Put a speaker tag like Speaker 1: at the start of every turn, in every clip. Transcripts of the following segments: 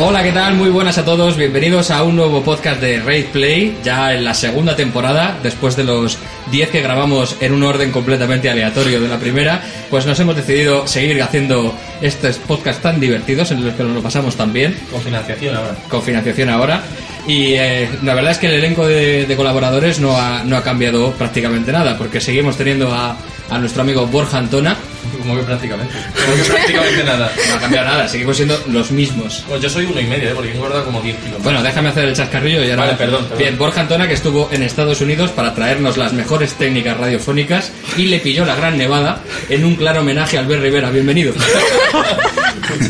Speaker 1: Hola, ¿qué tal? Muy buenas a todos. Bienvenidos a un nuevo podcast de Raid Play, ya en la segunda temporada, después de los 10 que grabamos en un orden completamente aleatorio de la primera, pues nos hemos decidido seguir haciendo estos podcasts tan divertidos en los que nos lo pasamos tan bien,
Speaker 2: Con financiación ahora.
Speaker 1: con financiación ahora. Y eh, la verdad es que el elenco de, de colaboradores no ha, no ha cambiado prácticamente nada, porque seguimos teniendo a, a nuestro amigo Borja Antona.
Speaker 2: Como que prácticamente. Como que prácticamente nada.
Speaker 1: No ha cambiado nada, seguimos siendo los mismos.
Speaker 2: Pues yo soy uno y medio, ¿eh? porque he engordado como 10 kilos.
Speaker 1: Bueno, déjame hacer el chascarrillo y ahora.
Speaker 2: Vale, perdón, perdón.
Speaker 1: Bien, Borja Antona, que estuvo en Estados Unidos para traernos las mejores técnicas radiofónicas y le pilló la gran nevada en un claro homenaje a Albert Rivera. Bienvenido.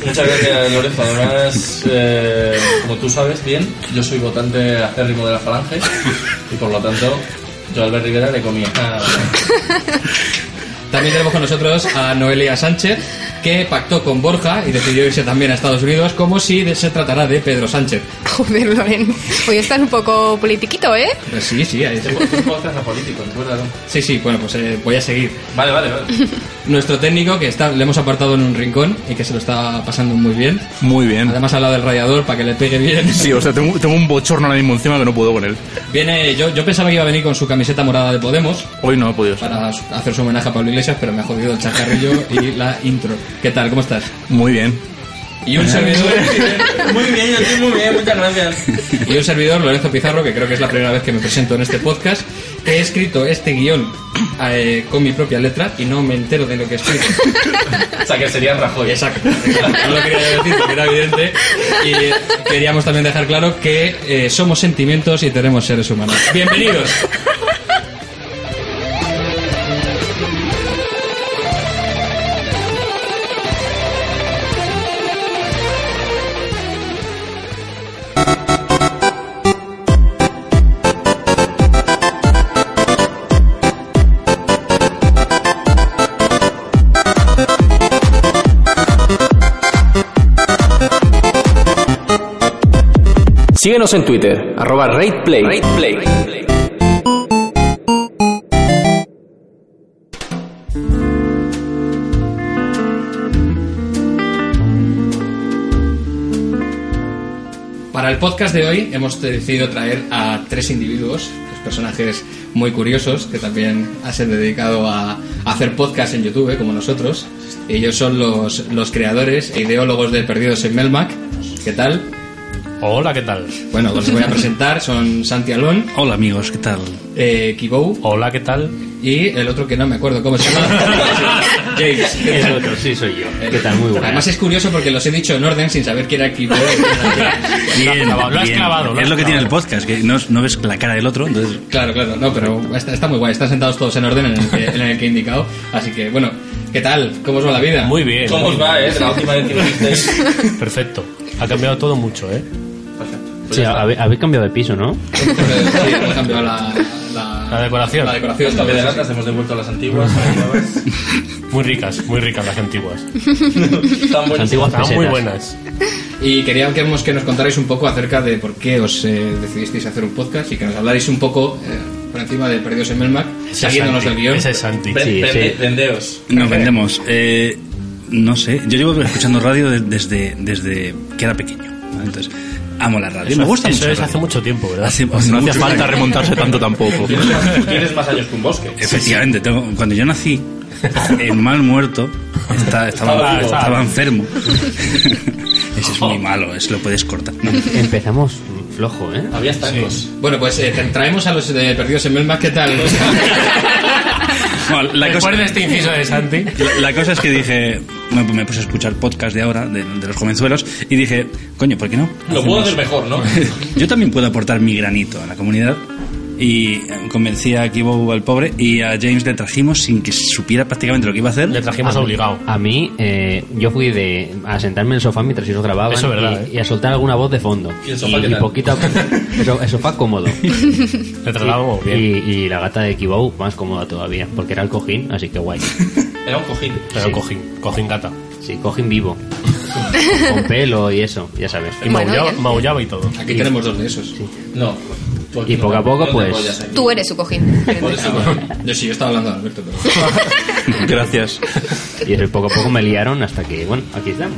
Speaker 2: Muchas gracias, Lorenzo. Además, eh, como tú sabes bien, yo soy votante acérrimo de la Falange y por lo tanto, yo a Albert Rivera le comía. Ah,
Speaker 1: También tenemos con nosotros a Noelia Sánchez, que pactó con Borja y decidió irse también a Estados Unidos, como si de- se tratara de Pedro Sánchez.
Speaker 3: Joder, Loren. Hoy estás un poco politiquito, ¿eh?
Speaker 1: Pues Sí, sí, ahí-
Speaker 2: tengo- tengo otras a políticos, es verdad, ¿no?
Speaker 1: sí, sí, bueno, pues eh, voy a seguir.
Speaker 2: Vale, vale, vale.
Speaker 1: Nuestro técnico, que está, le hemos apartado en un rincón y que se lo está pasando muy bien.
Speaker 4: Muy bien.
Speaker 1: Además, ha hablado del radiador para que le pegue bien.
Speaker 4: Sí, o sea, tengo, tengo un bochorno ahora mismo encima que no puedo con él.
Speaker 1: Viene, yo, yo pensaba que iba a venir con su camiseta morada de Podemos
Speaker 4: Hoy no he podido.
Speaker 1: para su- hacer su homenaje a Pablo Iglesias, pero me ha jodido el chacarrillo y la intro. ¿Qué tal? ¿Cómo estás?
Speaker 4: Muy bien.
Speaker 1: Y un servidor,
Speaker 2: Muy bien, yo estoy muy bien, muchas gracias.
Speaker 1: y un servidor, Lorenzo Pizarro, que creo que es la primera vez que me presento en este podcast, he escrito este guión eh, con mi propia letra y no me entero de lo que he escrito.
Speaker 2: O sea, que sería Rajoy.
Speaker 1: Exacto. No lo quería decir porque era evidente. Y eh, queríamos también dejar claro que eh, somos sentimientos y tenemos seres humanos. Bienvenidos.
Speaker 5: Síguenos en Twitter, arroba RatePlay.
Speaker 1: Para el podcast de hoy hemos decidido traer a tres individuos, tres personajes muy curiosos que también se han dedicado a, a hacer podcast en YouTube, como nosotros. Ellos son los, los creadores e ideólogos de Perdidos en Melmac. ¿Qué tal?
Speaker 6: Hola, ¿qué tal?
Speaker 1: Bueno, los voy a presentar. Son Santi Alón,
Speaker 7: Hola amigos, ¿qué tal?
Speaker 1: eh, Kibou
Speaker 6: Hola, ¿qué tal?
Speaker 1: y el otro que no me acuerdo cómo se llama. James. ¿qué
Speaker 6: Es
Speaker 1: tal?
Speaker 6: otro, sí, soy yo. ¿Qué tal? Muy buenas.
Speaker 1: Además es curioso porque los he dicho en orden sin saber que era Kibou. y quién era James.
Speaker 6: Bien, lo has clavado, lo has clavado, lo
Speaker 7: es
Speaker 6: has
Speaker 7: lo que
Speaker 6: clavado.
Speaker 7: tiene el podcast, que no, no ves la cara del otro, entonces...
Speaker 1: Claro, claro, no, pero está, está muy guay, están sentados todos en orden en el, que, en el que he indicado. Así que, bueno, ¿qué tal? ¿Cómo os va la vida?
Speaker 6: Muy bien.
Speaker 2: ¿Cómo os va, eh? De La última vez que lo visteis.
Speaker 6: Perfecto. Ha cambiado todo mucho, ¿eh?
Speaker 2: Perfecto. Pues
Speaker 8: Sí,
Speaker 2: ya está.
Speaker 8: habe- habéis cambiado de piso, ¿no?
Speaker 1: Sí, hemos cambiado la, la,
Speaker 6: La decoración.
Speaker 1: La decoración,
Speaker 2: En vez de
Speaker 1: todo, sí,
Speaker 2: latas hemos devuelto las antiguas. las nuevas.
Speaker 6: Muy ricas, muy ricas las antiguas.
Speaker 2: Tan
Speaker 8: Las
Speaker 2: buenas.
Speaker 8: antiguas
Speaker 6: Estaban
Speaker 8: pesetas.
Speaker 6: muy buenas.
Speaker 1: sí. Y queríamos que nos contarais un poco acerca de por qué os eh, decidisteis hacer un podcast y que nos hablarais un poco eh, por encima de Perdidos en Melmac, siguiéndonos del guión.
Speaker 6: Ese es Santi.
Speaker 2: Ven-
Speaker 8: Sí,
Speaker 2: vende-
Speaker 8: sí.
Speaker 2: Vendeos.
Speaker 7: Nos vendemos. Eh, no sé, yo llevo escuchando radio de- desde, desde que era pequeño. ¿vale? Entonces, amo la radio.
Speaker 6: Eso-
Speaker 7: Me gusta
Speaker 6: eso
Speaker 7: mucho. la
Speaker 6: es
Speaker 7: radio.
Speaker 6: hace mucho tiempo, ¿verdad?
Speaker 7: Hace-
Speaker 6: Pues
Speaker 7: hace
Speaker 6: no hacía
Speaker 7: mucho
Speaker 6: falta
Speaker 7: tiempo.
Speaker 6: remontarse tanto tampoco.
Speaker 2: Tienes más- Tienes más años que un bosque.
Speaker 7: Efectivamente, tengo- cuando yo nací, el mal muerto está-
Speaker 6: Estaba- Oh.
Speaker 7: estaba,
Speaker 6: estaba-
Speaker 7: estaba enfermo. Ese es muy malo, eso lo puedes cortar. No.
Speaker 8: Empezamos flojo, ¿eh?
Speaker 2: Había estancos.
Speaker 1: Bueno, pues eh, te- traemos a los de Perdidos en Melmac, ¿qué tal?
Speaker 7: No, la cosa-
Speaker 6: Después de este inciso de Santi,
Speaker 7: La, la cosa es que dije, me, me puse a escuchar podcast de ahora, de, de los jovenzuelos, y dije, coño, ¿por qué no?
Speaker 2: Lo puedo hacer
Speaker 7: Hacemos-
Speaker 2: mejor, ¿no?
Speaker 7: Yo también puedo aportar mi granito a la comunidad. Y eh, convencí a Kibo al pobre y a James le trajimos sin que supiera prácticamente lo que iba a
Speaker 6: le
Speaker 7: hacer.
Speaker 6: trajimos
Speaker 8: A mí-
Speaker 6: obligado.
Speaker 8: A mí, eh, yo fui de a sentarme en el sofá mientras ellos grababan
Speaker 6: Eso es verdad,
Speaker 8: y,
Speaker 6: ¿eh?
Speaker 8: y a soltar alguna voz de fondo.
Speaker 2: ¿Y el sofá qué tal?
Speaker 8: poquito a- eso- el sofá cómodo.
Speaker 6: Le tratábamos
Speaker 8: y,
Speaker 6: bien.
Speaker 8: y la gata de Kibou más cómoda todavía, porque era el cojín, así que guay.
Speaker 2: Era un cojín.
Speaker 6: Pero
Speaker 8: sí.
Speaker 6: cojín, cojín gata.
Speaker 8: Sí, cojín vivo. Con pelo y eso, ya sabes.
Speaker 6: Y
Speaker 3: Bueno,
Speaker 6: maullaba,
Speaker 3: ya.
Speaker 6: maullaba y todo.
Speaker 1: Aquí tenemos dos de esos.
Speaker 2: No. tú aquí
Speaker 8: Y
Speaker 2: no
Speaker 8: poco a
Speaker 2: te-
Speaker 8: poco,
Speaker 2: no te
Speaker 8: pues,
Speaker 2: apoyas aquí.
Speaker 3: Tú eres su cojín.
Speaker 2: Por eso,
Speaker 1: Ah, Yo sí, yo estaba hablando de Alberto, pero...
Speaker 7: Gracias.
Speaker 8: Y eso, poco a poco me liaron hasta que, bueno, aquí estamos.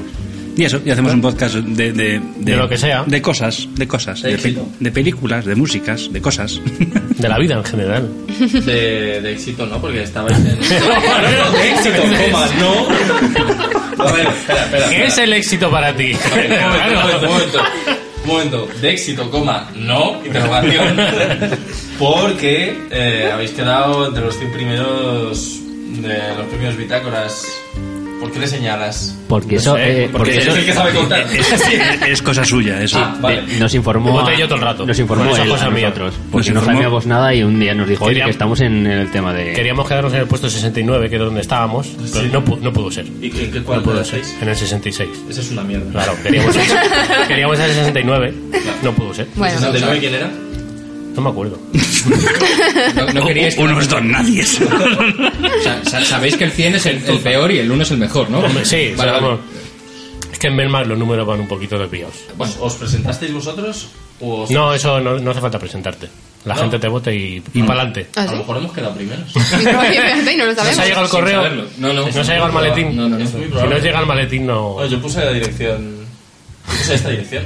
Speaker 7: Y eso, y hacemos un podcast de, de, de,
Speaker 6: De lo que sea.
Speaker 7: De cosas, de cosas.
Speaker 2: De
Speaker 7: De, pe-
Speaker 2: éxito.
Speaker 7: de películas, de músicas, de cosas.
Speaker 6: De la vida en general.
Speaker 2: De, de éxito, ¿no? Porque estabais en... No, de éxito, pues, coma, no. A ver, espera, espera.
Speaker 6: ¿Qué es el éxito para ti?
Speaker 2: espera. Un momento, un
Speaker 6: Claro.
Speaker 2: momento, un momento. De éxito, coma, no, interrogación. Porque eh, habéis quedado entre los 100 primeros... De los primeros bitácoras. ¿Por qué le señalas?
Speaker 8: Porque eso. eh,
Speaker 2: Porque,
Speaker 8: porque
Speaker 2: es
Speaker 8: eso.
Speaker 2: el que sabe contar.
Speaker 7: Es, es cosa suya, eso.
Speaker 2: Ah, vale.
Speaker 8: eh, nos informó.
Speaker 6: Bote
Speaker 8: a-
Speaker 6: yo todo el rato.
Speaker 8: Nos informó
Speaker 6: Con esa
Speaker 8: él
Speaker 6: cosa
Speaker 8: a
Speaker 6: mía.
Speaker 8: nosotros.
Speaker 6: Nos
Speaker 8: Porque no
Speaker 7: informó.
Speaker 8: sabíamos nada y un día nos dijo, oye,
Speaker 6: Quería-
Speaker 8: que estamos en el tema de.
Speaker 6: Queríamos quedarnos en el puesto 69, que era donde estábamos, pero no, pu- no pudo ser.
Speaker 2: ¿Y qué, qué cuál
Speaker 6: No pudo
Speaker 2: de
Speaker 6: ser.
Speaker 2: seis?
Speaker 6: En el 66.
Speaker 2: Esa es una mierda.
Speaker 6: Claro, queríamos el, queríamos el 69. No pudo ser.
Speaker 3: Bueno,
Speaker 2: ¿69 quién era?
Speaker 6: No me acuerdo.
Speaker 1: No, no queríais que-
Speaker 7: Unos don nadies.
Speaker 1: o sea, sa- sabéis que el 100 es el, el peor y el 1 es el mejor, ¿no?
Speaker 6: Hombre, sí,
Speaker 1: Vale,
Speaker 6: o sea,
Speaker 1: vale.
Speaker 6: vamos. Es que en Belmar los números van un poquito desvíos.
Speaker 1: Bueno,
Speaker 2: ¿Os, os presentasteis vosotros? O os-
Speaker 6: No, eso no, no hace falta presentarte. La
Speaker 2: No.
Speaker 6: gente te vota y, y para adelante.
Speaker 3: ¿Ah,
Speaker 2: A
Speaker 3: sí?
Speaker 2: lo mejor hemos quedado primeros.
Speaker 3: Microaccidente y no lo
Speaker 2: Pues
Speaker 6: No se ha llegado
Speaker 3: sabemos.
Speaker 6: el correo.
Speaker 1: saberlo. No, no.
Speaker 6: No se ha llegado el maletín.
Speaker 1: No, no, no.
Speaker 2: Es muy
Speaker 6: Si no
Speaker 2: probable.
Speaker 6: llega el maletín, no.
Speaker 2: Bueno, yo puse la dirección. Yo puse esta dirección.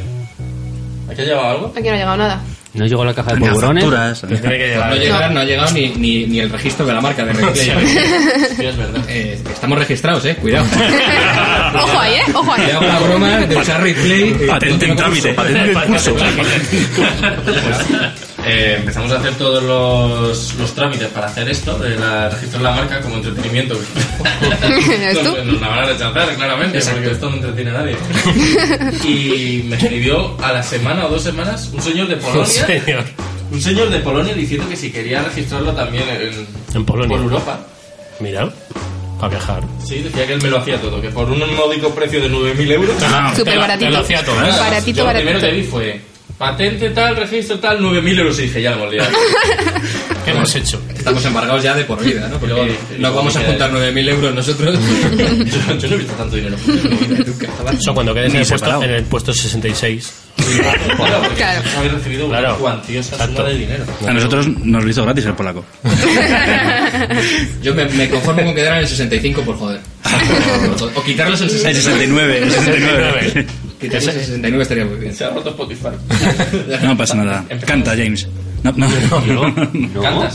Speaker 2: ¿Aquí ha llegado algo?
Speaker 3: Aquí no ha llegado nada.
Speaker 8: No llegó la caja de
Speaker 7: Las
Speaker 8: polvorones.
Speaker 7: facturas.
Speaker 6: Te tiene que
Speaker 1: No ha
Speaker 6: llegar.
Speaker 1: llegado, no ha llegado ni, ni, ni el registro de la marca de Replay.
Speaker 2: Sí, es verdad.
Speaker 1: Eh, estamos registrados, eh, cuidado.
Speaker 3: ojo ahí, ¿eh? Ojo ahí.
Speaker 1: Le hago una broma de usar Replay. eh,
Speaker 7: Patente en trámite, patente en curso.
Speaker 2: Pues, Eh, empezamos a hacer todos los, los trámites para hacer esto, de la, registrar la marca como entretenimiento.
Speaker 3: ¿Eres tú?
Speaker 2: Nos, nos la van a rechazar, claramente, porque esto no entretiene a nadie. Y me escribió a la semana o dos semanas un señor de
Speaker 6: Un
Speaker 2: Polonia.
Speaker 6: señor.
Speaker 2: Un señor de Polonia diciendo que si quería registrarlo también en,
Speaker 6: En Polonia.
Speaker 2: por Europa.
Speaker 6: Mira, para viajar.
Speaker 2: Sí, decía que él me lo hacía todo, que por un módico precio de 9.000 euros.
Speaker 3: Súper
Speaker 6: Te lo-
Speaker 3: baratito.
Speaker 6: te lo hacía todo.
Speaker 2: Nada,
Speaker 3: Baratito,
Speaker 2: ¿eh? yo
Speaker 3: baratito.
Speaker 2: Lo primero que vi fue patente tal, registro tal, 9.000 euros. Y dije, ya me olvidé.
Speaker 6: ¿Qué hemos hecho?
Speaker 1: Estamos embargados ya de por vida, ¿no?
Speaker 2: Y luego
Speaker 1: Porque
Speaker 2: dice,
Speaker 1: nos vamos a juntar 9.000 euros nosotros.
Speaker 2: yo, yo no he visto tanto dinero.
Speaker 6: Eso cuando quedes
Speaker 7: Ni
Speaker 6: en el,
Speaker 7: separado.
Speaker 6: puesto, en el puesto 66.
Speaker 2: Claro, porque
Speaker 3: Claro.
Speaker 2: vosotros habéis recibido una
Speaker 6: Claro.
Speaker 2: cuantiosa
Speaker 6: Exacto.
Speaker 2: suma de dinero.
Speaker 7: A nosotros nos lo hizo gratis el polaco.
Speaker 1: Yo me, me conformo con quedar en el 65 por joder. O, o quitarlos el
Speaker 7: El
Speaker 1: 69.
Speaker 7: 69, el 69.
Speaker 6: 69.
Speaker 1: Quitarlos el 69 estaría muy bien.
Speaker 2: Se ha roto Spotify.
Speaker 7: No pasa nada. Canta, James. No, no.
Speaker 8: No.
Speaker 2: ¿Cantas?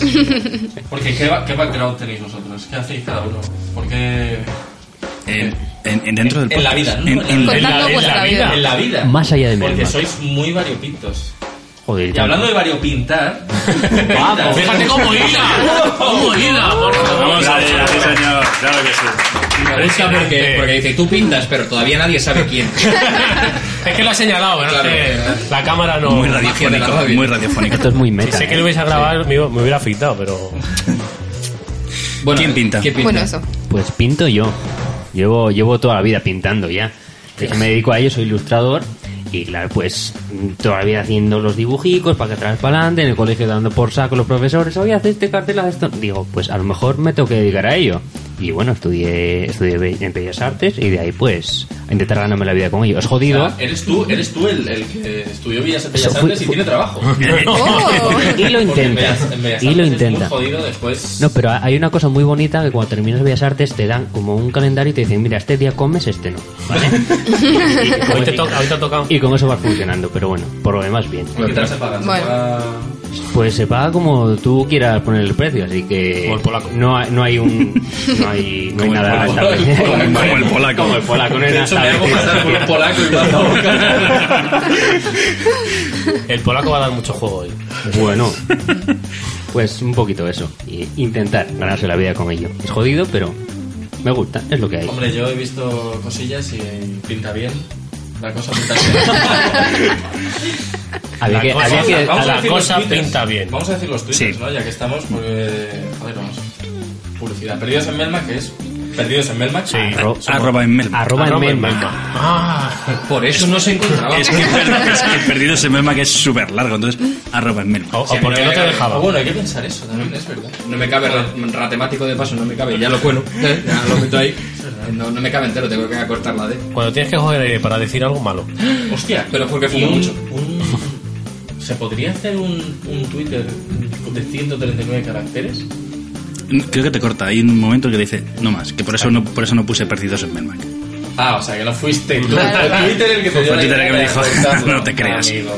Speaker 2: Porque ¿qué, ba- ¿qué background tenéis vosotros? ¿Qué hacéis cada uno? Porque...
Speaker 7: En, en- en dentro del
Speaker 2: En la
Speaker 7: podcast.
Speaker 2: vida, ¿no?
Speaker 7: En, en-
Speaker 6: En la-
Speaker 3: Contando
Speaker 6: en
Speaker 3: vuestra
Speaker 6: la
Speaker 3: vida.
Speaker 2: En la vida.
Speaker 8: Más allá de
Speaker 2: Porque
Speaker 8: Melmac.
Speaker 2: sois muy variopintos.
Speaker 8: Joder,
Speaker 2: Y hablando de variopintar...
Speaker 8: Vamos.
Speaker 2: Fíjate cómo hila. Cómo hila.
Speaker 7: Vamos a ver, sí, señor. Claro que sí.
Speaker 1: Me gusta porque, porque dice, tú pintas, pero todavía nadie sabe quién.
Speaker 6: Es que lo ha señalado, ¿verdad?
Speaker 1: Claro.
Speaker 6: Que la cámara no.
Speaker 7: Muy
Speaker 1: magia de la
Speaker 7: radiofónico,
Speaker 1: radio.
Speaker 7: muy radiofónico.
Speaker 8: Esto es muy meta.
Speaker 6: Sé que
Speaker 8: ¿eh?
Speaker 6: lo hubiese grabado, me iba- me hubiera afeitado, pero.
Speaker 1: Bueno,
Speaker 7: ¿Quién pinta?
Speaker 3: Bueno, eso.
Speaker 8: Pues pinto yo. Llevo, llevo toda la vida pintando ya. De hecho, me dedico a ello, soy ilustrador. Y claro, pues toda la vida haciendo los dibujicos, para que atrás para adelante, en el colegio dando por saco los profesores, oye, haz este cartel, haz esto. Digo, pues a lo mejor me tengo que dedicar a ello. Y bueno, estudié, estudié be- en Bellas Artes y de ahí pues a intentar ganarme la vida con ello. Es jodido.
Speaker 2: Eres tú, eres tú el, el que estudió Bellas, Bellas
Speaker 8: Fui-
Speaker 2: Artes y
Speaker 8: fui-
Speaker 2: tiene trabajo.
Speaker 3: ¡Oh!
Speaker 8: Y lo
Speaker 2: Porque en
Speaker 8: intenta.
Speaker 2: Bellas- en Bellas
Speaker 8: Y
Speaker 2: Artes
Speaker 8: lo
Speaker 2: es muy
Speaker 8: intenta.
Speaker 2: jodido después.
Speaker 8: No, pero hay una cosa muy bonita que cuando terminas Bellas Artes te dan como un calendario y te dicen, mira, este día comes, este no. ¿Vale? Y- y como
Speaker 6: Hoy te
Speaker 8: si-
Speaker 6: toca, hoy te ha tocado.
Speaker 8: Y con eso va funcionando, pero bueno, por lo demás bien.
Speaker 2: ¿Qué tal se paga? ¿Se
Speaker 3: Bueno.
Speaker 2: paga-
Speaker 8: Pues se paga como tú quieras poner el precio, así que
Speaker 6: Como el polaco.
Speaker 8: no hay, no hay un no hay, no hay nada
Speaker 2: polaco.
Speaker 8: estable.
Speaker 2: Como el- como el
Speaker 7: polaco.
Speaker 8: Como el polaco, no hay
Speaker 2: De
Speaker 8: nada
Speaker 2: hecho, me hago
Speaker 8: estable.
Speaker 2: pasar por un polaco y más
Speaker 6: El polaco va a dar mucho juego hoy.
Speaker 8: Bueno, pues un poquito eso. Y intentar ganarse la vida con ello. Es jodido, pero me gusta, es lo que hay.
Speaker 2: Hombre, yo he visto cosillas y pinta bien. La cosa pinta bien.
Speaker 8: Había que,
Speaker 6: cosa-
Speaker 8: había
Speaker 6: la
Speaker 8: que-
Speaker 2: Vamos a
Speaker 6: cosa-
Speaker 2: decir los twitters.
Speaker 6: pinta bien.
Speaker 2: Vamos a decir los twitters,
Speaker 7: Sí.
Speaker 2: ¿no? Ya que estamos, porque. Joder, vamos. Publicidad. Perdidos en Melmac, que es. Perdidos en Melmac.
Speaker 6: Sí.
Speaker 8: Arro-
Speaker 7: Arroba en Melma.
Speaker 8: arroba en
Speaker 6: Arroba en
Speaker 8: Melma.
Speaker 6: Melma.
Speaker 1: Por eso no se encontraba.
Speaker 7: Es que, es que perdido ese Melma que es súper largo. Entonces, arroba en Melma.
Speaker 6: O, o porque no te
Speaker 2: Ah,
Speaker 6: dejaba.
Speaker 2: bueno, hay que pensar eso también, es verdad.
Speaker 1: No me cabe ra- ratemático de paso, no me cabe. Ya lo cuelo. eh, Ya lo meto ahí. No, no me cabe entero, tengo que acortar la D.
Speaker 6: Cuando tienes que joder aire para decir algo malo.
Speaker 2: Hostia.
Speaker 1: Pero porque
Speaker 2: y
Speaker 1: fumo
Speaker 2: un-
Speaker 1: mucho.
Speaker 2: un- ¿Se podría hacer un, un Twitter de 139 caracteres?
Speaker 7: Creo que te corta. Hay un momento que dice, no más, que por eso no, por eso no puse perdidos en Melma.
Speaker 2: Ah, o sea, que no fuiste tú.
Speaker 3: Claro.
Speaker 2: Fue Twitter el que te dio
Speaker 7: Fue
Speaker 2: la
Speaker 7: Twitter el que me
Speaker 2: idea
Speaker 7: dijo,
Speaker 2: de contarlo,
Speaker 7: no te creas.
Speaker 2: amigo.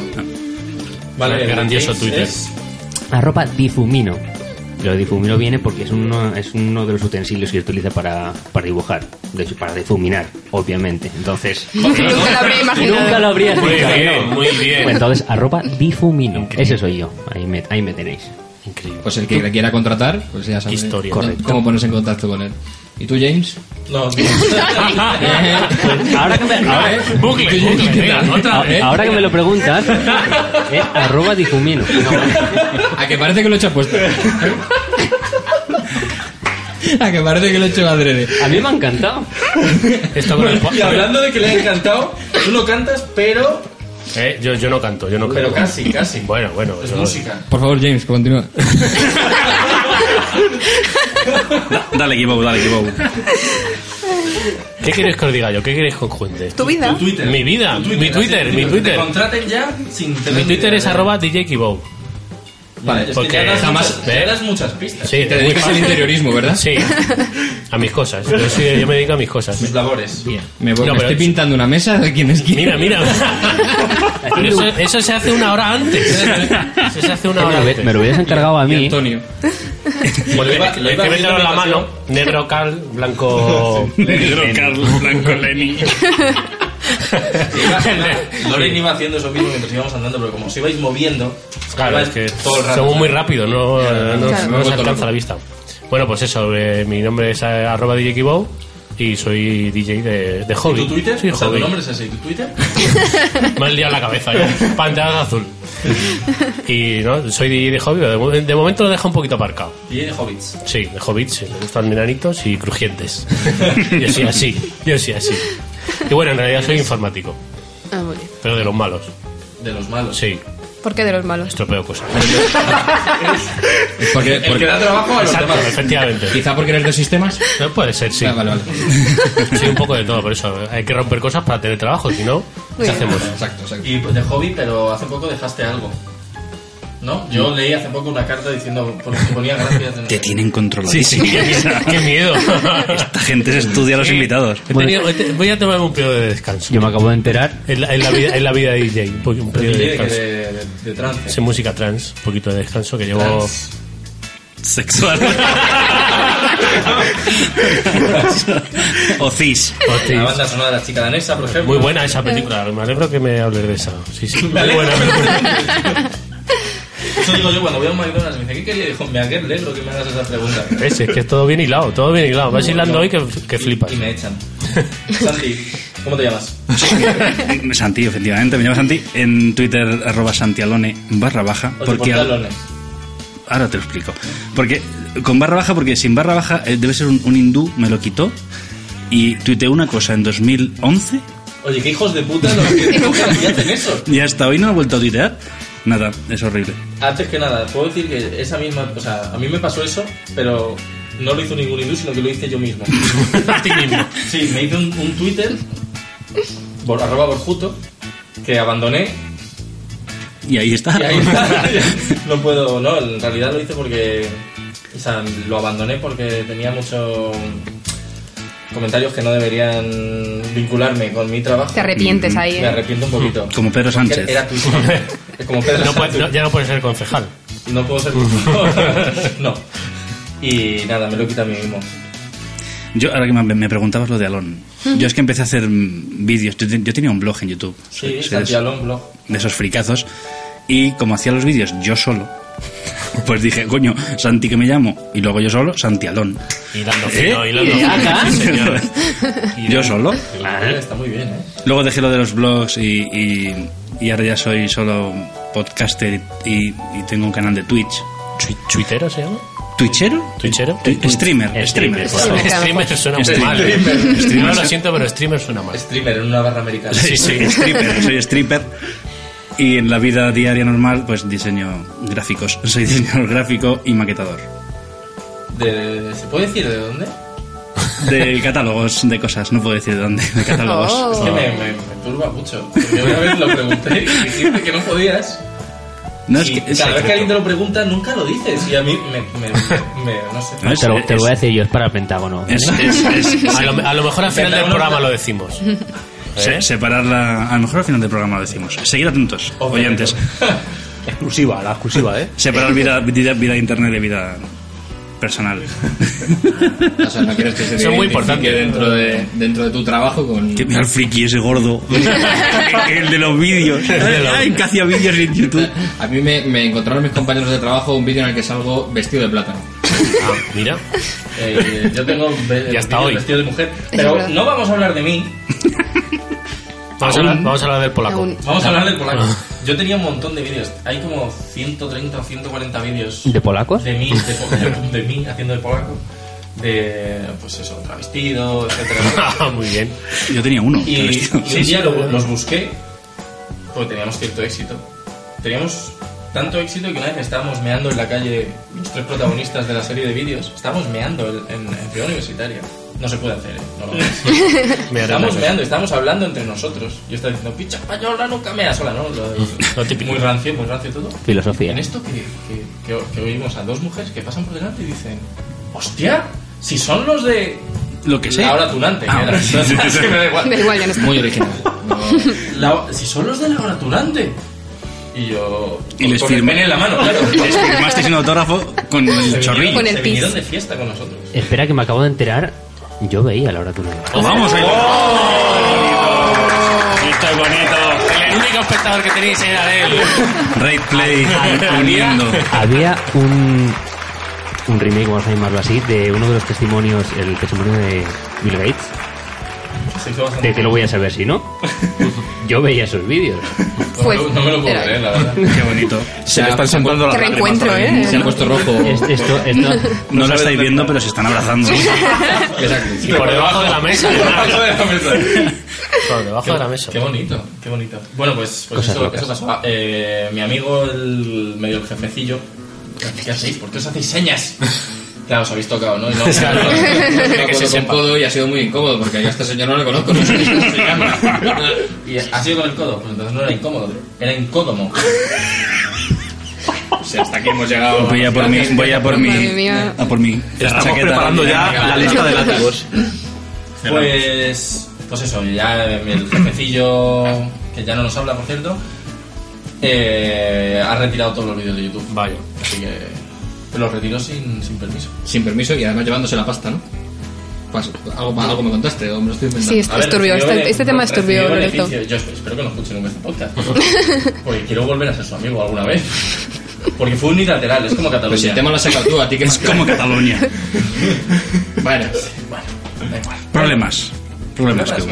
Speaker 2: Vale,
Speaker 6: Qué grandioso
Speaker 2: James
Speaker 6: Twitter.
Speaker 2: es-
Speaker 8: Arroba difumino. Lo de difumino viene porque es uno, es uno de los utensilios que se utiliza para, para dibujar, de hecho, para difuminar, obviamente. Entonces,
Speaker 3: Oh. Nunca lo habría imaginado.
Speaker 8: nunca lo habrías
Speaker 6: Muy
Speaker 8: dicho,
Speaker 6: bien,
Speaker 8: ¿no?
Speaker 6: muy bien.
Speaker 8: Entonces, arroba difumino. Ese soy yo. Ahí me, ahí me tenéis.
Speaker 6: Increíble.
Speaker 1: Pues el que le quiera contratar, pues ya sabe
Speaker 6: Historia.
Speaker 1: cómo-
Speaker 8: Correcto.
Speaker 1: cómo ponerse en contacto con él. ¿Y tú, James?
Speaker 2: No, tío.
Speaker 8: Pues ahora que me, ahora-
Speaker 1: ¿Eh?
Speaker 6: Bucle, bucle, venga, otra vez.
Speaker 8: ahora que me lo preguntas, es arroba Eh, difumino.
Speaker 1: A que parece que lo he hecho puesto. A que parece que lo he hecho adrede.
Speaker 8: A mí me ha encantado.
Speaker 6: Esto con el
Speaker 2: Y hablando de que le ha encantado, tú no cantas, pero.
Speaker 6: Eh, yo, yo no canto, yo no canto.
Speaker 2: Pero casi, casi.
Speaker 6: Bueno, bueno.
Speaker 2: Es
Speaker 6: yo-
Speaker 2: música.
Speaker 1: Por favor, James, continúa.
Speaker 7: Da- dale, equipo, dale, equipo.
Speaker 6: ¿Qué queréis que os diga yo? ¿Qué queréis que os cuente?
Speaker 3: Tu vida.
Speaker 2: Tu Twitter.
Speaker 6: Mi vida,
Speaker 2: Tu
Speaker 6: mi Twitter,
Speaker 2: así,
Speaker 6: mi
Speaker 2: que
Speaker 6: Twitter.
Speaker 2: Te contraten ya sin tener
Speaker 6: Mi Twitter
Speaker 2: idea.
Speaker 6: es arroba DJ Kibow.
Speaker 2: Vale, es que
Speaker 6: porque
Speaker 2: ya das
Speaker 6: jamás-
Speaker 2: muchas- ya
Speaker 6: ¿eh?
Speaker 2: das muchas pistas.
Speaker 6: Sí,
Speaker 1: Te
Speaker 6: muy
Speaker 1: dedicas al
Speaker 6: fácil.
Speaker 1: interiorismo, ¿verdad?
Speaker 6: Sí, a mis cosas. Yo, sí, yo me dedico a mis cosas.
Speaker 2: Mis labores.
Speaker 1: Me, voy-
Speaker 6: No,
Speaker 1: me
Speaker 6: pero-
Speaker 1: estoy pintando una mesa de quién es quién.
Speaker 6: Mira, mira. Pero eso, eso se hace una hora antes. Eso se hace una
Speaker 8: Me
Speaker 6: hora
Speaker 8: lo, hubie-
Speaker 6: antes.
Speaker 8: me lo hubieras encargado a
Speaker 1: Y
Speaker 8: mí.
Speaker 1: Antonio.
Speaker 6: Porque
Speaker 2: Lo iba- lo iba
Speaker 6: hay que
Speaker 2: viendo
Speaker 6: venderlo en la
Speaker 2: en
Speaker 6: mano. Negro cal, blanco.
Speaker 7: Negro Carlos Blanco Lenny.
Speaker 2: Loren iba haciendo eso mismo mientras íbamos andando, pero como os ibais moviendo,
Speaker 6: Claro,
Speaker 2: ibais
Speaker 6: es que
Speaker 2: todo el rato.
Speaker 6: somos muy rápidos, no, no- no
Speaker 3: Claro.
Speaker 6: nos alcanza la vista. Bueno, pues eso, eh, mi nombre es eh, arroba DJ Kibow y soy DJ de, de
Speaker 2: ¿Y
Speaker 6: hobby.
Speaker 2: tu Twitter?
Speaker 6: Sí,
Speaker 2: o sea, tu
Speaker 6: hobby.
Speaker 2: nombre es ese. ¿Y tu Twitter?
Speaker 6: Me han liado la cabeza ya. Pantalla azul. Y no, soy DJ de hobby, pero de, de momento lo dejo un poquito aparcado.
Speaker 2: Y de Hobbits.
Speaker 6: Sí, de hobbits, sí, me gustan enanitos y crujientes. Yo sí así, yo sí así. Y bueno, en realidad soy informático,
Speaker 3: Ah, muy bien.
Speaker 6: pero de los malos.
Speaker 2: De los malos.
Speaker 6: Sí,
Speaker 3: ¿Por qué de los malos?
Speaker 6: estropeo cosas.
Speaker 1: Porque,
Speaker 2: El
Speaker 1: porque-
Speaker 2: que da trabajo a los
Speaker 6: Exacto,
Speaker 2: demás.
Speaker 6: efectivamente.
Speaker 1: quizá porque eres de sistemas.
Speaker 6: No puede ser, sí.
Speaker 1: Ah, vale, vale.
Speaker 6: Sí, un poco de todo, por eso eh, hay que romper cosas para tener trabajo, si no, ¿qué
Speaker 3: bien.
Speaker 6: hacemos?
Speaker 1: Exacto, exacto.
Speaker 2: Y de hobby, pero hace poco dejaste algo. ¿No?
Speaker 6: Mm.
Speaker 2: Yo leí hace poco una carta diciendo porque ponía gracias en
Speaker 7: Te tienen controlado.
Speaker 6: qué miedo.
Speaker 7: Esta gente se estudia a los invitados.
Speaker 6: He tenido- he te- voy a tomarme un periodo de descanso.
Speaker 8: Yo me acabo de enterar.
Speaker 6: En la, en la vida, en la vida de DJ, un po- un
Speaker 2: de,
Speaker 6: periodo de
Speaker 2: de,
Speaker 6: descanso.
Speaker 2: de, de, de trance.
Speaker 6: Sí, música trans, un poquito de descanso que llevo.
Speaker 2: Trans.
Speaker 7: Sexual. o cis.
Speaker 1: Ah,
Speaker 2: La
Speaker 6: Hostia,
Speaker 2: banda sonora de la chica danesa, por ejemplo.
Speaker 6: Muy buena esa película, me alegro que me hables de esa. Sí, sí, muy buena.
Speaker 2: Eso digo yo cuando voy a un McDonald's. Me dice, ¿qué quería? Dijo, me alegro que me hagas esa pregunta.
Speaker 6: Es, es que es todo bien hilado, todo bien hilado. Vas hilando hoy que, que flipas.
Speaker 2: Y me echan. Santi, ¿cómo te llamas?
Speaker 7: Santi, efectivamente, me llamo Santi. En Twitter, arroba santialone barra baja.
Speaker 2: Oye, ¿por qué
Speaker 7: al-
Speaker 2: alones?
Speaker 7: Ahora te lo explico. Porque con barra baja, porque sin barra baja eh, debe ser un, un hindú, me lo quitó. Y tuiteé una cosa en 2011
Speaker 2: Oye, qué hijos de puta los que cogen y hacen eso.
Speaker 7: y hasta hoy no ha vuelto a tuitear. Nada, es horrible.
Speaker 2: Antes que nada, puedo decir que esa misma. O sea, a mí me pasó eso, pero no lo hizo ningún hindú, sino que lo hice yo mismo.
Speaker 6: A ti mismo.
Speaker 2: Sí, me hice un, un Twitter, bor- arroba borjuto, que abandoné
Speaker 7: Y ahí está.
Speaker 2: y ahí está. No puedo, no, en realidad lo hice porque. O sea, lo abandoné porque tenía muchos comentarios que no deberían vincularme con mi trabajo.
Speaker 3: Te arrepientes ahí,
Speaker 2: Me
Speaker 3: ¿eh?
Speaker 2: arrepiento un poquito.
Speaker 7: Como Pedro
Speaker 2: Porque
Speaker 7: Sánchez.
Speaker 2: Era Twitter. Como Pedro
Speaker 6: No puede-
Speaker 2: Sánchez.
Speaker 6: no, ya no puedes ser concejal.
Speaker 2: No puedo ser profesor. no. Y nada, me lo quita a mí mismo.
Speaker 7: Yo, ahora que me, me preguntabas lo de Alon, yo es que empecé a hacer mm, vídeos. Yo, te- yo tenía un blog en YouTube.
Speaker 2: Sí,
Speaker 7: Soy- soy de
Speaker 2: Santi
Speaker 7: esos-
Speaker 2: Alonso blog.
Speaker 7: de esos fricazos. Y como hacía los vídeos yo solo, pues dije, coño, Santi que me llamo, y luego yo solo, Santi Alon. ¿Eh?
Speaker 6: Hilando fino, hilando
Speaker 8: ¿Y de
Speaker 6: fino.
Speaker 8: acá?
Speaker 6: Sí, señor.
Speaker 7: yo solo.
Speaker 2: Joder, Está muy bien, ¿eh?
Speaker 7: Luego dejé lo de los blogs y, y- y ahora ya soy solo podcaster y, y tengo un canal de Twitch.
Speaker 6: Twi- ¿Tuitero se llama?
Speaker 7: ¿Twitchero?
Speaker 6: ¿Twitchero?
Speaker 7: Tu- streamer,
Speaker 8: Streamer,
Speaker 7: streamer.
Speaker 8: por
Speaker 3: favor.
Speaker 6: Streamer suena muy
Speaker 7: Streamer.
Speaker 6: mal.
Speaker 7: Streamer.
Speaker 6: No lo siento, pero streamer suena mal.
Speaker 2: Streamer en una barra americana.
Speaker 7: Sí, sí, stripper, soy stripper. Y en la vida diaria normal, pues diseño gráficos. Soy diseñador gráfico y maquetador.
Speaker 2: De- ¿Se puede decir de dónde?
Speaker 7: De catálogos de cosas, no puedo decir de dónde, de catálogos.
Speaker 3: Oh.
Speaker 2: Es que me, me, me turba mucho. Porque una vez lo pregunté y dijiste que no podías.
Speaker 7: No, es
Speaker 2: Y
Speaker 7: que- es
Speaker 2: cada vez que
Speaker 7: secreto.
Speaker 2: alguien te lo pregunta, nunca lo dices. Y a mí me. me, me- no sé.
Speaker 7: No, es-
Speaker 8: Te lo, te lo
Speaker 7: es-
Speaker 8: voy a ¿eh? decir yo, es para el Pentágono. ¿vale?
Speaker 7: es- es- es-
Speaker 6: A lo, a lo mejor al final del
Speaker 2: Pentágono-
Speaker 6: programa lo decimos.
Speaker 7: se- separarla. A lo mejor al final del programa lo decimos. Seguir atentos, oyentes.
Speaker 9: Exclusiva, la exclusiva, ¿eh?
Speaker 7: Separar vida, vida, vida interna de vida personal.
Speaker 1: O sea, no quieres que se
Speaker 6: Son muy
Speaker 1: identifique
Speaker 6: importantes.
Speaker 1: dentro de, dentro de tu trabajo con...
Speaker 7: Que mira el friki ese gordo. el de los vídeos. Ay, que hacía vídeos en YouTube.
Speaker 1: A mí me, me encontraron mis compañeros de trabajo un vídeo en el que salgo vestido de plátano.
Speaker 6: Ah, mira.
Speaker 2: Eh, yo tengo ve-
Speaker 6: Ya está
Speaker 2: vestido-
Speaker 6: hoy.
Speaker 2: vestido de mujer. Pero
Speaker 3: verdad.
Speaker 2: no vamos a hablar de mí,
Speaker 6: Vamos a, hablar, vamos a hablar del polaco.
Speaker 3: Aún.
Speaker 2: vamos a hablar del polaco.
Speaker 7: Ah.
Speaker 2: Yo tenía un montón de vídeos. Hay como 130 o 140 vídeos
Speaker 8: ¿De polacos?
Speaker 2: de mí, de, po- de mí haciendo de polaco. De, pues eso, travestido, etcétera.
Speaker 6: Ah, Muy bien.
Speaker 7: Yo tenía uno.
Speaker 2: Y,
Speaker 7: pero esto-
Speaker 2: y un día lo- los busqué, porque teníamos cierto éxito. Teníamos tanto éxito que una vez estábamos meando en la calle, los tres protagonistas de la serie de vídeos, estábamos meando en, en, en Ciudad Universitaria. No se puede hacer, ¿eh? No lo hagas.
Speaker 6: Me haré
Speaker 2: Estamos
Speaker 6: una cosa.
Speaker 2: meando, estamos hablando entre nosotros. Yo estaba diciendo, picha española, nunca mea sola, ¿no? Lo,
Speaker 6: Lo típico.
Speaker 2: Muy rancio, muy rancio todo.
Speaker 8: Filosofía.
Speaker 2: En este. esto que, que, que- que oímos a dos mujeres que pasan por delante y dicen, hostia, si son los de...
Speaker 7: Lo que
Speaker 2: La
Speaker 7: sea.
Speaker 2: hora tunante. ¿eh? que era. Sí, me da igual.
Speaker 3: Da igual, ya no está.
Speaker 1: Muy original. No,
Speaker 2: La- si son los de la hora tunante. Y yo...
Speaker 7: Y
Speaker 2: con-
Speaker 7: les
Speaker 2: con el
Speaker 7: firmé.
Speaker 2: pene en la mano, claro.
Speaker 7: Les firmasteis un autógrafo con el chorrillo.
Speaker 3: Con el
Speaker 2: se vinieron
Speaker 3: pis.
Speaker 2: de fiesta con nosotros.
Speaker 8: Espera, que me acabo de enterar. Yo veía la hora de una.
Speaker 7: Pues Vamos ahí.
Speaker 6: Oh. Esto es bonito. El único espectador que tenéis era él.
Speaker 7: Raid Play uniendo.
Speaker 8: Había un, un remake, vamos a llamarlo así, de uno de los testimonios, el testimonio de Bill Gates.
Speaker 2: Se hizo bastante-
Speaker 8: Te, te lo voy a saber si no. Yo veía sus vídeos.
Speaker 2: No
Speaker 3: Pues,
Speaker 2: me lo- no me lo puedo
Speaker 3: Era-
Speaker 2: creer, la verdad.
Speaker 7: Qué bonito.
Speaker 1: se
Speaker 4: le
Speaker 1: ha-
Speaker 4: están
Speaker 1: se ha pu-
Speaker 4: saltando las
Speaker 3: Qué
Speaker 4: lágrimas
Speaker 3: reencuentro,
Speaker 4: ahora mismo.
Speaker 3: ¿eh?
Speaker 1: se han puesto rojo.
Speaker 8: Es- Esto, esto,
Speaker 7: No lo estáis viendo, pero se están abrazando.
Speaker 6: Y por debajo de la mesa. además. Por debajo de la mesa.
Speaker 2: Qué bonito, qué bonito. Bueno, pues, pues
Speaker 8: Cosas
Speaker 2: eso,
Speaker 8: locas.
Speaker 2: eso pasó. Ah, eh, mi amigo, el medio el jefecillo, ¿qué hacéis? ¿Por qué os hacéis señas? Claro, os habéis tocado, ¿no? Y no,
Speaker 6: Claro.
Speaker 2: no, no, no, no,
Speaker 1: que se
Speaker 2: con el codo.
Speaker 1: codo y ha sido muy incómodo porque yo a este señor no le conozco. No sé ni cómo se llama.
Speaker 2: Y ha sido con el codo, pues entonces no era incómodo, era incómodo.
Speaker 1: O sea, hasta aquí hemos llegado.
Speaker 7: Voy a por mí, voy a por
Speaker 3: Madre
Speaker 7: mí.
Speaker 3: mía.
Speaker 7: A por mí.
Speaker 9: Estamos preparando ya la lista de látigos.
Speaker 2: Pues, pues eso, ya el jefecillo, que ya no nos habla, por cierto, eh, ha retirado todos los vídeos de YouTube.
Speaker 6: Vaya.
Speaker 2: Así que los retiró sin, sin permiso.
Speaker 1: Sin permiso y además llevándose la pasta, ¿no? Pas- algo, algo me contaste, o me lo estoy inventando.
Speaker 3: Sí, es-
Speaker 2: A ver,
Speaker 3: turbio,
Speaker 2: recibió
Speaker 3: este- este tema es
Speaker 2: recibió
Speaker 3: turbio, Lorenzo.
Speaker 2: beneficios. Yo espero que no escuche nunca este podcast. Porque quiero volver a ser su amigo alguna vez. Porque fue unilateral, es como Cataluña.
Speaker 1: Pues si el tema lo has sacado tú, a ti que
Speaker 7: Es como Cataluña.
Speaker 1: Bueno,
Speaker 2: Da igual.
Speaker 7: Problemas. Problemas que hubo.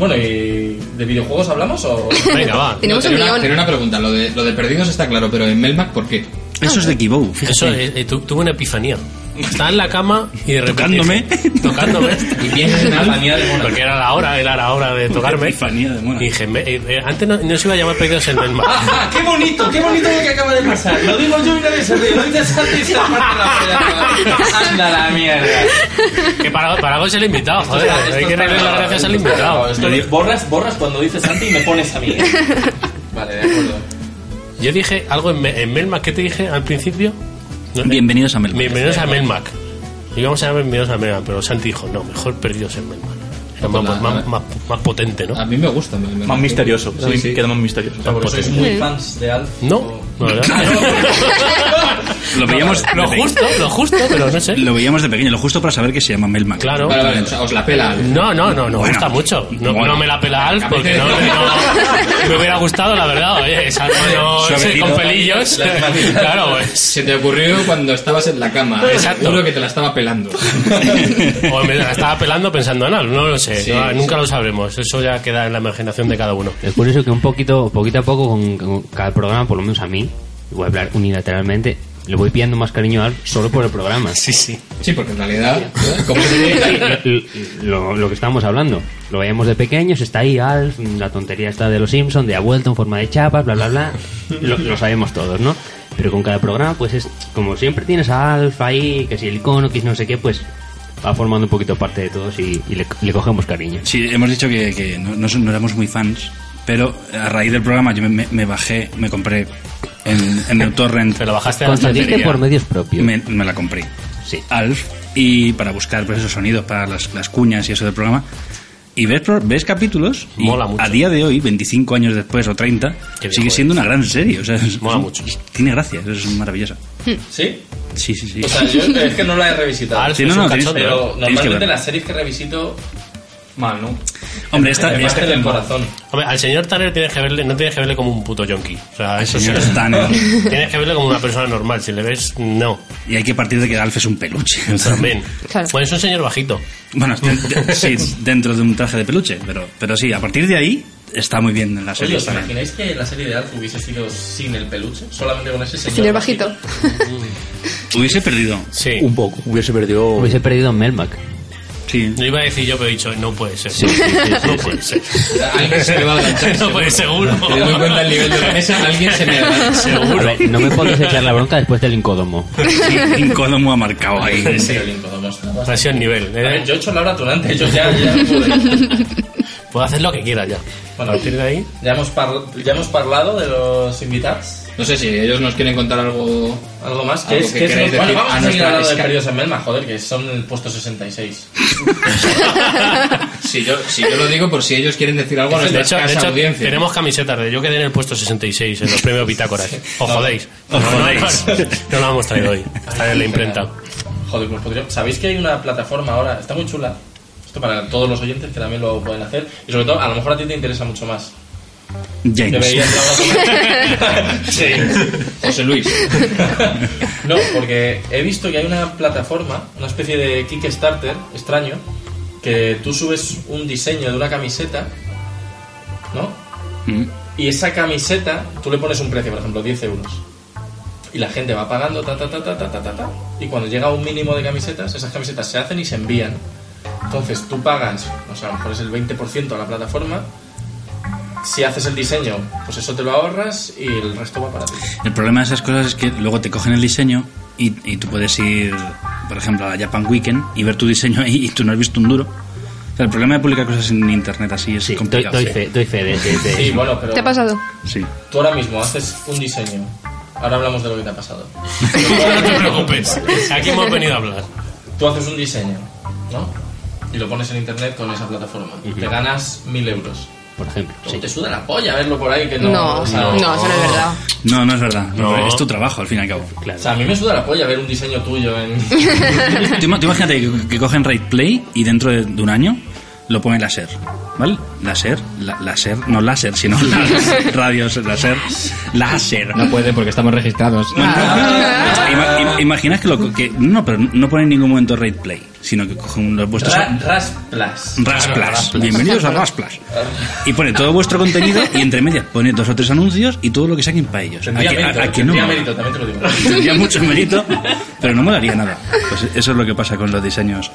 Speaker 2: Bueno, ¿y de videojuegos hablamos o...?
Speaker 6: Venga, va.
Speaker 3: Tenemos un
Speaker 1: tenía una,
Speaker 3: guión.
Speaker 1: tenía una pregunta. Lo de, lo de perdidos está claro, pero en Melmac, ¿por qué?
Speaker 7: Eso es de Kibou.
Speaker 6: Eso, eh, eh, tu- tuve una epifanía. Estaba en la cama y de repente...
Speaker 7: Tocándome.
Speaker 6: dije, Tocándome.
Speaker 1: Y bien,
Speaker 2: Epifanía de Mónaco.
Speaker 6: Porque era la hora, era la hora de tocarme.
Speaker 7: Epifanía de Mónaco.
Speaker 6: Y dije, me- eh, eh, antes no, no se iba a llamar Perdidos en Belmar.
Speaker 2: ¡Ah, ah, qué bonito! ¡Qué bonito lo que acaba de pasar! Lo digo yo y nadie se ríe. Lo dices antes y se parte la polla. ¡Anda la mierda!
Speaker 6: que para, para algo es el invitado, joder.
Speaker 2: Esto
Speaker 6: Hay que
Speaker 2: está
Speaker 6: darle las
Speaker 2: grabado,
Speaker 6: gracias al
Speaker 2: esto está grabado.
Speaker 6: invitado.
Speaker 2: Esto lo- borras, borras cuando dices antes y me pones a mí. ¿eh? Vale, de acuerdo.
Speaker 6: Yo dije algo en, Me- en Melmac. ¿Qué te dije al principio? No, eh,
Speaker 7: Bienvenidos a Melmac.
Speaker 6: Bienvenidos a Melmac. Íbamos a llamar Bienvenidos a Melmac, pero Santi dijo, no, mejor Perdidos en Melmac. Era más,
Speaker 1: Hola.
Speaker 6: más- más- más potente, ¿no?
Speaker 1: A mí me gusta. Melmac.
Speaker 9: Más misterioso.
Speaker 1: Sí, sí.
Speaker 9: Queda más misterioso.
Speaker 2: Porque sois muy fans de Alf.
Speaker 6: No,
Speaker 2: o-
Speaker 6: no, ¿verdad?
Speaker 7: Lo veíamos,
Speaker 6: Lo justo, lo justo, pero no sé.
Speaker 7: lo veíamos de pequeño, lo justo para saber que se llama Melmac.
Speaker 6: Claro.
Speaker 1: Vale, vale, o sea, os la pela.
Speaker 6: No, no, no, no,
Speaker 7: Bueno.
Speaker 6: gusta mucho. No,
Speaker 7: Bueno.
Speaker 6: no me la pela Alf porque no, no- me hubiera gustado, la verdad. Oye, esa no, no,
Speaker 7: Suavecito.
Speaker 6: con pelillos. claro, pues.
Speaker 1: Se te ocurrió cuando estabas en la cama.
Speaker 6: Exacto.
Speaker 1: Seguro que te la estaba pelando.
Speaker 6: O me la estaba pelando pensando en Alf, no lo sé. no, nunca lo sabremos. Eso ya queda en la imaginación de cada uno.
Speaker 8: Es curioso que un poquito, poquito a poco, con, con cada programa, por lo menos a mí, voy a hablar unilateralmente, le voy pillando más cariño al solo por el programa.
Speaker 6: Sí, sí.
Speaker 1: Sí, porque en realidad, como
Speaker 8: Sí,
Speaker 1: se
Speaker 8: lo, lo- lo que estábamos hablando. Lo veíamos de pequeños, está ahí Alf, la tontería está de los Simpsons, de ha vuelto en forma de chapas, bla, bla, bla. Lo, lo sabemos todos, ¿no? Pero con cada programa, pues es como siempre tienes a Alf ahí, que si el icono, que si no sé qué, pues va formando un poquito parte de todos y, y le, le cogemos cariño.
Speaker 7: Sí, hemos dicho que, que no, no son- no éramos muy fans, Pero a raíz del programa yo me, me- me bajé, me compré en, en el torrent.
Speaker 6: Te lo bajaste a la
Speaker 8: Conseguiste
Speaker 6: estantería.
Speaker 8: por medios propios.
Speaker 7: Me, me la compré.
Speaker 8: Sí.
Speaker 7: Alf. Y para buscar pues, esos sonidos para las, las cuñas y eso del programa. Y ves, pro- ves capítulos. y
Speaker 6: Mola mucho.
Speaker 7: A día de hoy, 25 años después o 30,
Speaker 6: Qué
Speaker 7: sigue
Speaker 6: viejo
Speaker 7: siendo una gran serie. O sea, es-
Speaker 6: Mola
Speaker 7: es-
Speaker 6: mucho.
Speaker 7: Tiene gracia, es maravillosa.
Speaker 2: ¿Sí?
Speaker 7: Sí, sí, sí.
Speaker 2: O sea, yo es que no la he revisitado.
Speaker 6: Alf
Speaker 7: Sí,
Speaker 6: es
Speaker 7: no,
Speaker 6: un
Speaker 7: no, tienes-
Speaker 6: cachondo.
Speaker 2: Pero
Speaker 7: Tienes que
Speaker 2: normalmente
Speaker 7: verla.
Speaker 2: las series que revisito mal, ¿no?
Speaker 7: Hombre, esta,
Speaker 2: Me
Speaker 7: esta-
Speaker 2: parte del corazón.
Speaker 6: Hombre, al señor Tanner tienes que verle, no tienes que verle como un puto yonki. O sea,
Speaker 7: Al
Speaker 6: eso
Speaker 7: señor
Speaker 6: sí.
Speaker 7: Tanner.
Speaker 6: Tienes que verle como una persona normal. Si le ves, no.
Speaker 7: Y hay que partir de que Alf es un peluche. O sea,
Speaker 6: También.
Speaker 3: Claro.
Speaker 6: Bueno, es un señor bajito.
Speaker 7: Bueno, de- de- sí, dentro de un traje de peluche, pero, pero sí, a partir de ahí está muy bien en la
Speaker 2: Oye,
Speaker 7: serie.
Speaker 2: ¿os imagináis que la serie de Alf hubiese sido sin el peluche? Solamente con ese señor.
Speaker 3: Señor bajito.
Speaker 7: Hubiese perdido.
Speaker 6: Sí.
Speaker 9: Un poco. Hubiese perdido.
Speaker 8: Hubiese perdido en Melmac.
Speaker 7: Sí.
Speaker 6: Lo iba a decir yo, pero he dicho, no puede ser.
Speaker 8: Sí, sí, sí, sí,
Speaker 6: no
Speaker 8: sí.
Speaker 6: puede ser.
Speaker 1: Alguien se me va a adelantar.
Speaker 6: no puede ser, seguro.
Speaker 1: Teniendo en cuenta el nivel de la mesa, alguien se me adelanta.
Speaker 8: A
Speaker 6: Seguro.
Speaker 8: ver, no me podéis echar la bronca después del incódomo.
Speaker 7: Incódomo ha marcado ahí.
Speaker 2: Sí, el incómodo estaba.
Speaker 6: Ha sido el nivel.
Speaker 2: A
Speaker 6: ¿eh?
Speaker 2: ver, yo he hecho la hora durante, yo ya, ya pude.
Speaker 6: Puedo hacer lo que quiera ya.
Speaker 2: Bueno,
Speaker 6: a partir de ahí.
Speaker 2: Ya hemos, par- ya hemos parlado de los invitados.
Speaker 1: No sé si ellos nos quieren contar algo.
Speaker 2: Algo más que
Speaker 1: Algo
Speaker 2: es
Speaker 1: que
Speaker 2: que es
Speaker 1: queráis
Speaker 2: bueno,
Speaker 1: decir
Speaker 2: vamos
Speaker 1: a
Speaker 2: a seguir
Speaker 1: nuestra
Speaker 2: hablando de
Speaker 1: escala.
Speaker 2: periodos en Melma, joder, que son el puesto 66.
Speaker 1: Si yo, si yo lo digo por si ellos quieren decir algo a
Speaker 6: de
Speaker 1: nuestra
Speaker 6: hecho, de
Speaker 1: escasa
Speaker 6: hecho,
Speaker 1: audiencia.
Speaker 6: tenemos camisetas de yo quedé en el puesto 66 en los premios Bitácoras. Os jodéis.
Speaker 7: Os
Speaker 6: No, no,
Speaker 7: jodéis.
Speaker 6: No, no lo hemos traído hoy. Está en la imprenta.
Speaker 2: Joder, pues podría... ¿Sabéis que hay una plataforma ahora? Está muy chula. Esto para todos los oyentes que también lo pueden hacer. Y sobre todo, a lo mejor a ti te interesa mucho más. Que
Speaker 7: James.
Speaker 2: veías la- Sí.
Speaker 1: José Luis.
Speaker 2: No, porque he visto que hay una plataforma, una especie de Kickstarter extraño, que tú subes un diseño de una camiseta, ¿no?
Speaker 7: Mm.
Speaker 2: Y esa camiseta, tú le pones un precio, por ejemplo, 10 euros. Y la gente va pagando, ta, ta, ta, ta, ta, ta, ta, ta. Y cuando llega un mínimo de camisetas, esas camisetas se hacen y se envían. Entonces tú pagas, o sea, a lo mejor es el 20% a la plataforma. Si haces el diseño, pues eso te lo ahorras y el resto va para ti.
Speaker 7: El problema de esas cosas es que luego te cogen el diseño y, y tú puedes ir, por ejemplo, a Japan Weekend y ver tu diseño ahí y tú no has visto un duro. O sea, el problema de publicar cosas en internet así es
Speaker 8: Sí, doy,
Speaker 7: complicado.
Speaker 8: doy
Speaker 7: sí.
Speaker 8: fe, doy fe de, de- de-
Speaker 2: Sí, bueno, pero...
Speaker 3: ¿Te ha pasado?
Speaker 7: Sí.
Speaker 2: Tú ahora mismo haces un diseño. Ahora hablamos de lo que te ha pasado.
Speaker 6: No te preocupes. Aquí hemos venido a hablar.
Speaker 2: Tú haces un diseño, ¿no? Y lo pones en internet con esa plataforma. Te ganas mil euros.
Speaker 8: por ejemplo.
Speaker 2: Luego
Speaker 8: sí.
Speaker 2: Te suda la polla verlo por ahí que no.
Speaker 3: No, no,
Speaker 2: o sea,
Speaker 3: eso no es verdad.
Speaker 7: No, no es verdad.
Speaker 6: No.
Speaker 7: Es tu trabajo, al fin y al cabo.
Speaker 2: O sea, a mí me suda la polla ver un diseño tuyo en.
Speaker 7: Tú, ima- tú imagínate que, que cogen Raid Play y dentro de, de un año lo ponen láser, ¿vale? Láser, la, láser, no láser, sino las radios láser, láser.
Speaker 1: No puede porque estamos registrados.
Speaker 7: Ima- im- imaginas que, lo, que no, pero no ponen en ningún momento Raid Play, sino que cogen los vuestros
Speaker 2: Ra- Rasplas.
Speaker 7: Rasplas. Bienvenidos a Rasplas. Y pone todo vuestro contenido y entre medias pone dos o tres anuncios y todo lo que saquen para ellos.
Speaker 2: Tendría
Speaker 7: que-
Speaker 2: mérito,
Speaker 7: a que
Speaker 2: tendría
Speaker 7: no?
Speaker 2: mérito, también te lo digo.
Speaker 7: Tendría mucho mérito, pero no molaría nada. Pues eso es lo que pasa con los diseños.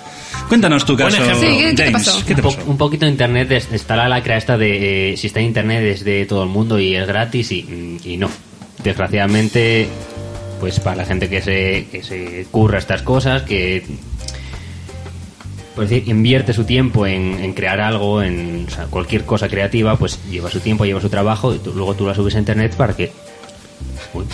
Speaker 7: Cuéntanos tu caso,
Speaker 6: ejemplo.
Speaker 3: Sí, ¿qué- qué te
Speaker 7: James.
Speaker 3: pasó?
Speaker 7: ¿Qué te
Speaker 8: po-
Speaker 7: pasó?
Speaker 8: un poquito internet es- está la lacra esta de eh, si está en internet es de todo el mundo y es gratis y, mm, y no desgraciadamente pues para la gente que se, que se curra estas cosas que por decir, invierte su tiempo en, en crear algo, en o sea, cualquier cosa creativa, pues lleva su tiempo, lleva su trabajo, y tú- luego tú la subes a internet para que... Uy.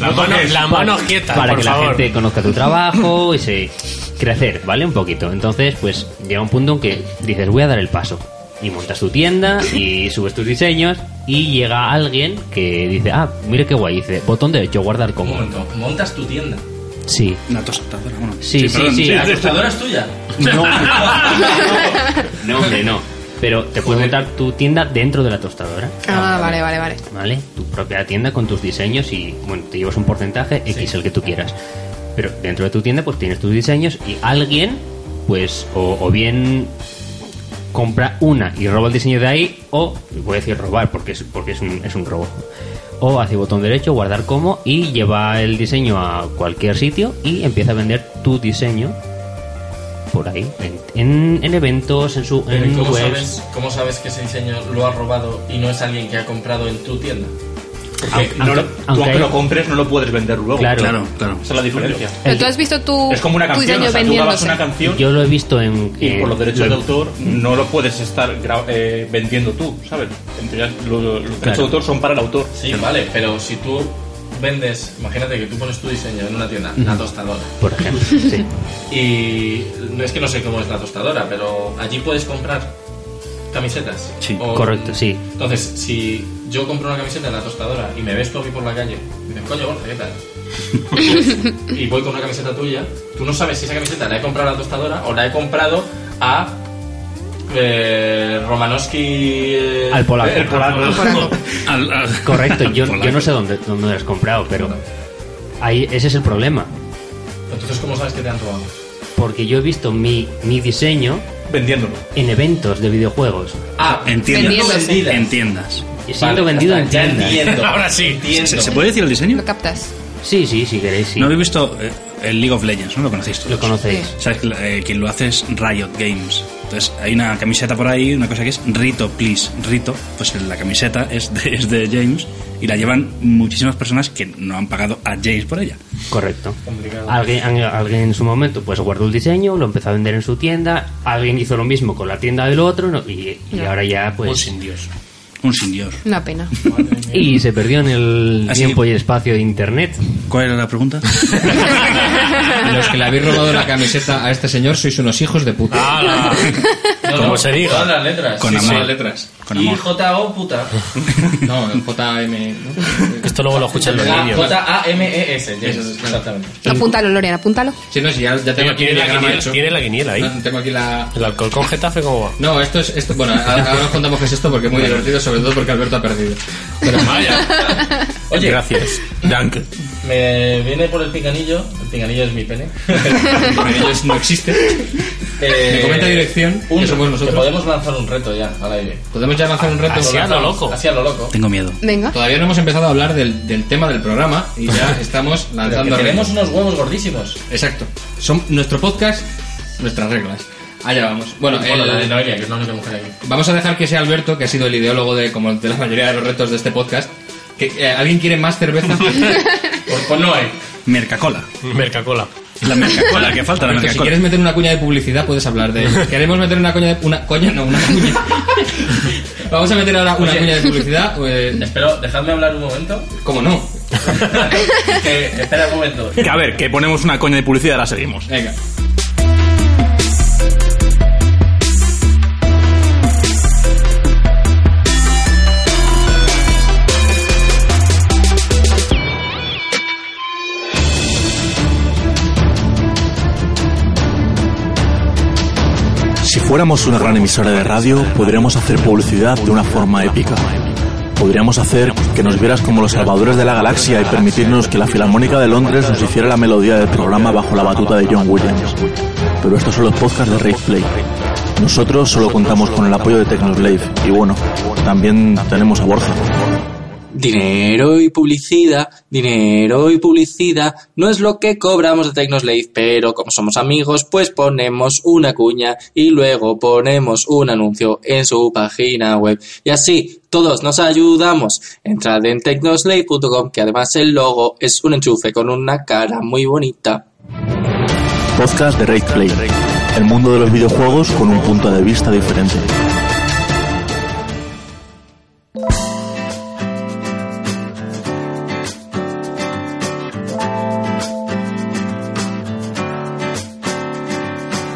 Speaker 6: Las manos, las manos quietas,
Speaker 8: para
Speaker 6: por
Speaker 8: que
Speaker 6: favor.
Speaker 8: la gente conozca tu trabajo y se crecer, ¿vale? Un poquito. Entonces, pues llega un punto en que dices, voy a dar el paso. Y montas tu tienda y subes tus diseños y llega alguien que dice, ah, mire qué guay, dice, botón derecho, guardar
Speaker 2: Un
Speaker 8: como.
Speaker 2: momento, montas tu tienda.
Speaker 8: Sí.
Speaker 7: Una tostadora, bueno.
Speaker 8: Sí, sí,
Speaker 7: perdón.
Speaker 8: sí.
Speaker 2: ¿La tostadora es tuya?
Speaker 8: No, no, hombre, no. Pero te puedes montar tu tienda dentro de la tostadora.
Speaker 3: Ah, vale, vale, vale.
Speaker 8: ¿vale? Tu propia tienda con tus diseños y, bueno, te llevas un porcentaje X, el que tú quieras. Pero dentro de tu tienda, pues tienes tus diseños y alguien, pues, o, o bien compra una y roba el diseño de ahí, o, voy a decir robar porque es, porque es, un, es un robo. O hace botón derecho, guardar como, y lleva el diseño a cualquier sitio y empieza a vender tu diseño por ahí, en, en- en eventos, en su
Speaker 2: Pero ¿y
Speaker 8: en
Speaker 2: ¿cómo
Speaker 8: webs.
Speaker 2: sabes, ¿Cómo sabes que ese diseño lo ha robado y no es alguien que ha comprado en tu tienda?
Speaker 8: Aunque-
Speaker 9: no lo-
Speaker 8: aunque-
Speaker 9: tú aunque
Speaker 8: aunque-
Speaker 9: lo compres, no lo puedes vender luego.
Speaker 8: Claro.
Speaker 7: Claro, claro.
Speaker 9: Esa es la diferencia.
Speaker 3: Pero tú has visto tu,
Speaker 9: Es como una
Speaker 3: tu
Speaker 9: canción,
Speaker 3: diseño
Speaker 9: o sea, tú grabas
Speaker 3: vendiéndose.
Speaker 9: una canción
Speaker 8: Yo lo he visto en...
Speaker 9: y
Speaker 8: en-
Speaker 9: por los derechos de
Speaker 8: lo-
Speaker 9: autor no lo puedes estar gra- eh, vendiendo tú, ¿sabes? Entonces, lo- lo- los derechos de autor son para el autor.
Speaker 2: Sí, vale, pero si tú vendes, imagínate que tú pones tu diseño en una tienda, la tostadora,
Speaker 8: Por ejemplo, sí.
Speaker 2: y no es que no sé cómo es la tostadora, pero allí puedes comprar camisetas.
Speaker 7: Sí,
Speaker 8: correcto, sí.
Speaker 2: Entonces, si yo compro una camiseta en la tostadora y me ves tú a mí por la calle, me dices, coño, Borja, ¿qué tal? y voy con una camiseta tuya, tú no sabes si esa camiseta la he comprado a la tostadora o la he comprado a. Eh, Romanowski. eh,
Speaker 8: Al polaco.
Speaker 2: el
Speaker 8: Al
Speaker 7: Al- al-
Speaker 8: Correcto, yo,
Speaker 7: Por la-
Speaker 8: yo no sé dónde, dónde lo has comprado, pero ahí, ese es el problema.
Speaker 2: Entonces, ¿cómo sabes que te han robado?
Speaker 8: Porque yo he visto mi, mi diseño
Speaker 9: Vendiéndolo.
Speaker 8: en eventos de videojuegos.
Speaker 2: Ah,
Speaker 7: En tiendas.
Speaker 2: Vendiéndose.
Speaker 7: En tiendas.
Speaker 8: Y siendo vendido en
Speaker 2: ya
Speaker 8: tiendas.
Speaker 2: entiendo.
Speaker 6: Ahora sí.
Speaker 2: Entiendo.
Speaker 7: ¿Se, se puede decir el diseño?
Speaker 3: Lo captas.
Speaker 8: Sí, sí, si queréis, sí.
Speaker 7: No habéis visto eh, el League of Legends, ¿no? Lo conocéis todos.
Speaker 8: Lo conocéis.
Speaker 7: Sabes que eh, quien lo hace es Riot Games. Entonces hay una camiseta por ahí, una cosa que es Rito, please, Rito. Pues la camiseta es de, es de James y la llevan muchísimas personas que no han pagado a James por ella.
Speaker 8: Correcto. Alguien, al- alguien en su momento pues guardó el diseño, lo empezó a vender en su tienda, alguien hizo lo mismo con la tienda del otro no- y, y
Speaker 3: No.
Speaker 8: ahora ya
Speaker 6: Un
Speaker 8: pues...
Speaker 6: sin Dios.
Speaker 7: Un sin Dios.
Speaker 3: Una pena.
Speaker 8: Y se perdió en el
Speaker 7: Así-
Speaker 8: tiempo y el espacio de Internet.
Speaker 7: ¿Cuál era la pregunta?
Speaker 1: Los que le habéis robado la camiseta a este señor sois unos hijos de puta.
Speaker 6: ¡Hala!
Speaker 2: No,
Speaker 6: ¿Cómo
Speaker 2: no,
Speaker 6: Ah, se
Speaker 2: Todas
Speaker 6: diga?
Speaker 2: las letras.
Speaker 7: Con
Speaker 2: Sí,
Speaker 7: amor.
Speaker 2: todas las letras.
Speaker 7: Con amor.
Speaker 2: Y J-O, puta.
Speaker 1: No, JM. ¿no?
Speaker 6: Esto luego lo escuchan los
Speaker 2: Ah,
Speaker 6: niños.
Speaker 2: J-A-M-E-S. yes, exactamente.
Speaker 3: Apúntalo, Lorian, apúntalo.
Speaker 1: Sí, no, sí, ya, ya tengo
Speaker 6: Tiene
Speaker 1: aquí
Speaker 6: tiene
Speaker 1: el
Speaker 6: la
Speaker 1: diagrama
Speaker 6: guiniela-
Speaker 1: hecho.
Speaker 6: tiene la guiniela ahí.
Speaker 1: No, tengo aquí la,
Speaker 6: ¿El alcohol con Getafe cómo va?
Speaker 1: No, esto es. Esto, bueno, ahora ahora os contamos qué es esto porque es muy divertido, sobre todo porque Alberto ha perdido. Pero
Speaker 2: Oye.
Speaker 6: Gracias. Dank.
Speaker 2: Me viene por el pinganillo. El pinganillo es mi pene.
Speaker 1: ellos no existe.
Speaker 2: Eh,
Speaker 1: Me comenta dirección, que somos nosotros.
Speaker 2: que podemos lanzar un reto ya al aire.
Speaker 1: Podemos ya lanzar un reto.
Speaker 6: Así a lo loco.
Speaker 2: Así a lo loco.
Speaker 7: Tengo miedo.
Speaker 3: Venga.
Speaker 1: Todavía no hemos empezado a hablar del, del tema del programa y ya estamos
Speaker 2: Pero que
Speaker 1: lanzando
Speaker 2: tenemos
Speaker 1: reglas.
Speaker 2: unos huevos gordísimos.
Speaker 1: Exacto. Son nuestro podcast, nuestras reglas. Allá vamos. Bueno,
Speaker 2: Bueno,
Speaker 1: el-
Speaker 2: la de Noelia, que es la única mujer aquí.
Speaker 1: vamos a dejar que sea Alberto, que ha sido el ideólogo de como de la mayoría de los retos de este podcast. Que, eh, ¿Alguien quiere más cerveza?
Speaker 2: Pues, pues no hay.
Speaker 7: Mercacola.
Speaker 6: Mercacola.
Speaker 7: La Mercacola, que falta la
Speaker 1: Alberto, si
Speaker 7: Mercacola.
Speaker 1: quieres meter una cuña de publicidad, puedes hablar de ello. Queremos meter una cuña de... Una coña, no, una cuña. Vamos a meter ahora una
Speaker 2: Oye.
Speaker 1: cuña de publicidad. eh,
Speaker 2: Espero, dejadme hablar un momento.
Speaker 1: ¿Cómo no?
Speaker 2: Que, espera un momento.
Speaker 4: Que a ver, que ponemos una coña de publicidad y ahora seguimos.
Speaker 1: Venga.
Speaker 10: Si fuéramos una gran emisora de radio, podríamos hacer publicidad de una forma épica. Podríamos hacer que nos vieras como los salvadores de la galaxia y permitirnos que la Filarmónica de Londres nos hiciera la melodía del programa bajo la batuta de John Williams. Pero estos son los podcasts de Rave Play. Nosotros solo contamos con el apoyo de Technoblade y bueno, también tenemos a Borja.
Speaker 11: Dinero y publicidad, dinero y publicidad, no es lo que cobramos de Tecnoslave, pero como somos amigos, pues ponemos una cuña y luego ponemos un anuncio en su página web. Y así todos nos ayudamos. Entrad en tecnoslave.com, que además el logo es un enchufe con una cara muy bonita.
Speaker 10: Podcast de Rave Play. El mundo de los videojuegos con un punto de vista diferente.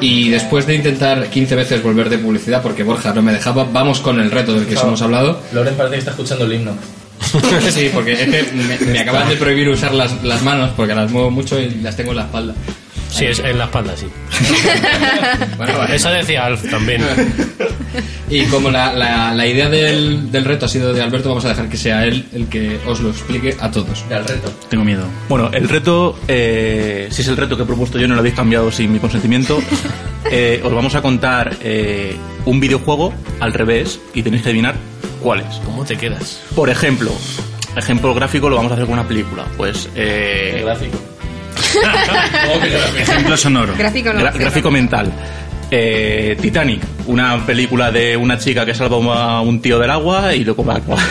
Speaker 1: Y después de intentar 15 veces volver de publicidad porque Borja no me dejaba, vamos con el reto del que os hemos hablado.
Speaker 2: Loren parece que está escuchando el himno.
Speaker 1: Sí, porque es que me, me acaban de prohibir usar las, las manos porque las muevo mucho y las tengo en la espalda.
Speaker 6: Sí, es en la espalda, sí.
Speaker 1: Bueno, vale.
Speaker 6: Eso decía Alf también.
Speaker 1: Y como la, la- la idea del, del reto ha sido de Alberto, vamos a dejar que sea él el que os lo explique a todos.
Speaker 2: Mira, el reto.
Speaker 7: Tengo miedo.
Speaker 4: Bueno, el reto, eh, si es el reto que he propuesto yo, no lo habéis cambiado sin mi consentimiento. Eh, os vamos a contar eh, un videojuego al revés y tenéis que adivinar cuál es.
Speaker 6: ¿Cómo te quedas?
Speaker 4: Por ejemplo, ejemplo gráfico lo vamos a hacer con una película. Pues eh,
Speaker 2: El gráfico. ¿Cómo que gráfico?
Speaker 7: Ejemplo sonoro.
Speaker 3: Gráfico no.
Speaker 4: gra-
Speaker 3: sí,
Speaker 4: gráfico mental. Eh, Titanic, una película de una chica que salva a un tío del agua y luego va a acabar.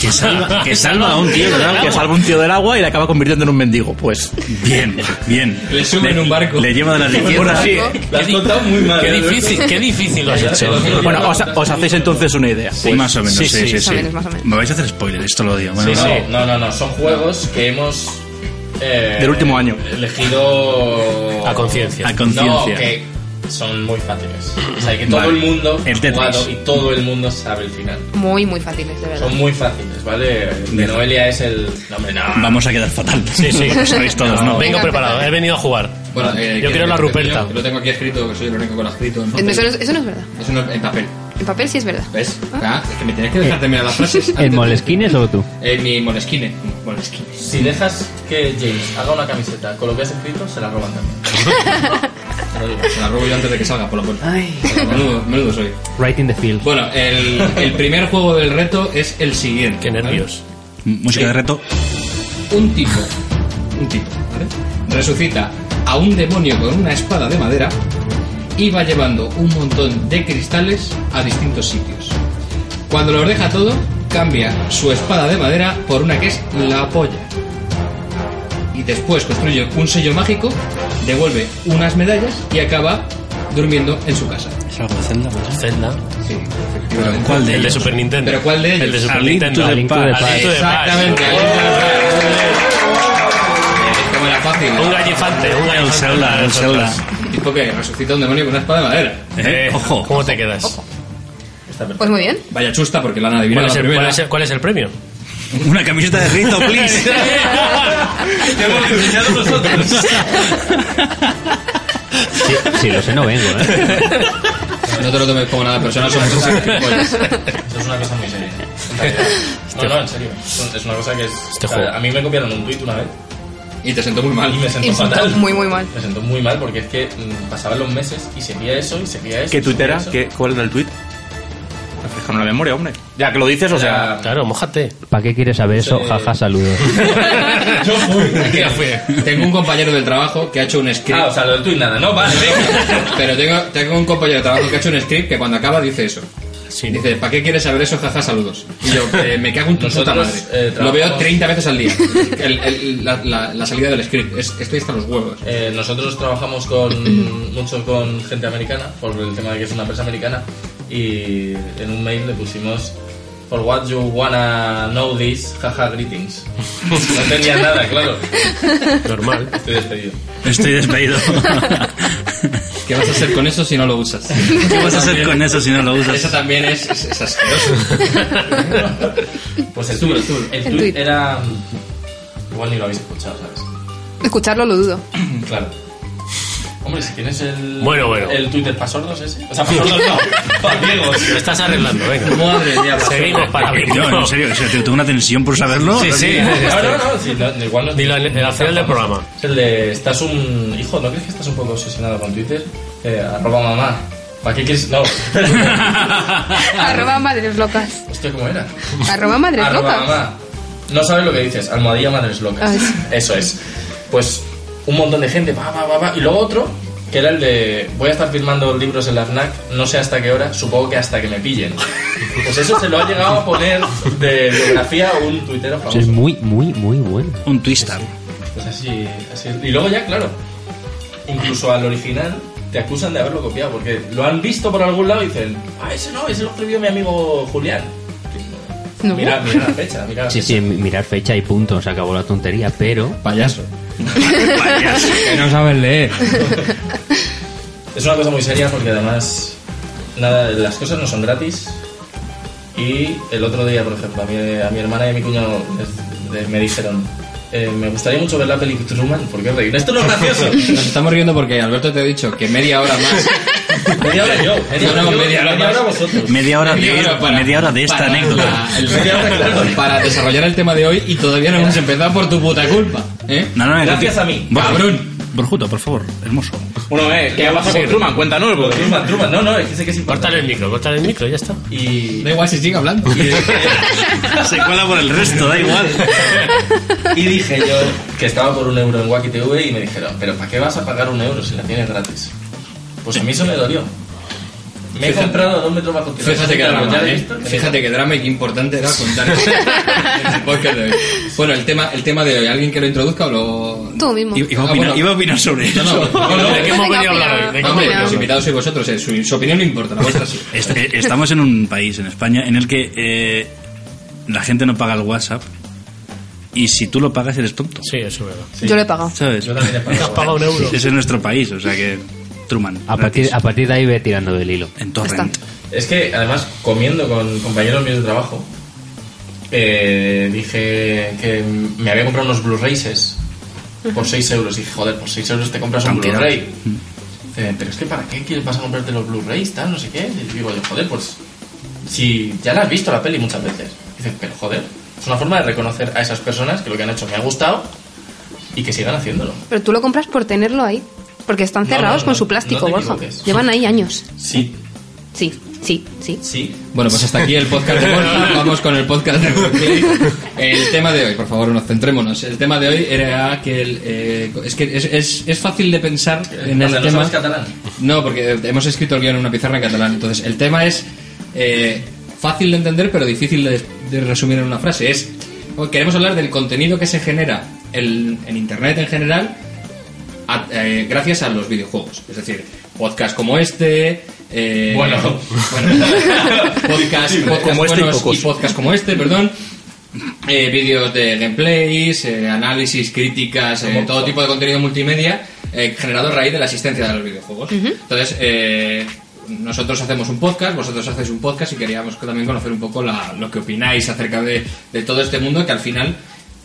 Speaker 7: Que salva, que salva a un tío, del agua.
Speaker 4: Que salva un tío del agua y le acaba convirtiendo en un mendigo. Pues
Speaker 7: bien, bien.
Speaker 4: Le suben un barco. Le lleva de las
Speaker 7: Ahora
Speaker 4: licituras.
Speaker 7: sí.
Speaker 2: Lo has contado muy mal.
Speaker 6: Qué
Speaker 2: ¿eh, Alberto?
Speaker 6: difícil, qué difícil lo has hecho.
Speaker 4: Bueno, os, os hacéis entonces una idea. pues.
Speaker 7: Sí, más o menos, sí, sí, sí. Me vais a hacer spoiler, esto lo digo. Bueno,
Speaker 2: Sí,
Speaker 7: no.
Speaker 2: no, no, no, no, son juegos que hemos. eh,
Speaker 7: Del último año.
Speaker 2: Elegido.
Speaker 6: A conciencia.
Speaker 7: A conciencia.
Speaker 2: No, que son muy fáciles. O sea, que todo
Speaker 7: Vale.
Speaker 2: el mundo
Speaker 7: El
Speaker 2: ha
Speaker 7: Tetris.
Speaker 2: jugado y todo el mundo sabe el final.
Speaker 3: Muy, muy fáciles, de verdad.
Speaker 2: Son muy fáciles, ¿vale? El de
Speaker 7: Bien.
Speaker 2: Noelia es el. No, hombre, no.
Speaker 7: Vamos a quedar fatal.
Speaker 6: Sí, sí.
Speaker 7: Lo sabéis todos, ¿no?
Speaker 6: Vengo preparado, he venido a jugar.
Speaker 1: Bueno, eh,
Speaker 6: Yo
Speaker 1: que-
Speaker 6: quiero la
Speaker 1: que-
Speaker 6: Ruperta.
Speaker 1: que Lo tengo aquí escrito, que soy el único que lo ha escrito. ¿no?
Speaker 3: Eso, no es- eso no es verdad.
Speaker 1: Es uno en papel.
Speaker 3: En papel sí es verdad.
Speaker 1: ¿Ves? Ah, es que me tenías que dejar terminar las frases.
Speaker 8: ¿El Moleskine es solo tú?
Speaker 1: Eh, mi Moleskine. Moleskine.
Speaker 2: Si dejas que James haga una camiseta con lo que has escrito, se la roban también. Te lo digo.
Speaker 1: Se la robo yo antes de que salga, por lo menos.
Speaker 8: Ay.
Speaker 1: Menudo, menudo soy.
Speaker 8: Right in the field.
Speaker 1: Bueno, el, el primer juego del reto es el siguiente.
Speaker 6: Qué
Speaker 1: ¿vale?
Speaker 6: nervios.
Speaker 7: Música de reto.
Speaker 1: Un tipo, un tipo, ¿vale? Resucita a un demonio con una espada de madera y va llevando un montón de cristales a distintos sitios. Cuando los deja todo, cambia su espada de madera por una que es la polla. Y después construye un sello mágico, devuelve unas medallas y acaba durmiendo en su casa.
Speaker 7: ¿Es algo de Zelda?
Speaker 6: Zelda.
Speaker 1: Sí, efectivamente.
Speaker 7: ¿Cuál de
Speaker 6: El de
Speaker 7: ellos?
Speaker 6: Super Nintendo.
Speaker 1: ¿Pero cuál de ellos?
Speaker 6: El de Super
Speaker 7: A Link to
Speaker 6: Nintendo.
Speaker 7: the
Speaker 6: A Link to the
Speaker 7: Past.
Speaker 6: Past.
Speaker 1: Exactamente. ahí está. Es como era fácil.
Speaker 6: Un gallifante, un
Speaker 7: El
Speaker 6: gallifante.
Speaker 7: Zelda, el Zelda.
Speaker 1: Tipo que resucita un demonio con una espada de madera.
Speaker 7: Eh,
Speaker 6: Ojo.
Speaker 7: Ojo.
Speaker 6: ¿Cómo te quedas?
Speaker 3: Pues muy bien.
Speaker 1: Vaya chusta porque la han
Speaker 6: ¿Cuál
Speaker 1: adivinado
Speaker 6: es,
Speaker 1: la
Speaker 6: el,
Speaker 1: primera.
Speaker 6: cuál es el- cuál es el premio?
Speaker 7: Una camiseta de rito, please.
Speaker 2: Te hemos enseñado nosotros.
Speaker 8: Sí, sí, lo sé, no vengo, ¿eh?
Speaker 1: No te lo tomes como nada personal, somos gilipollas.
Speaker 2: Eso es una cosa muy seria. en realidad. No, no, en serio. Es una cosa que es.
Speaker 6: Este juego.
Speaker 2: A mí me copiaron un tweet una vez
Speaker 1: Y te sentó muy mal.
Speaker 2: y me sentó
Speaker 3: Y se
Speaker 2: fatal.
Speaker 3: sentó muy, muy mal.
Speaker 2: Me sentó muy mal porque es que mm, pasaban los meses y seguía eso y seguía eso.
Speaker 4: ¿Qué
Speaker 2: y seguía
Speaker 4: tuitera?
Speaker 2: eso.
Speaker 4: ¿Qué, ¿Cuál era el tuit? Refrescame la memoria, hombre. Ya que lo dices, o sea.
Speaker 2: Era-
Speaker 6: Claro, mojate.
Speaker 8: ¿Para qué quieres saber eso?
Speaker 2: Sí.
Speaker 8: Jaja, saludos.
Speaker 2: Yo fui.
Speaker 1: Mira, fue- Tengo un compañero del trabajo que ha hecho un script.
Speaker 2: Ah, o sea, lo del tuit nada. No, vale, venga.
Speaker 1: Pero tengo, tengo un compañero de trabajo que ha hecho un script que cuando acaba dice eso.
Speaker 6: Sí.
Speaker 1: Dice, ¿para qué quieres saber eso? Jaja, saludos. Y yo, eh, me cago en tu puta
Speaker 2: Nosotros,
Speaker 1: madre.
Speaker 2: eh,
Speaker 1: Lo veo
Speaker 2: trabajamos-
Speaker 1: 30 veces al día. El- el- la, la- la salida del script. Es- estoy hasta los huevos.
Speaker 2: Eh, nosotros trabajamos con mucho con gente americana por el tema de que es una empresa americana y en un mail le pusimos for what you wanna know this jaja greetings no tenía nada claro
Speaker 6: Normal.
Speaker 2: estoy despedido
Speaker 7: Estoy despedido.
Speaker 1: ¿Qué vas a hacer con eso si no lo usas?
Speaker 7: ¿Qué vas a hacer con eso si no lo
Speaker 1: Eso
Speaker 7: usas?
Speaker 1: también es, es, es asqueroso.
Speaker 2: pues el tweet, el
Speaker 3: El
Speaker 2: tuit
Speaker 3: tuit.
Speaker 2: era mm, igual ni lo habéis escuchado sabes
Speaker 3: Escucharlo lo dudo.
Speaker 2: claro hombre si tienes el
Speaker 6: Bueno, bueno.
Speaker 2: el Twitter pasordos ese o sea pasordos no paviegos
Speaker 6: Lo estás arreglando, venga.
Speaker 1: Madre mía,
Speaker 6: Seguimos para mí.
Speaker 7: Yo, en serio, en serio, tengo una tensión por saberlo.
Speaker 6: Sí, sí.
Speaker 2: no, no, no, sí, no, igual no es-
Speaker 6: Dilo al- al final del programa.
Speaker 2: Es el de. Estás un. Hijo, ¿no crees que estás un poco obsesionado con Twitter? Eh, arroba mamá. ¿Para qué quieres.? No.
Speaker 3: Arroba madres locas.
Speaker 2: Hostia, ¿cómo era?
Speaker 3: Arroba madres
Speaker 2: Arroba
Speaker 3: locas.
Speaker 2: mamá. No sabes lo que dices. Almohadilla madres locas.
Speaker 3: Ay, sí.
Speaker 2: Eso es. Pues un montón de gente. Va, va, va, va. Y luego otro, que era el de. Voy a estar firmando libros en la FNAC. No sé hasta qué hora. Supongo que hasta que me pillen. Pues eso se lo ha llegado a poner de biografía un tuitero famoso.
Speaker 8: Es muy, muy, muy bueno.
Speaker 7: Un twister.
Speaker 2: Pues así, así. Y luego ya, claro, incluso al original te acusan de haberlo copiado, porque lo han visto por algún lado y dicen, ah, ese no, ese lo escribió mi amigo Julián.
Speaker 3: No.
Speaker 2: Mira, mira la fecha, mira la
Speaker 8: Sí,
Speaker 2: fecha.
Speaker 8: sí, mi- mirar fecha y punto, se acabó la tontería, pero...
Speaker 1: Payaso. Que no sabes leer.
Speaker 2: Es una cosa muy seria porque además nada, las cosas no son gratis. Y el otro día, por ejemplo, a mi, a mi hermana y a mi cuñado les- les- me dijeron, "Eh, me gustaría mucho ver la peli Truman, porque reír. Esto no es gracioso.
Speaker 1: Nos estamos riendo porque Alberto te ha dicho que media hora más.
Speaker 2: media hora yo, media hora,
Speaker 1: No,
Speaker 2: yo,
Speaker 1: media hora más.
Speaker 2: vosotros.
Speaker 7: Media hora de,
Speaker 1: para-
Speaker 7: media hora de esta
Speaker 1: para
Speaker 7: anécdota.
Speaker 1: la- el- para desarrollar el tema de hoy y todavía no hemos empezado por tu puta culpa. ¿eh?
Speaker 7: No, no,
Speaker 2: Gracias a mí.
Speaker 7: Borja,
Speaker 1: Cabrón.
Speaker 7: Borjuto, por favor, hermoso.
Speaker 9: Uno ve, ¿qué pasa con Truman? Cuéntanos, porque-
Speaker 2: Truman, Truman, no, no, es que sé que es importante.
Speaker 6: Córtale el micro, córtale el micro, ya está.
Speaker 2: Y,
Speaker 1: Da igual si sigue hablando.
Speaker 7: Se cuela por el resto, da igual.
Speaker 2: y dije yo que estaba por un euro en Wacky TV y me dijeron, pero ¿para qué vas a pagar un euro si la tienes gratis? Pues a mí eso me dolió. Me he comprado dos metros bajo tierra.
Speaker 1: Fíjate que
Speaker 2: ¿Ya
Speaker 1: drama,
Speaker 2: lo
Speaker 1: ¿eh?
Speaker 2: visto?
Speaker 1: Fíjate que drama y qué importante era contar esto en el podcast de hoy. Bueno, el tema, el tema de hoy, ¿alguien que lo introduzca o lo...?
Speaker 3: Tú mismo.
Speaker 1: I-
Speaker 7: Iba a opinar,
Speaker 1: Ah, bueno.
Speaker 7: Ah, iba a opinar sobre
Speaker 1: No,
Speaker 7: eso.
Speaker 1: no, no,
Speaker 6: ¿De qué hemos
Speaker 3: Venga,
Speaker 6: venido a hablar
Speaker 3: opina.
Speaker 6: hoy? ¿De qué
Speaker 1: Hombre,
Speaker 6: hemos venido a
Speaker 1: los
Speaker 6: hablar?
Speaker 1: invitados sois vosotros, eh, su, su opinión no importa, la vuestra sí.
Speaker 7: Est- eh, Estamos en un país, en España, en el que eh, la gente no paga el WhatsApp y si tú lo pagas eres tonto.
Speaker 6: Sí, eso es verdad.
Speaker 3: Yo lo he pagado.
Speaker 7: ¿Sabes?
Speaker 2: Yo también he
Speaker 6: Has
Speaker 2: pagado.
Speaker 6: pagado ¿eh? un euro.
Speaker 7: Ese es nuestro país, o sea que. Truman.
Speaker 8: A partir, a partir de ahí ve tirando del hilo.
Speaker 7: En Torrent.
Speaker 3: Está.
Speaker 2: Es que además comiendo con compañeros míos de trabajo, eh, dije que me había comprado unos Blu-rays por 6 euros. Y dije, joder, por 6 euros te compras un
Speaker 7: Cantidad.
Speaker 2: Blu-ray. Eh, pero es que ¿para qué quieres vas a comprarte los Blu-rays? Tal, no sé qué. Y digo yo, joder, pues si ya la has visto la peli muchas veces. Dices, pero joder, es una forma de reconocer a esas personas que lo que han hecho me ha gustado y que sigan haciéndolo.
Speaker 3: Pero tú lo compras por tenerlo ahí. Porque están
Speaker 2: No,
Speaker 3: cerrados
Speaker 2: no,
Speaker 3: con
Speaker 2: no,
Speaker 3: su plástico,
Speaker 2: no te
Speaker 3: Borja.
Speaker 2: equivoques.
Speaker 3: Llevan ahí años.
Speaker 2: Sí,
Speaker 3: Sí, sí, sí.
Speaker 2: sí.
Speaker 1: Bueno, pues hasta aquí el podcast de Borja. Vamos con el podcast de Berkeley. El tema de hoy, por favor, nos centrémonos. El tema de hoy era que el, eh, es que es, es- es fácil de pensar en el
Speaker 2: Porque Eh, no
Speaker 1: tema.
Speaker 2: sabes catalán.
Speaker 1: No, porque hemos escrito el guión en una pizarra en catalán. Entonces, el tema es eh, fácil de entender, pero difícil de, de resumir en una frase. Es bueno, queremos hablar del contenido que se genera en- en Internet en general a- eh, gracias a los videojuegos. Es decir, podcast como este. eh,
Speaker 2: Bueno.
Speaker 1: bueno, podcast, podcast
Speaker 4: Como este y
Speaker 1: buenos
Speaker 4: pocos.
Speaker 1: podcast como este, perdón. Eh, vídeos de gameplays, eh, análisis, críticas, eh, todo tipo de contenido multimedia eh, generado a raíz de la existencia de los videojuegos. Entonces, eh, nosotros hacemos un podcast, vosotros hacéis un podcast y queríamos que también conocer un poco la- lo que opináis acerca de, de todo este mundo que al final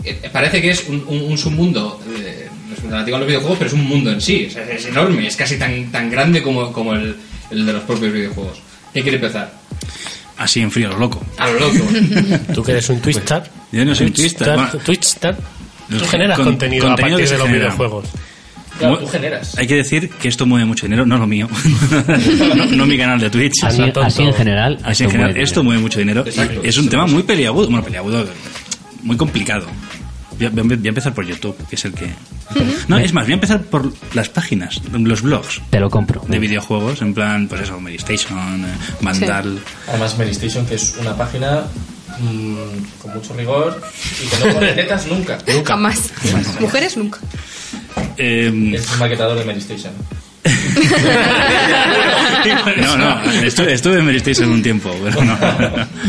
Speaker 1: eh, parece que es un, un- un submundo eh, relativo a los videojuegos, pero es un mundo en sí, es, es enorme, es casi tan, tan grande como, como el, el de los propios videojuegos. ¿Quién quiere empezar?
Speaker 7: Así en frío, lo loco.
Speaker 1: A lo loco.
Speaker 6: Tú que eres un Twitchstar.
Speaker 7: Yo no soy un Twitchstar,
Speaker 6: Twitchstar.
Speaker 7: bueno.
Speaker 6: Twitchstar. Tú
Speaker 7: Los
Speaker 6: generas
Speaker 7: con-
Speaker 6: contenido,
Speaker 7: contenido
Speaker 6: a
Speaker 7: que
Speaker 6: partir
Speaker 7: se
Speaker 6: de los
Speaker 7: genera.
Speaker 6: videojuegos.
Speaker 2: Claro,
Speaker 7: Mu-
Speaker 2: tú generas.
Speaker 7: Hay que decir que esto mueve mucho dinero, no lo mío. no, no mi canal de Twitch.
Speaker 8: Así,
Speaker 6: tonto.
Speaker 8: así en general.
Speaker 7: Así en
Speaker 8: esto
Speaker 7: general,
Speaker 8: mueve
Speaker 7: esto
Speaker 8: dinero.
Speaker 7: mueve mucho dinero.
Speaker 2: Exacto.
Speaker 7: Y es un tema muy peliagudo, bueno, peliagudo, muy complicado. Voy a, voy a- voy a empezar por YouTube, que es el que... No, es más, voy a empezar por las páginas, los blogs
Speaker 8: Te lo compro.
Speaker 7: de videojuegos, en plan, pues eso, Mary Station, eh, Vandal...
Speaker 2: Además, Meristation, que es una página mm, con mucho rigor y que no pone tetas nunca.
Speaker 3: Jamás. Mujeres nunca.
Speaker 7: Eh,
Speaker 2: Es un maquetador de Meristation.
Speaker 7: no, no, estuve, estuve en Mary Station un tiempo, pero no.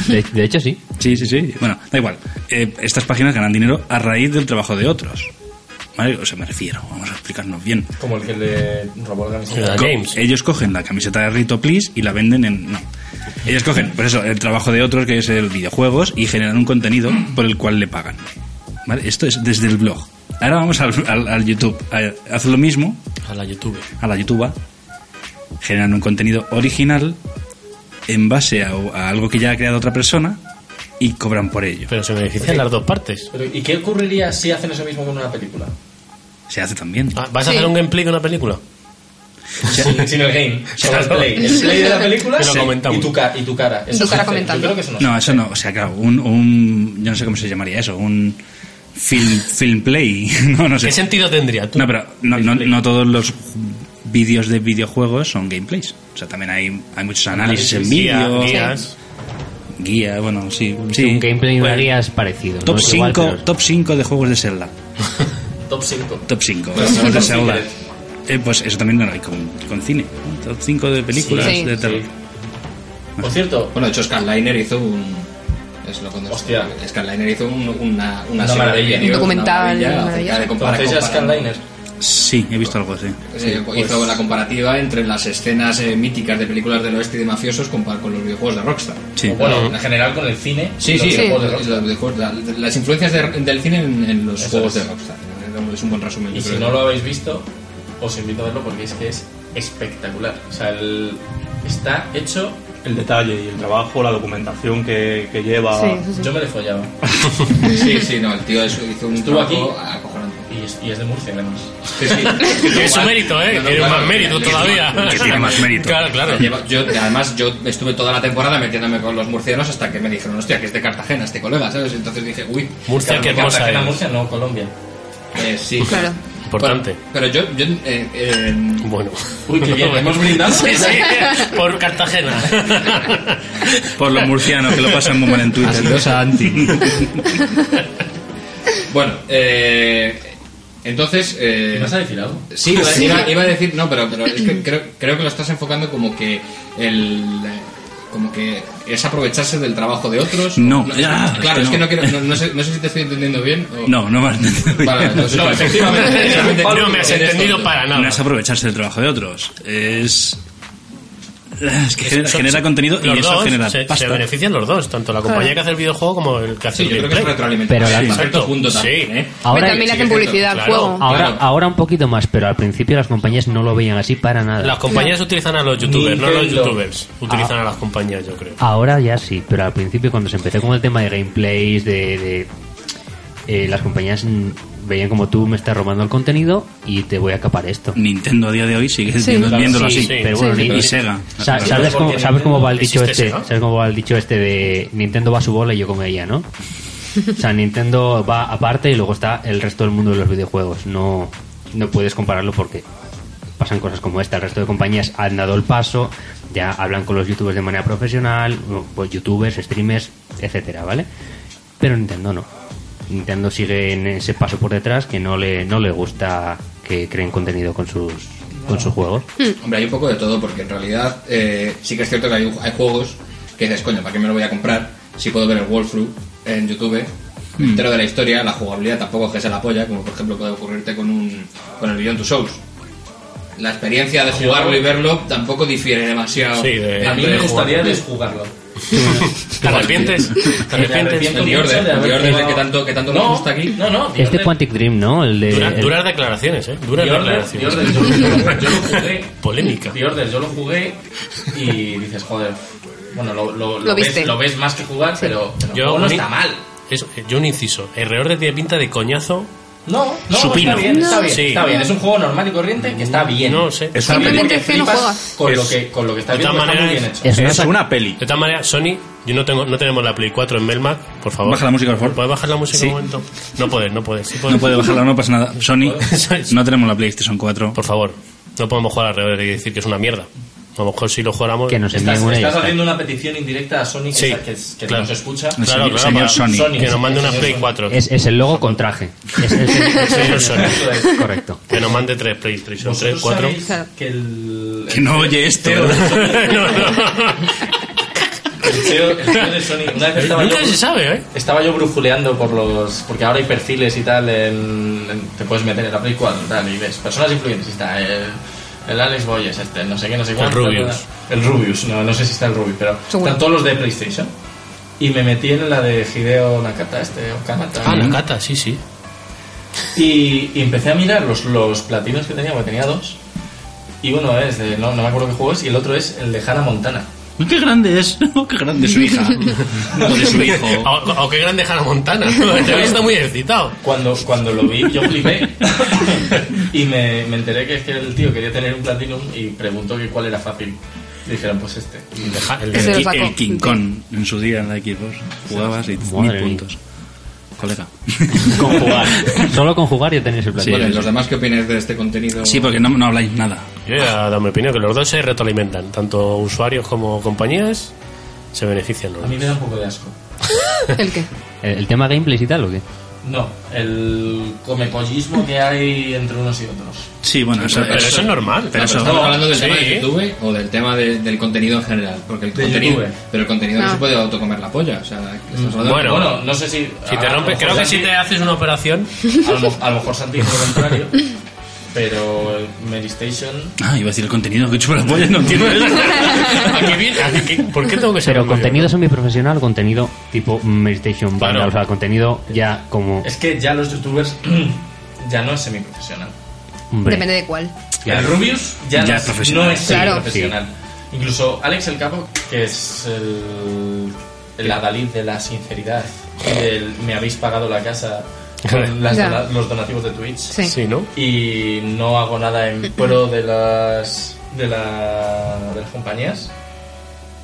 Speaker 8: De, de hecho, sí.
Speaker 7: Sí, sí, sí. Bueno, da igual. Eh, estas páginas ganan dinero a raíz del trabajo de otros. ¿Vale? O sea, me refiero, vamos a explicarnos bien.
Speaker 2: Como el que le robó la camiseta.
Speaker 6: A
Speaker 7: Co-
Speaker 6: James.
Speaker 7: Ellos cogen la camiseta de Rito Please y la venden en. No. Ellos cogen, por eso, el trabajo de otros, que es el videojuegos, y generan un contenido por el cual le pagan. ¿Vale? Esto es desde el blog. Ahora vamos al, al- al YouTube. A- Haz lo mismo,
Speaker 6: A la YouTube.
Speaker 7: a la YouTube, generan un contenido original en base a, a algo que ya ha creado otra persona y cobran por ello.
Speaker 6: Pero se benefician las dos partes.
Speaker 2: Pero, ¿Y qué ocurriría si hacen eso mismo con una película?
Speaker 7: Se hace también.
Speaker 6: Ah, ¿Vas a
Speaker 3: Sí.
Speaker 6: hacer un gameplay de una película?
Speaker 2: Sin, sin el game, solo el play. El play de la película
Speaker 6: Que lo comentamos.
Speaker 2: y, tu ca- y tu cara. Eso
Speaker 3: Tu
Speaker 2: se
Speaker 3: cara
Speaker 2: hace.
Speaker 3: comentando.
Speaker 2: Yo creo que eso no.
Speaker 7: No, eso no. O sea, claro, un, un- Yo no sé cómo se llamaría eso. Un film, film play. No, no sé.
Speaker 6: ¿Qué sentido tendría? tú?
Speaker 7: No, pero no, no- no todos los vídeos de videojuegos son gameplays. O sea, también hay, hay muchos análisis en
Speaker 6: Guía,
Speaker 7: vídeo.
Speaker 6: guías.
Speaker 7: Guía, bueno, sí. sí.
Speaker 8: Un gameplay
Speaker 7: Bueno,
Speaker 8: lo harías parecido.
Speaker 7: Top
Speaker 8: no es igual,
Speaker 7: 5
Speaker 8: pero-
Speaker 7: top cinco de juegos de Zelda.
Speaker 2: Top 5.
Speaker 7: Top 5
Speaker 2: Pues,
Speaker 7: juegos de
Speaker 2: top
Speaker 7: Zelda.
Speaker 2: secret.
Speaker 7: Eh, pues eso también lo hay con, con cine. ¿no? Top 5 de películas
Speaker 3: Sí.
Speaker 7: de terror.
Speaker 2: Por cierto,
Speaker 1: Bueno, de hecho, Scanliner hizo un. Es lo conté.
Speaker 2: Hostia.
Speaker 1: Scanliner hizo un- una, una,
Speaker 2: Una
Speaker 1: serie
Speaker 2: maravilla.
Speaker 1: de vídeos,
Speaker 3: Un documental,
Speaker 1: una maravilla
Speaker 3: una
Speaker 1: acerca de comparar-
Speaker 2: ¿conocéis a
Speaker 1: comparando-
Speaker 2: Scanliner?
Speaker 7: Sí, he visto algo así.
Speaker 1: Eh, hizo
Speaker 2: pues.
Speaker 1: la comparativa entre las escenas eh, míticas de películas del oeste y de mafiosos compar con los videojuegos de Rockstar.
Speaker 7: Sí.
Speaker 2: O Bueno, en general con el cine.
Speaker 1: Sí,
Speaker 2: y los
Speaker 1: sí,
Speaker 2: juegos de
Speaker 1: los-
Speaker 2: rol.
Speaker 1: los videojuegos, la- las influencias de- del cine en, en los
Speaker 2: Eso
Speaker 1: juegos
Speaker 2: es.
Speaker 1: de Rockstar. Es un buen resumen.
Speaker 2: Y
Speaker 1: yo
Speaker 2: si
Speaker 1: creo.
Speaker 2: no lo habéis visto, os invito a verlo porque es que es espectacular. O sea, el- está hecho.
Speaker 9: El detalle y el trabajo, la documentación que, que lleva.
Speaker 3: Sí, eso sí.
Speaker 2: Yo me le follaba.
Speaker 1: Sí, sí, no, el tío es- hizo un
Speaker 2: Estuvo aquí.
Speaker 1: trabajo acojonante.
Speaker 2: Y es, y es de Murcia, además.
Speaker 1: Sí, sí.
Speaker 6: Tiene su mérito, ¿eh?
Speaker 1: No, no,
Speaker 6: tiene
Speaker 1: claro,
Speaker 6: más mérito
Speaker 1: que- que-
Speaker 6: todavía.
Speaker 7: que tiene más mérito.
Speaker 6: Claro, claro.
Speaker 1: Lleva- yo, además, yo estuve toda la temporada metiéndome con los murcianos hasta que me dijeron, hostia, que es de Cartagena este colega, ¿sabes? Entonces dije, uy,
Speaker 6: Murcia, qué hermosa
Speaker 2: Cartagena,
Speaker 6: es.
Speaker 2: Murcia, no, Colombia.
Speaker 1: eh, sí.
Speaker 3: Claro.
Speaker 6: Importante.
Speaker 1: Pero yo. yo, eh, eh,
Speaker 6: bueno.
Speaker 1: Uy, qué bien, hemos brindado.
Speaker 6: Sí, sí, por Cartagena.
Speaker 7: Por los murcianos que lo pasan muy mal en Twitter.
Speaker 1: Adiós a Anti. bueno, eh, entonces. eh,
Speaker 2: ¿Vas a decir algo?
Speaker 1: Sí, iba, iba- iba a decir, no, pero, pero es que creo, creo que lo estás enfocando como que el como que es aprovecharse del trabajo de otros.
Speaker 7: No,
Speaker 1: es-
Speaker 7: ya,
Speaker 1: claro,
Speaker 7: es
Speaker 1: es
Speaker 7: que
Speaker 1: que no, quiero, no, no sé, no sé si te estoy entendiendo bien. o-
Speaker 7: No, no más.
Speaker 1: Vale, entonces- pues,
Speaker 6: No, efectivamente, no me has
Speaker 1: eres
Speaker 6: entendido
Speaker 1: tonto.
Speaker 6: para
Speaker 7: No
Speaker 6: nada.
Speaker 7: es aprovecharse del trabajo de otros. Es. Es que genera,
Speaker 6: Son-
Speaker 7: genera contenido y
Speaker 6: los
Speaker 7: eso
Speaker 6: dos
Speaker 7: genera
Speaker 6: se, se
Speaker 7: pasta.
Speaker 6: benefician los dos, tanto la compañía
Speaker 3: Claro.
Speaker 6: que hace el videojuego como el que hace
Speaker 1: Sí,
Speaker 6: el
Speaker 1: yo creo que es
Speaker 6: gameplay.
Speaker 1: retroalimentación.
Speaker 8: Pero la-
Speaker 1: hasta cierto punto
Speaker 6: Sí.
Speaker 1: también, ¿eh?
Speaker 8: Ahora,
Speaker 3: también le
Speaker 1: sí,
Speaker 3: hacen
Speaker 1: que-
Speaker 3: publicidad al
Speaker 6: claro.
Speaker 3: juego.
Speaker 8: ahora,
Speaker 1: claro.
Speaker 8: ahora un poquito más, pero al principio las compañías no lo veían así para nada.
Speaker 6: Las compañías utilizan a los youtubers, no a los
Speaker 2: Nintendo.
Speaker 6: youtubers. Utilizan a las compañías, yo creo.
Speaker 8: Ahora ya sí, pero al principio cuando se empezó con el tema de gameplays, de, de, eh, las compañías mm, veían como tú me estás robando el contenido y te voy a capar esto.
Speaker 7: Nintendo a día de hoy sigue
Speaker 3: Sí.
Speaker 7: viendo-
Speaker 6: Claro,
Speaker 7: viéndolo
Speaker 6: sí,
Speaker 7: así.
Speaker 6: sí.
Speaker 8: pero bueno,
Speaker 3: Sí.
Speaker 8: ni-
Speaker 7: Y
Speaker 8: ni-
Speaker 7: Sega.
Speaker 8: sa- ¿Sabes cómo,
Speaker 2: Porque
Speaker 8: sabes cómo va el dicho
Speaker 6: ¿existe
Speaker 8: este?
Speaker 6: Sega?
Speaker 8: ¿Sabes cómo va el dicho este de Nintendo va a su bola y yo con ella, no? O sea, Nintendo va aparte y luego está el resto del mundo de los videojuegos. No, no puedes compararlo porque pasan cosas como esta. El resto de compañías han dado el paso, ya hablan con los youtubers de manera profesional, o, pues, youtubers, streamers, etcétera, ¿vale? Pero Nintendo no. Nintendo sigue en ese paso por detrás que no le, no le gusta que creen contenido con sus, con sus juegos.
Speaker 1: Hombre, hay un poco de todo, porque en realidad eh, sí que es cierto que hay, hay juegos que dices, coño, ¿para qué me lo voy a comprar? Si puedo ver el walkthrough en YouTube, me entero de la historia, la jugabilidad tampoco es que se la apoya, como por ejemplo puede ocurrirte con, un, con el Beyond Two Souls. La experiencia de jugarlo y verlo tampoco difiere demasiado.
Speaker 6: Sí, de-
Speaker 2: A mí me gustaría desjugarlo.
Speaker 6: ¿Te arrepientes? ¿Te
Speaker 2: Me
Speaker 6: arrepientes?
Speaker 2: arrepiento
Speaker 1: El The
Speaker 2: mucho
Speaker 1: Order,
Speaker 2: de
Speaker 1: el
Speaker 2: haber
Speaker 1: The Order
Speaker 2: jugado-
Speaker 1: que tanto- que tanto nos
Speaker 2: no,
Speaker 1: gusta aquí.
Speaker 2: No, no, The
Speaker 8: Es
Speaker 6: Este
Speaker 8: de
Speaker 2: Order-
Speaker 8: Este Quantic Dream, ¿no? El de,
Speaker 6: Duras,
Speaker 8: el-
Speaker 6: duras declaraciones, ¿eh? Duras
Speaker 2: The Order, The
Speaker 6: declaraciones.
Speaker 2: Order, yo, lo- yo lo jugué.
Speaker 6: Polémica.
Speaker 2: The Order, yo lo jugué y dices, joder. Bueno, lo, lo,
Speaker 3: Lo
Speaker 2: ves,
Speaker 3: viste.
Speaker 2: lo ves más que jugar, pero, pero el
Speaker 6: Yo,
Speaker 2: juego no
Speaker 6: un-
Speaker 2: está mal.
Speaker 6: Es, yo un inciso. El reorde tiene pinta de coñazo.
Speaker 2: No, no,
Speaker 7: Supino.
Speaker 2: está bien, está bien,
Speaker 6: Sí.
Speaker 2: está bien. Es un juego normal y corriente que está bien.
Speaker 6: No sé.
Speaker 4: Es
Speaker 2: Está bien
Speaker 3: Simplemente
Speaker 2: porque
Speaker 3: es que no
Speaker 2: flipas
Speaker 3: juegas.
Speaker 2: Con lo
Speaker 4: Es-
Speaker 2: que, con lo que está
Speaker 6: de
Speaker 2: viendo,
Speaker 6: todas
Speaker 2: está muy bien
Speaker 6: maneras,
Speaker 2: hecho.
Speaker 8: es una
Speaker 4: Es
Speaker 8: sac-
Speaker 4: una peli.
Speaker 6: De tal manera, Sony, yo no tengo, no tenemos la Play 4 en Melmac, por favor.
Speaker 7: Baja la música, por favor.
Speaker 6: ¿Puedes bajar la música
Speaker 7: Sí.
Speaker 6: un momento? No puedes, no puedes. Sí puedes.
Speaker 7: No puede bajarla, no pasa nada. Sony, no tenemos la PlayStation 4.
Speaker 6: Por favor, no podemos jugar al reorde y decir que es una mierda. A lo mejor si lo jugáramos...
Speaker 8: que nos
Speaker 2: Estás,
Speaker 8: envíen una y ya
Speaker 2: estás
Speaker 8: está.
Speaker 2: haciendo una petición indirecta a Sony que,
Speaker 6: Sí,
Speaker 2: sa- que, que
Speaker 6: claro.
Speaker 2: nos escucha.
Speaker 7: El
Speaker 6: Claro,
Speaker 7: señor-
Speaker 6: claro,
Speaker 7: señor
Speaker 6: para-
Speaker 7: Sony.
Speaker 6: Que nos mande una Play 4.
Speaker 8: Es, es el logo con traje. Es, es el, es el-
Speaker 6: Señor Sony.
Speaker 8: Correcto.
Speaker 6: Que nos mande tres PlayStation
Speaker 2: ¿Vosotros
Speaker 6: 3, 4...
Speaker 2: sabéis
Speaker 3: Claro.
Speaker 2: que el,
Speaker 7: Que no oye esto.
Speaker 6: No, no.
Speaker 2: el CEO, el CEO de Sony, una vez estaba yo,
Speaker 6: Nunca se sabe, ¿eh?
Speaker 2: estaba yo brujuleando por los... Porque ahora hay perfiles y tal, en- en- te puedes meter en la Play 4 y tal, y ves personas influyentes, y está el, el Alex Boyes, este, no sé qué, no sé cuánto.
Speaker 6: Rubius.
Speaker 2: El Rubius, no, no sé si está el Rubius, pero
Speaker 3: Seguro.
Speaker 2: están todos los de PlayStation. Y me metí en la de Hideo Nakata, este, o Kanata.
Speaker 6: Ah, Nakata, sí, sí.
Speaker 2: Y, y empecé a mirar los, los platinos que tenía, porque tenía dos. Y uno es de, no, no me acuerdo qué juego es, y el otro es el de Hannah Montana.
Speaker 7: ¡Qué grande es! ¡Qué grande es su hija! O de su hijo.
Speaker 6: O, o qué grande Hannah Montana. Te he visto muy excitado.
Speaker 2: Cuando, cuando lo vi, yo flipé. y me, me enteré que es que el tío quería tener un platinum y preguntó que cuál era fácil. Dijeron, pues este.
Speaker 6: El de Ja- el de-
Speaker 3: Se lo
Speaker 7: El,
Speaker 3: sacó.
Speaker 7: el King Kong en su día en la Xbox. Jugabas y mil
Speaker 8: Madre mía.
Speaker 7: puntos. Colega.
Speaker 8: Con jugar. Solo con jugar ya tenías el platillo.
Speaker 1: Vale, los demás, ¿qué opináis de este contenido?
Speaker 7: Sí, porque no, no habláis nada.
Speaker 6: Yo ya he dado mi opinión, que los dos se retroalimentan. Tanto usuarios como compañías se benefician. los
Speaker 2: A
Speaker 6: dos.
Speaker 2: mí me da un poco de asco.
Speaker 3: ¿El qué?
Speaker 8: ¿El, el tema gameplays y tal o qué?
Speaker 2: No, el comepollismo que hay entre unos y otros.
Speaker 7: Sí, bueno, eso,
Speaker 6: Pero eso es normal.
Speaker 7: Pero eso-
Speaker 1: ¿Estamos hablando del
Speaker 6: Sí.
Speaker 1: tema de YouTube o del tema de- del contenido en general? Porque el
Speaker 2: De
Speaker 1: contenido,
Speaker 2: YouTube.
Speaker 1: pero el contenido no.
Speaker 3: No.
Speaker 1: se puede autocomer la polla. O sea, estamos hablando
Speaker 6: Mm. Bueno,
Speaker 2: Bueno, no sé si.
Speaker 6: si te
Speaker 2: a lo
Speaker 6: rompes,
Speaker 2: mejor
Speaker 6: creo que
Speaker 2: Santi-
Speaker 6: si te haces una operación.
Speaker 2: A lo, mo- a lo mejor Santi dijo lo contrario. Pero el Mary Station
Speaker 7: Ah, iba a decir el contenido que chupa la polla, no entiendo.
Speaker 6: Aquí viene- aquí- ¿Por qué tengo que ser
Speaker 8: Pero
Speaker 6: hombre?
Speaker 8: contenido semiprofesional, contenido tipo meditation banda,
Speaker 6: Claro.
Speaker 8: o sea, contenido ya como...
Speaker 2: Es que ya los youtubers ya no es semiprofesional.
Speaker 8: hombre,
Speaker 3: Depende de cuál.
Speaker 2: El Rubius ya,
Speaker 7: Ya
Speaker 2: no
Speaker 7: es
Speaker 2: es
Speaker 7: profesional.
Speaker 2: no es
Speaker 3: Claro.
Speaker 2: semiprofesional. Incluso Alex el Capo, que es el, el adalid de la sinceridad, y del me habéis pagado la casa con las
Speaker 3: Ya.
Speaker 2: dona- los donativos de Twitch.
Speaker 3: Sí.
Speaker 6: Sí, ¿no?
Speaker 2: Y no hago nada en pro de las de, la- de las compañías.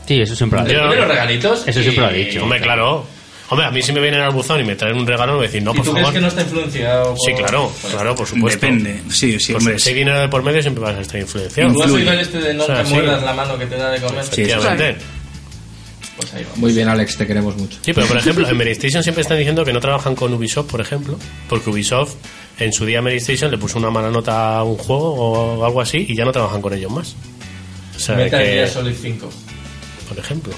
Speaker 8: Sí, eso siempre lo
Speaker 2: De
Speaker 8: hago.
Speaker 6: Yo-
Speaker 2: los regalitos.
Speaker 8: Eso
Speaker 2: y-
Speaker 8: siempre lo he dicho.
Speaker 6: Hombre, claro. Hombre, a mí si me vienen al buzón y me traen un regalo, me dicen, no,
Speaker 2: ¿Y
Speaker 6: por
Speaker 2: tú
Speaker 6: favor.
Speaker 2: crees que no está influenciado? por-
Speaker 6: Sí, claro, claro, por supuesto.
Speaker 7: Depende, sí, sí,
Speaker 6: Pues
Speaker 7: hombre,
Speaker 6: si hay dinero de por medio, siempre vas a estar influenciado.
Speaker 2: ¿Tú has oído el este de no
Speaker 6: O sea,
Speaker 2: te
Speaker 6: sí.
Speaker 2: muerdas la mano que te da de comer?
Speaker 6: Efectivamente.
Speaker 2: Pues ahí va.
Speaker 1: Muy bien, Alex, te queremos mucho.
Speaker 6: Sí, pero por ejemplo, en Mary Station siempre están diciendo que no trabajan con Ubisoft, por ejemplo, porque Ubisoft en su día a Mary Station le puso una mala nota a un juego o algo así y ya no trabajan con ellos más. O sea,
Speaker 2: Metal
Speaker 6: que-
Speaker 2: Gear Solid 5.
Speaker 6: por ejemplo.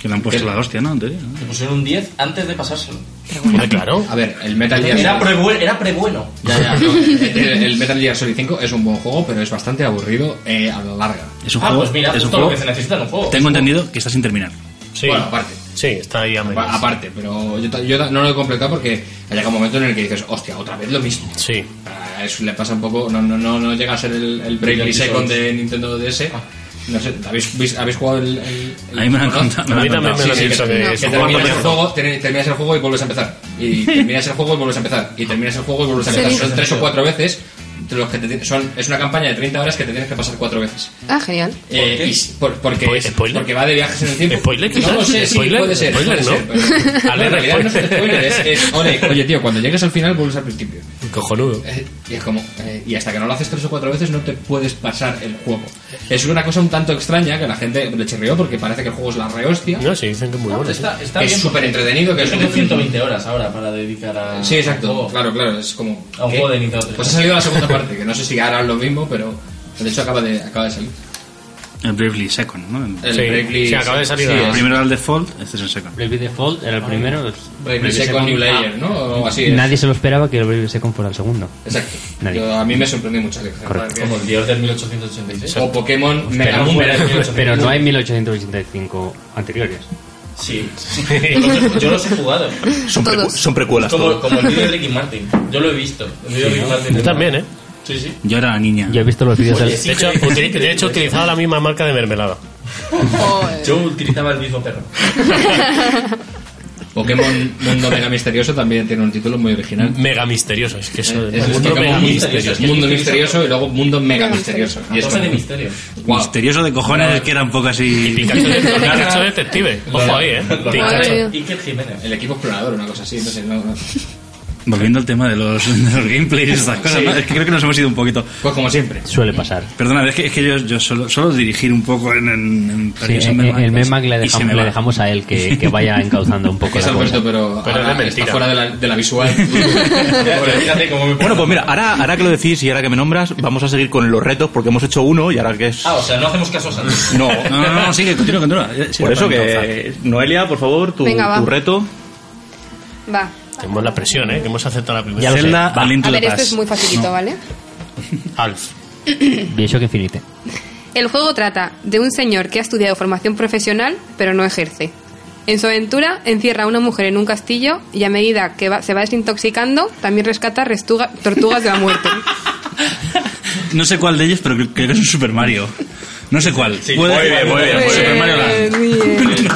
Speaker 7: Que le han puesto
Speaker 6: Que-
Speaker 7: la hostia, ¿no? En teoría,
Speaker 2: Le
Speaker 7: ¿no?
Speaker 2: pusieron un 10 antes de pasárselo.
Speaker 6: Hombre, claro.
Speaker 1: A ver, el Metal Gear
Speaker 2: Era pre Era prebueno.
Speaker 1: Ya, ya, no, el, el Metal Gear Solid 5 es un buen juego, pero es bastante aburrido eh, a la larga.
Speaker 7: Es un
Speaker 2: Ah,
Speaker 7: juego.
Speaker 2: pues mira,
Speaker 7: es un
Speaker 2: justo lo
Speaker 7: juego.
Speaker 2: que se necesita en un juego.
Speaker 7: Tengo entendido que está sin terminar.
Speaker 6: Sí, Pues.
Speaker 1: Bueno, aparte.
Speaker 6: sí está ahí a medias.
Speaker 1: Pa- Aparte, pero yo, ta- yo ta- no lo he completado porque llega un momento en el que dices, hostia, otra vez lo mismo.
Speaker 6: Sí.
Speaker 1: Ah, Es, le pasa un poco, no, no, no, no llega a ser el, el Bravely
Speaker 2: Bravely
Speaker 1: Second
Speaker 2: Souls.
Speaker 1: de Nintendo DS.
Speaker 6: Ah.
Speaker 1: No sé, ¿habéis, vis- habéis jugado el, el- el-
Speaker 7: A mí me lo han
Speaker 1: ¿no?
Speaker 7: contado.
Speaker 6: A mí también
Speaker 7: Sí,
Speaker 6: me lo han
Speaker 7: sí,
Speaker 6: dicho
Speaker 7: que-
Speaker 6: que
Speaker 1: Que
Speaker 6: es un juego
Speaker 1: terminas el
Speaker 6: mierda.
Speaker 1: juego, ter- terminas el juego y vuelves a empezar. Y terminas el juego y vuelves a empezar. Y terminas el juego y vuelves a
Speaker 3: Sí.
Speaker 1: empezar. Son tres o cuatro veces. de Los que te ti- son, es una campaña de 30 horas que te tienes que pasar cuatro veces.
Speaker 3: Ah, genial.
Speaker 1: Eh, y s- por- porque,
Speaker 6: ¿Spoiler? ¿Spoiler?
Speaker 1: porque va de viajes en el tiempo.
Speaker 6: ¿Spoiler?
Speaker 1: No lo sé, sí,
Speaker 6: ¿Spoiler?
Speaker 1: puede ser.
Speaker 6: ¿Spoiler,
Speaker 1: puede
Speaker 6: no?
Speaker 1: ser, pero-
Speaker 6: Ale,
Speaker 1: en realidad no es
Speaker 6: spoiler.
Speaker 1: spoiler, es, es, ole, oye tío, cuando llegues al final vuelves al principio.
Speaker 6: Cojonudo.
Speaker 1: Eh, Y es como, eh, y hasta que no lo haces tres o cuatro veces no te puedes pasar el juego. Es una cosa un tanto extraña que la gente le chirrió porque parece que el juego es la rehostia.
Speaker 6: No, sí, dicen que es muy bueno. sí.
Speaker 2: Ah, Está, está
Speaker 1: ¿eh? Es
Speaker 2: bien,
Speaker 1: súper
Speaker 2: porque
Speaker 1: entretenido, que
Speaker 2: yo
Speaker 1: es
Speaker 2: tengo
Speaker 1: un-
Speaker 2: 120 horas ahora para dedicar a.
Speaker 1: Sí, exacto.
Speaker 2: a un juego.
Speaker 1: Claro, claro, es como.
Speaker 2: A un
Speaker 1: ¿qué?
Speaker 2: juego de Nintendo 3.
Speaker 1: Pues ha salido la segunda parte, que no sé si harán lo mismo, pero. De hecho, acaba de, acaba de salir.
Speaker 7: El Bravely Second, ¿no?
Speaker 1: El
Speaker 6: Sí,
Speaker 1: Bravely-
Speaker 6: sí, acaba de salir
Speaker 1: sí,
Speaker 6: a-
Speaker 7: El
Speaker 1: es-
Speaker 7: primero era el Default, este es el Second.
Speaker 8: Bravely Default era el primero.
Speaker 1: Bravely Second New Layer, ¿no? O algo así. es.
Speaker 8: Nadie se lo esperaba que el Bravely Second fuera el segundo.
Speaker 1: Exacto.
Speaker 8: Nadie.
Speaker 1: Yo- a mí me sorprendió mucho. Alex.
Speaker 8: Correcto.
Speaker 2: Como el Dios del 1886.
Speaker 1: O Pokémon Mega
Speaker 8: Pero,
Speaker 1: Man.
Speaker 8: pero- pero no hay 1885 anteriores.
Speaker 2: Sí. Yo los he- yo los he jugado.
Speaker 4: Son, precu-
Speaker 3: Todos.
Speaker 4: son precuelas.
Speaker 2: Como,
Speaker 4: todo.
Speaker 2: como el vídeo de Ricky Martin. Yo lo he visto. El vídeo de Ricky Martin.
Speaker 6: Yo también, ¿eh?
Speaker 2: Sí, sí.
Speaker 7: Yo era la niña.
Speaker 8: Yo he visto los vídeos
Speaker 2: Oye,
Speaker 8: del...
Speaker 2: sí.
Speaker 6: De hecho, util- de hecho, utilizaba la misma marca de mermelada.
Speaker 3: Joder.
Speaker 2: Yo utilizaba el mismo perro.
Speaker 1: Pokémon Mundo Mega Misterioso también tiene un título muy original.
Speaker 6: Mega misterioso. Es que eso
Speaker 1: Es
Speaker 6: mundo
Speaker 1: Pokémon
Speaker 6: mega
Speaker 1: Mundo
Speaker 6: misterioso.
Speaker 1: Misterioso. Mundo Misterioso y luego Mundo Mega Misterioso. Y es
Speaker 2: Cosa de
Speaker 1: como-
Speaker 2: misterio.
Speaker 1: Guau.
Speaker 7: Misterioso de cojones que era un poco así.
Speaker 6: Pikachu, de- Pikachu detective. Ojo ahí, ¿eh? Pikachu.
Speaker 3: Madre mía.
Speaker 2: Iker Jiménez.
Speaker 1: El equipo explorador, una cosa así, no sé, no- no.
Speaker 7: Volviendo al tema de los, de los gameplays y estas cosas, ¿no? es que creo que nos hemos ido un poquito.
Speaker 1: Pues como siempre.
Speaker 8: Suele pasar.
Speaker 7: Perdona, es que, es que yo, yo solo, solo dirigir un poco en, en, en
Speaker 8: Sí,
Speaker 7: Paris
Speaker 8: en-
Speaker 7: Saint
Speaker 8: en-
Speaker 7: Germain,
Speaker 8: el Memac le
Speaker 7: y se
Speaker 8: dejamos,
Speaker 7: me
Speaker 8: le
Speaker 7: va.
Speaker 8: dejamos a él que, que vaya encauzando un poco
Speaker 1: Es
Speaker 8: la
Speaker 1: Alberto,
Speaker 8: cosa.
Speaker 1: pero,
Speaker 6: Pero
Speaker 1: ahora
Speaker 6: es mentira.
Speaker 1: está fuera de la, de la visual.
Speaker 2: Fíjate cómo me pongo.
Speaker 4: Bueno, pues mira, ahora, ahora que lo decís y ahora que me nombras, vamos a seguir con los retos porque hemos hecho uno y ahora que es.
Speaker 2: Ah, o sea, no hacemos caso a
Speaker 4: No,
Speaker 7: No, no, no, sigue, continúa, continúa. Eh, sí,
Speaker 4: por eso
Speaker 7: para encauzar.
Speaker 4: que. Noelia, por favor, tu,
Speaker 3: Venga, va.
Speaker 4: tu reto.
Speaker 3: Va.
Speaker 6: Tenemos la presión, ¿eh? Que hemos aceptado la
Speaker 8: Ya
Speaker 6: primera.
Speaker 8: lo sé.
Speaker 7: Zelda,
Speaker 8: Va.
Speaker 7: A Link to
Speaker 3: A
Speaker 7: the
Speaker 3: ver, esto
Speaker 7: Past.
Speaker 8: este
Speaker 3: es muy facilito, ¿vale?
Speaker 6: Alf.
Speaker 8: Bioshock Infinite.
Speaker 3: El juego trata de un señor que ha estudiado formación profesional, pero no ejerce. En su aventura encierra a una mujer en un castillo y a medida que va- se va desintoxicando, también rescata restuga- tortugas de la muerte.
Speaker 7: No sé cuál de ellos, pero creo, creo que es un Super Mario. No sé cuál.
Speaker 2: Sí,
Speaker 7: Puede-
Speaker 2: muy bien, muy bien, muy
Speaker 7: Super
Speaker 2: bien.
Speaker 7: Mario Land.
Speaker 3: Muy bien.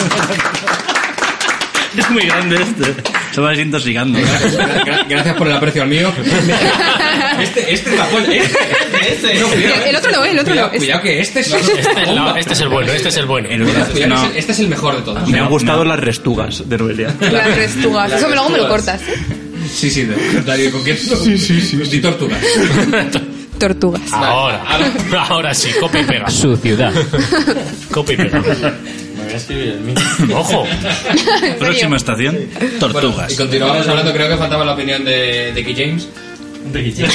Speaker 7: Es muy grande este. Se va desintoxicando.
Speaker 1: Gra- Gracias por el aprecio al mío. Este, este es la polla. Este, este, este. No,
Speaker 3: El- el otro no, el otro
Speaker 1: cuidado,
Speaker 3: no, es-
Speaker 1: Cuidado que este es,
Speaker 6: Este, es la- este es el bueno, este es el bueno.
Speaker 7: El-
Speaker 1: Cuidado, cuidado
Speaker 7: No.
Speaker 1: que es- este es el mejor de todos.
Speaker 4: Me han gustado las restugas de Noelia.
Speaker 3: Las restugas. Eso me- luego me lo cortas. ¿eh?
Speaker 1: Sí, sí, de- Darío, ¿con qué? Sí, sí, sí. Y tortugas.
Speaker 3: Tortugas.
Speaker 6: Ahora, ahora sí, copia y pega.
Speaker 8: Su ciudad.
Speaker 6: Copia y pega.
Speaker 2: Me voy a escribir el mío.
Speaker 6: Ojo.
Speaker 3: ¿En serio?
Speaker 7: Próxima estación,
Speaker 1: Bueno, y
Speaker 7: Tortugas.
Speaker 1: continuamos hablando, creo que faltaba la opinión de, de Key James.
Speaker 2: DJ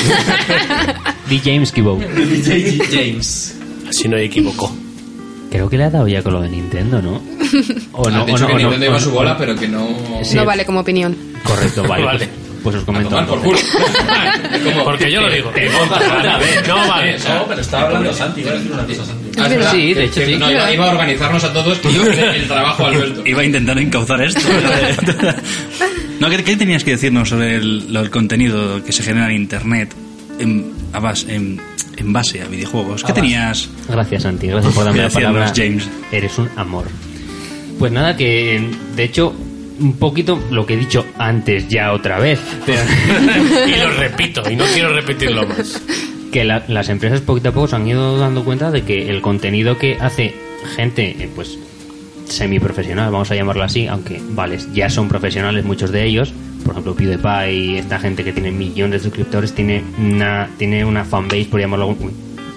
Speaker 8: D. James Kibo.
Speaker 2: James.
Speaker 6: Así no equivocó.
Speaker 8: Creo que le ha dado ya con lo de Nintendo, ¿no? O
Speaker 1: ha
Speaker 8: no,
Speaker 1: dicho
Speaker 8: o no,
Speaker 1: que
Speaker 8: o no,
Speaker 1: Nintendo
Speaker 8: o
Speaker 1: iba a
Speaker 8: no,
Speaker 1: su
Speaker 8: o no.
Speaker 1: bola, pero que no...
Speaker 8: Sí.
Speaker 3: No vale como opinión.
Speaker 8: Correcto, vale.
Speaker 6: Vale.
Speaker 8: Pues os
Speaker 1: A
Speaker 8: comento.
Speaker 1: tomar por culo.
Speaker 8: entonces.
Speaker 1: ¿Cómo?
Speaker 6: Porque yo lo digo. No vale.
Speaker 2: No, pero estaba hablando Santi. Iba a decir una cosa, Santi.
Speaker 1: Ah, es
Speaker 3: verdad.
Speaker 8: Sí, de
Speaker 1: que-
Speaker 8: hecho,
Speaker 1: que-
Speaker 8: sí.
Speaker 1: No, iba, iba a organizarnos a todos y yo el trabajo, Alberto.
Speaker 7: Iba a intentar encauzar esto. no, ¿qué, qué tenías que decirnos sobre el, lo- el contenido que se genera en Internet en, a base, en, en base a videojuegos? ¿Qué tenías?
Speaker 8: Gracias, Santi. Gracias por darme
Speaker 7: Gracias,
Speaker 8: la palabra.
Speaker 7: James.
Speaker 8: Eres un amor. Pues nada, que de hecho, un poquito lo que he dicho antes ya otra vez. Pero
Speaker 6: Y lo repito, y no quiero repetirlo más.
Speaker 8: que la- las empresas poquito a poco se han ido dando cuenta de que el contenido que hace gente, eh, pues semiprofesional, vamos a llamarlo así, aunque vale, ya son profesionales muchos de ellos. Por ejemplo, PewDiePie y esta gente que tiene millones de suscriptores tiene una, tiene una fanbase, por llamarlo,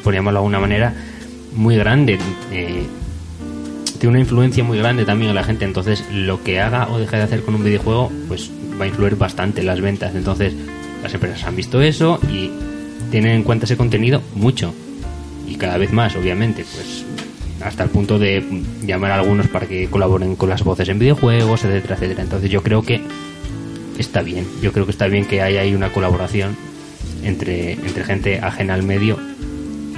Speaker 8: por llamarlo de alguna manera, muy grande. eh, tiene una influencia muy grande también en la gente. Entonces, lo que haga o deje de hacer con un videojuego, pues va a influir bastante en las ventas. Entonces, las empresas han visto eso y tienen en cuenta ese contenido mucho. Y cada vez más, obviamente, pues hasta el punto de llamar a algunos para que colaboren con las voces en videojuegos, etcétera, etcétera. Entonces, yo creo que está bien. Yo creo que está bien que haya ahí una colaboración entre, entre gente ajena al medio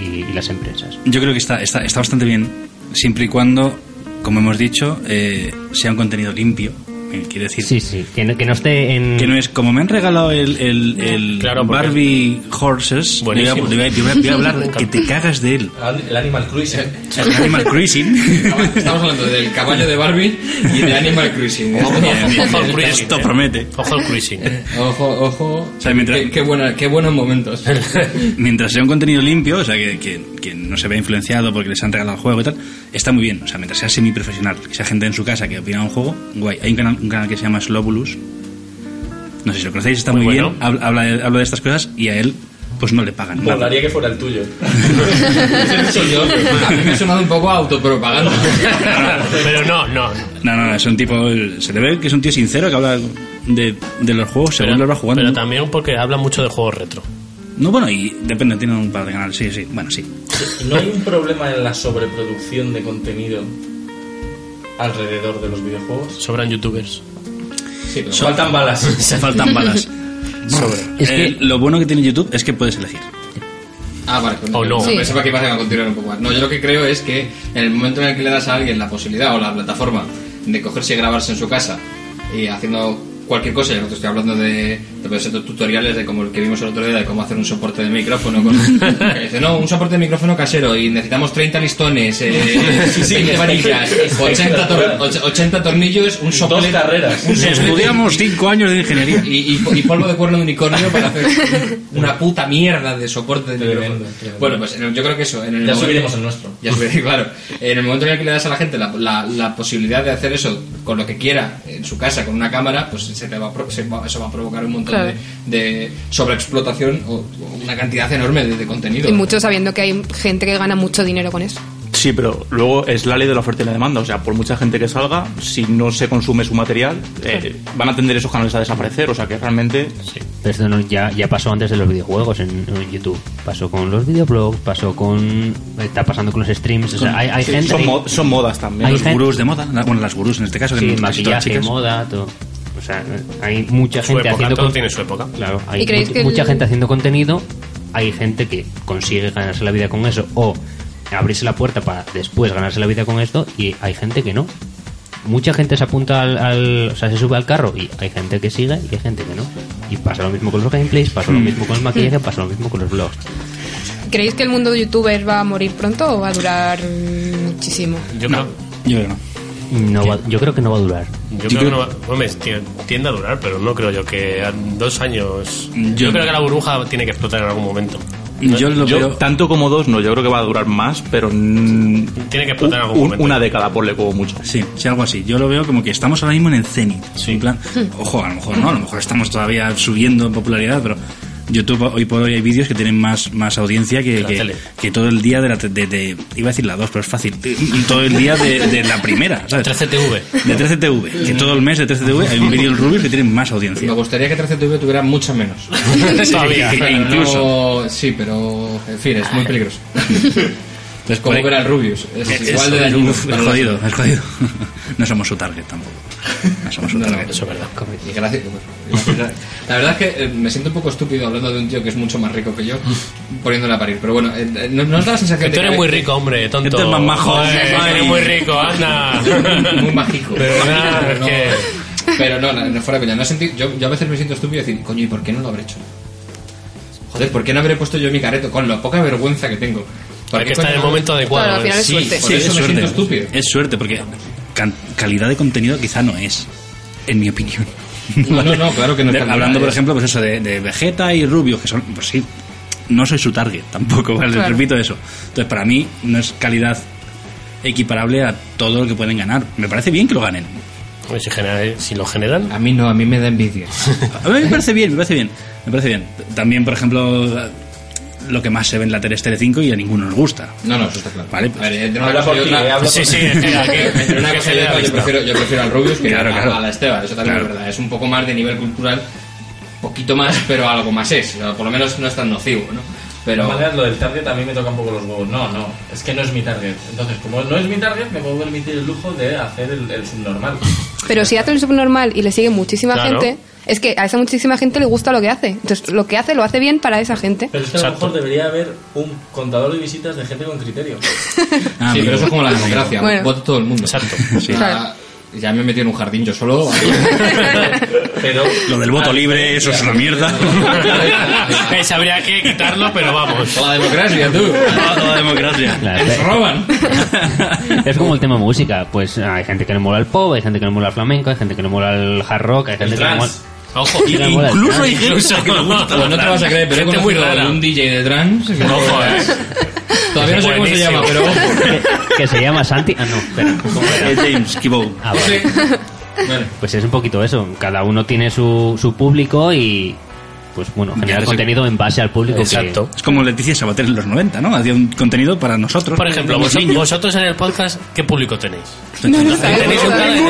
Speaker 8: y- y las empresas.
Speaker 7: Yo creo que está, está, está bastante bien, siempre y cuando, como hemos dicho, eh, sea un contenido limpio. eh, Quiere decir,
Speaker 8: Sí, sí, que no, que no esté en...
Speaker 7: Que no es como me han regalado el, el, el
Speaker 8: Claro, porque-
Speaker 7: Barbie Horses. Yo voy, a,
Speaker 2: Buenísimo.
Speaker 7: le voy a- le voy a- le voy a hablar que te cagas de él.
Speaker 2: El Animal Cruising.
Speaker 7: El Animal Cruising.
Speaker 1: Estamos hablando del caballo de Barbie y de Animal Cruising.
Speaker 7: Esto promete.
Speaker 6: Ojo al cruising.
Speaker 1: Ojo, ojo.
Speaker 7: O sea, mientras-
Speaker 1: Qué, qué buena- qué buenos momentos.
Speaker 7: mientras sea un contenido limpio, o sea, que, que- que no se vea influenciado porque les han regalado el juego y tal, está muy bien. O sea, mientras sea semiprofesional, que sea gente en su casa que opina de un juego, guay. Hay un canal, un canal que se llama Slobulus. No sé si lo conocéis, está muy,
Speaker 2: Muy bueno.
Speaker 7: bien. Habla, habla de, habla de estas cosas y a él, pues no le pagan nada.
Speaker 2: Molaría que fuera el tuyo.
Speaker 1: Soy yo. A mí me ha sonado un poco a autopropaganda.
Speaker 6: Pero no, no.
Speaker 7: No, no, es un tipo. Se le ve que es un tío sincero que habla de, de los juegos según los va jugando.
Speaker 6: Pero también porque habla mucho de juegos retro.
Speaker 7: No, bueno, y depende, tiene un par de canales, sí, sí. Bueno, sí.
Speaker 2: ¿No hay un problema en la sobreproducción de contenido alrededor de los videojuegos?
Speaker 6: Sobran youtubers.
Speaker 2: Sí, pero faltan balas.
Speaker 7: Se faltan balas.
Speaker 2: Sobre.
Speaker 7: Eh, lo bueno que tiene YouTube es que puedes elegir.
Speaker 1: Ah, vale.
Speaker 7: O no. Sí.
Speaker 1: Pensaba que ibas a continuar un poco más. No, yo lo que creo es que en el momento en el que le das a alguien la posibilidad o la plataforma de cogerse y grabarse en su casa y haciendo cualquier cosa, yo no te estoy hablando de, te puedo hacer tutoriales de como el que vimos el otro día de cómo hacer un soporte de micrófono. Con, Eh, dice, no, un soporte de micrófono casero y necesitamos 30 listones, eh,
Speaker 2: Sí, sí,
Speaker 1: 20
Speaker 2: que-
Speaker 1: varillas,
Speaker 2: que- que-
Speaker 1: 80, tor- och- 80 tornillos, un soplete.
Speaker 2: carreras.
Speaker 1: un soplete
Speaker 7: Estudiamos cinco años de ingeniería.
Speaker 1: y, y- y polvo de cuerno de unicornio para hacer una puta mierda de soporte de micrófono. Bueno, pues en el- yo creo que eso. En el
Speaker 2: Ya
Speaker 1: momento-
Speaker 2: subiremos el nuestro.
Speaker 1: Ya subiré, claro. En el momento en el que le das a la gente la, la- la posibilidad de hacer eso con lo que quiera en su casa, con una cámara, pues se te va a pro- se va- eso va a provocar un montón
Speaker 3: Claro.
Speaker 1: de, de sobreexplotación o, o una cantidad enorme de, de contenido.
Speaker 3: Y mucho sabiendo que hay gente que gana mucho dinero con eso.
Speaker 4: Sí, pero luego es la ley de la oferta y la demanda. O sea, por mucha gente que salga, si no se consume su material, eh, van a tender esos canales a desaparecer. O sea, que realmente...
Speaker 8: Pero esto no- ya, ya pasó antes de los videojuegos en, en YouTube. Pasó con los videoblogs, pasó con. Está pasando con los streams. O sea, hay, hay
Speaker 4: Sí,
Speaker 8: gente.
Speaker 4: Son, mo- son modas también.
Speaker 8: Hay
Speaker 7: los
Speaker 8: gente-
Speaker 7: gurús de moda, la- bueno, las gurús en este caso, que
Speaker 8: sí,
Speaker 7: no- casi todas
Speaker 8: maquillaje,
Speaker 7: chicas.
Speaker 8: moda, todo. O sea, hay mucha
Speaker 6: Su
Speaker 8: gente
Speaker 6: época,
Speaker 8: haciendo.
Speaker 6: todo
Speaker 8: con-
Speaker 6: tiene su época.
Speaker 8: Claro, hay
Speaker 6: ¿Y creéis
Speaker 8: mu-
Speaker 6: que el-
Speaker 8: mucha gente haciendo contenido. Hay gente que consigue ganarse la vida con eso o abrirse la puerta para después ganarse la vida con esto y hay gente que no. Mucha gente se apunta al, al- O sea, se sube al carro y hay gente que sigue y hay gente que no. Y pasa lo mismo con los gameplays, pasa lo
Speaker 6: Mm.
Speaker 8: mismo con el maquillaje, pasa lo mismo con los blogs.
Speaker 3: ¿Creéis que el mundo de youtubers va a morir pronto o va a durar mm, muchísimo?
Speaker 6: Yo creo,
Speaker 7: Yo creo que no.
Speaker 8: No va- yo creo que no va a durar.
Speaker 6: yo creo que no va- hombre, tie- tiende a durar, pero no creo yo que a dos años. Yo,
Speaker 4: Yo-
Speaker 6: creo que la burbuja tiene que explotar en algún momento.
Speaker 4: Tanto como dos, no. Yo creo que va a durar más, pero... Tiene
Speaker 6: Tiene que explotar en algún momento.
Speaker 4: Una década, por le como mucho.
Speaker 7: Sí, sí, algo así. Yo lo veo como que estamos ahora mismo en el cenit. En plan, ojo, a lo mejor no, a lo mejor estamos todavía subiendo en popularidad, pero YouTube hoy por hoy hay vídeos que tienen más, más audiencia que,
Speaker 6: la
Speaker 7: que-
Speaker 6: tele.
Speaker 7: que todo el día de la... te- de- de- iba a decir la 2, pero es fácil. Todo el día de, de la primera, ¿sabes?
Speaker 6: 13TV.
Speaker 7: De 13TV. Que todo el mes de 13TV hay un vídeo en Rubius que tiene más audiencia.
Speaker 1: Me gustaría que 13TV tuviera mucho menos.
Speaker 7: Todavía.
Speaker 1: Pero
Speaker 7: Incluso.
Speaker 1: no- sí, pero en fin, es muy peligroso. Como
Speaker 7: Entonces, por ahí-
Speaker 1: ver al Rubius. Es,
Speaker 7: Es-
Speaker 1: igual de
Speaker 7: es-
Speaker 1: dañino.
Speaker 7: uf, Es jodido, es jodido. No somos su target tampoco. No somos su target.
Speaker 1: Y gracias- gracias- La verdad es que eh, me siento un poco estúpido hablando de un tío que es mucho más rico que yo, poniéndole a parir. Pero bueno, eh, eh, no, no os da la
Speaker 6: Que
Speaker 1: sensación
Speaker 6: tú
Speaker 1: de
Speaker 6: eres
Speaker 1: que-
Speaker 6: muy rico, hombre, tonto.
Speaker 7: Este es más majo.
Speaker 6: Joder,
Speaker 7: Ay.
Speaker 6: eres muy rico, anda.
Speaker 1: Muy mágico.
Speaker 6: Pero nada,
Speaker 1: Pero
Speaker 6: es
Speaker 1: no-
Speaker 6: que-
Speaker 1: Pero no, no, no, fuera de coña. No sentí- yo, yo a veces me siento estúpido y decir, coño, ¿y por qué no lo habré hecho? Joder, ¿por qué no habré puesto yo mi careto? Con la poca vergüenza que tengo. ¿Por
Speaker 6: Hay
Speaker 1: qué
Speaker 6: que estar en
Speaker 1: coño
Speaker 6: el
Speaker 1: no-
Speaker 6: momento adecuado.
Speaker 1: Claro, al final es Sí, suerte. por eso
Speaker 7: Sí, es
Speaker 1: me
Speaker 7: suerte.
Speaker 1: siento estúpido.
Speaker 7: Es suerte, porque can- calidad de contenido quizá no es, en mi opinión.
Speaker 1: No, no, no, claro que no es
Speaker 7: De-
Speaker 1: calidad,
Speaker 7: Hablando, por
Speaker 1: es-
Speaker 7: ejemplo, pues eso, de, de Vegeta y Rubio, que son, pues sí, no soy su target tampoco, ¿vale?
Speaker 1: Claro.
Speaker 7: Repito eso. Entonces, para mí no es calidad equiparable a todo lo que pueden ganar. Me parece bien que lo ganen.
Speaker 6: Si, lo generan.
Speaker 7: A mí no, a mí me da envidia. a mí me parece bien, me parece bien. Me parece bien. También, por ejemplo, lo que más se ve en la tele es Tele5 y a ninguno nos gusta.
Speaker 1: No, no, eso está claro.
Speaker 7: Vale, pues.
Speaker 1: A ver, entre una cosa
Speaker 6: eh,
Speaker 1: y otra- Entre una cosa y otra, yo prefiero, yo prefiero al Rubius que
Speaker 7: Claro,
Speaker 1: a,
Speaker 7: claro.
Speaker 1: a la Esteban. Eso también
Speaker 7: Claro.
Speaker 1: es verdad. Es un poco más de nivel cultural, poquito más, pero algo más es. O sea, por lo menos no es tan nocivo, ¿no?
Speaker 2: Pero
Speaker 1: Pero
Speaker 2: lo del target a mí me toca un poco los huevos. No, no, es que no es mi target. Entonces, como no es mi target, me puedo permitir el lujo de hacer el, el subnormal.
Speaker 3: Pero si hace el subnormal y le sigue muchísima
Speaker 2: Claro.
Speaker 3: gente, es que a esa muchísima gente le gusta lo que hace. Entonces, lo que hace lo hace bien para esa gente.
Speaker 2: Pero es que a lo mejor debería haber un contador de visitas de gente con criterio.
Speaker 1: sí, pero eso es como la democracia.
Speaker 2: Bueno.
Speaker 1: Vota todo el mundo. Exacto.
Speaker 2: Claro.
Speaker 1: Ya me he metido en un jardín yo solo.
Speaker 2: pero
Speaker 7: lo del
Speaker 1: Ah,
Speaker 7: voto libre, eso es una mierda.
Speaker 6: Ese habría que quitarlo, pero vamos.
Speaker 1: La democracia, tú.
Speaker 7: la democracia.
Speaker 8: Nos
Speaker 1: roban.
Speaker 8: Es como el tema música. Pues hay gente que le mola el pop, hay gente que le mola el flamenco, hay gente que le mola el hard rock, hay gente que le mola...
Speaker 1: trans.
Speaker 8: Ojo, que le mola el trans.
Speaker 1: Pues no te vas a creer, pero he
Speaker 8: Gente muy
Speaker 1: conocido
Speaker 8: rara.
Speaker 1: a un DJ de trans. que-
Speaker 8: Ojo, eh.
Speaker 1: Todavía no sé cómo se llama, pero ojo.
Speaker 8: Que, que se llama Santi. Ah, no, espera. ¿cómo era?
Speaker 7: Es James Kibou.
Speaker 8: Ah, vale. Pues es un poquito eso. Cada uno tiene su, su público y. Pues bueno, generar
Speaker 7: ese-
Speaker 8: contenido en base al público. Que...
Speaker 7: Es como Leticia Sabater en los 90, ¿no? Hacía un contenido para nosotros.
Speaker 6: Por ejemplo,
Speaker 7: los
Speaker 6: vos-
Speaker 7: niños.
Speaker 6: vosotros en el podcast, ¿qué público tenéis?
Speaker 7: No lo
Speaker 6: ¿Tenéis un canal en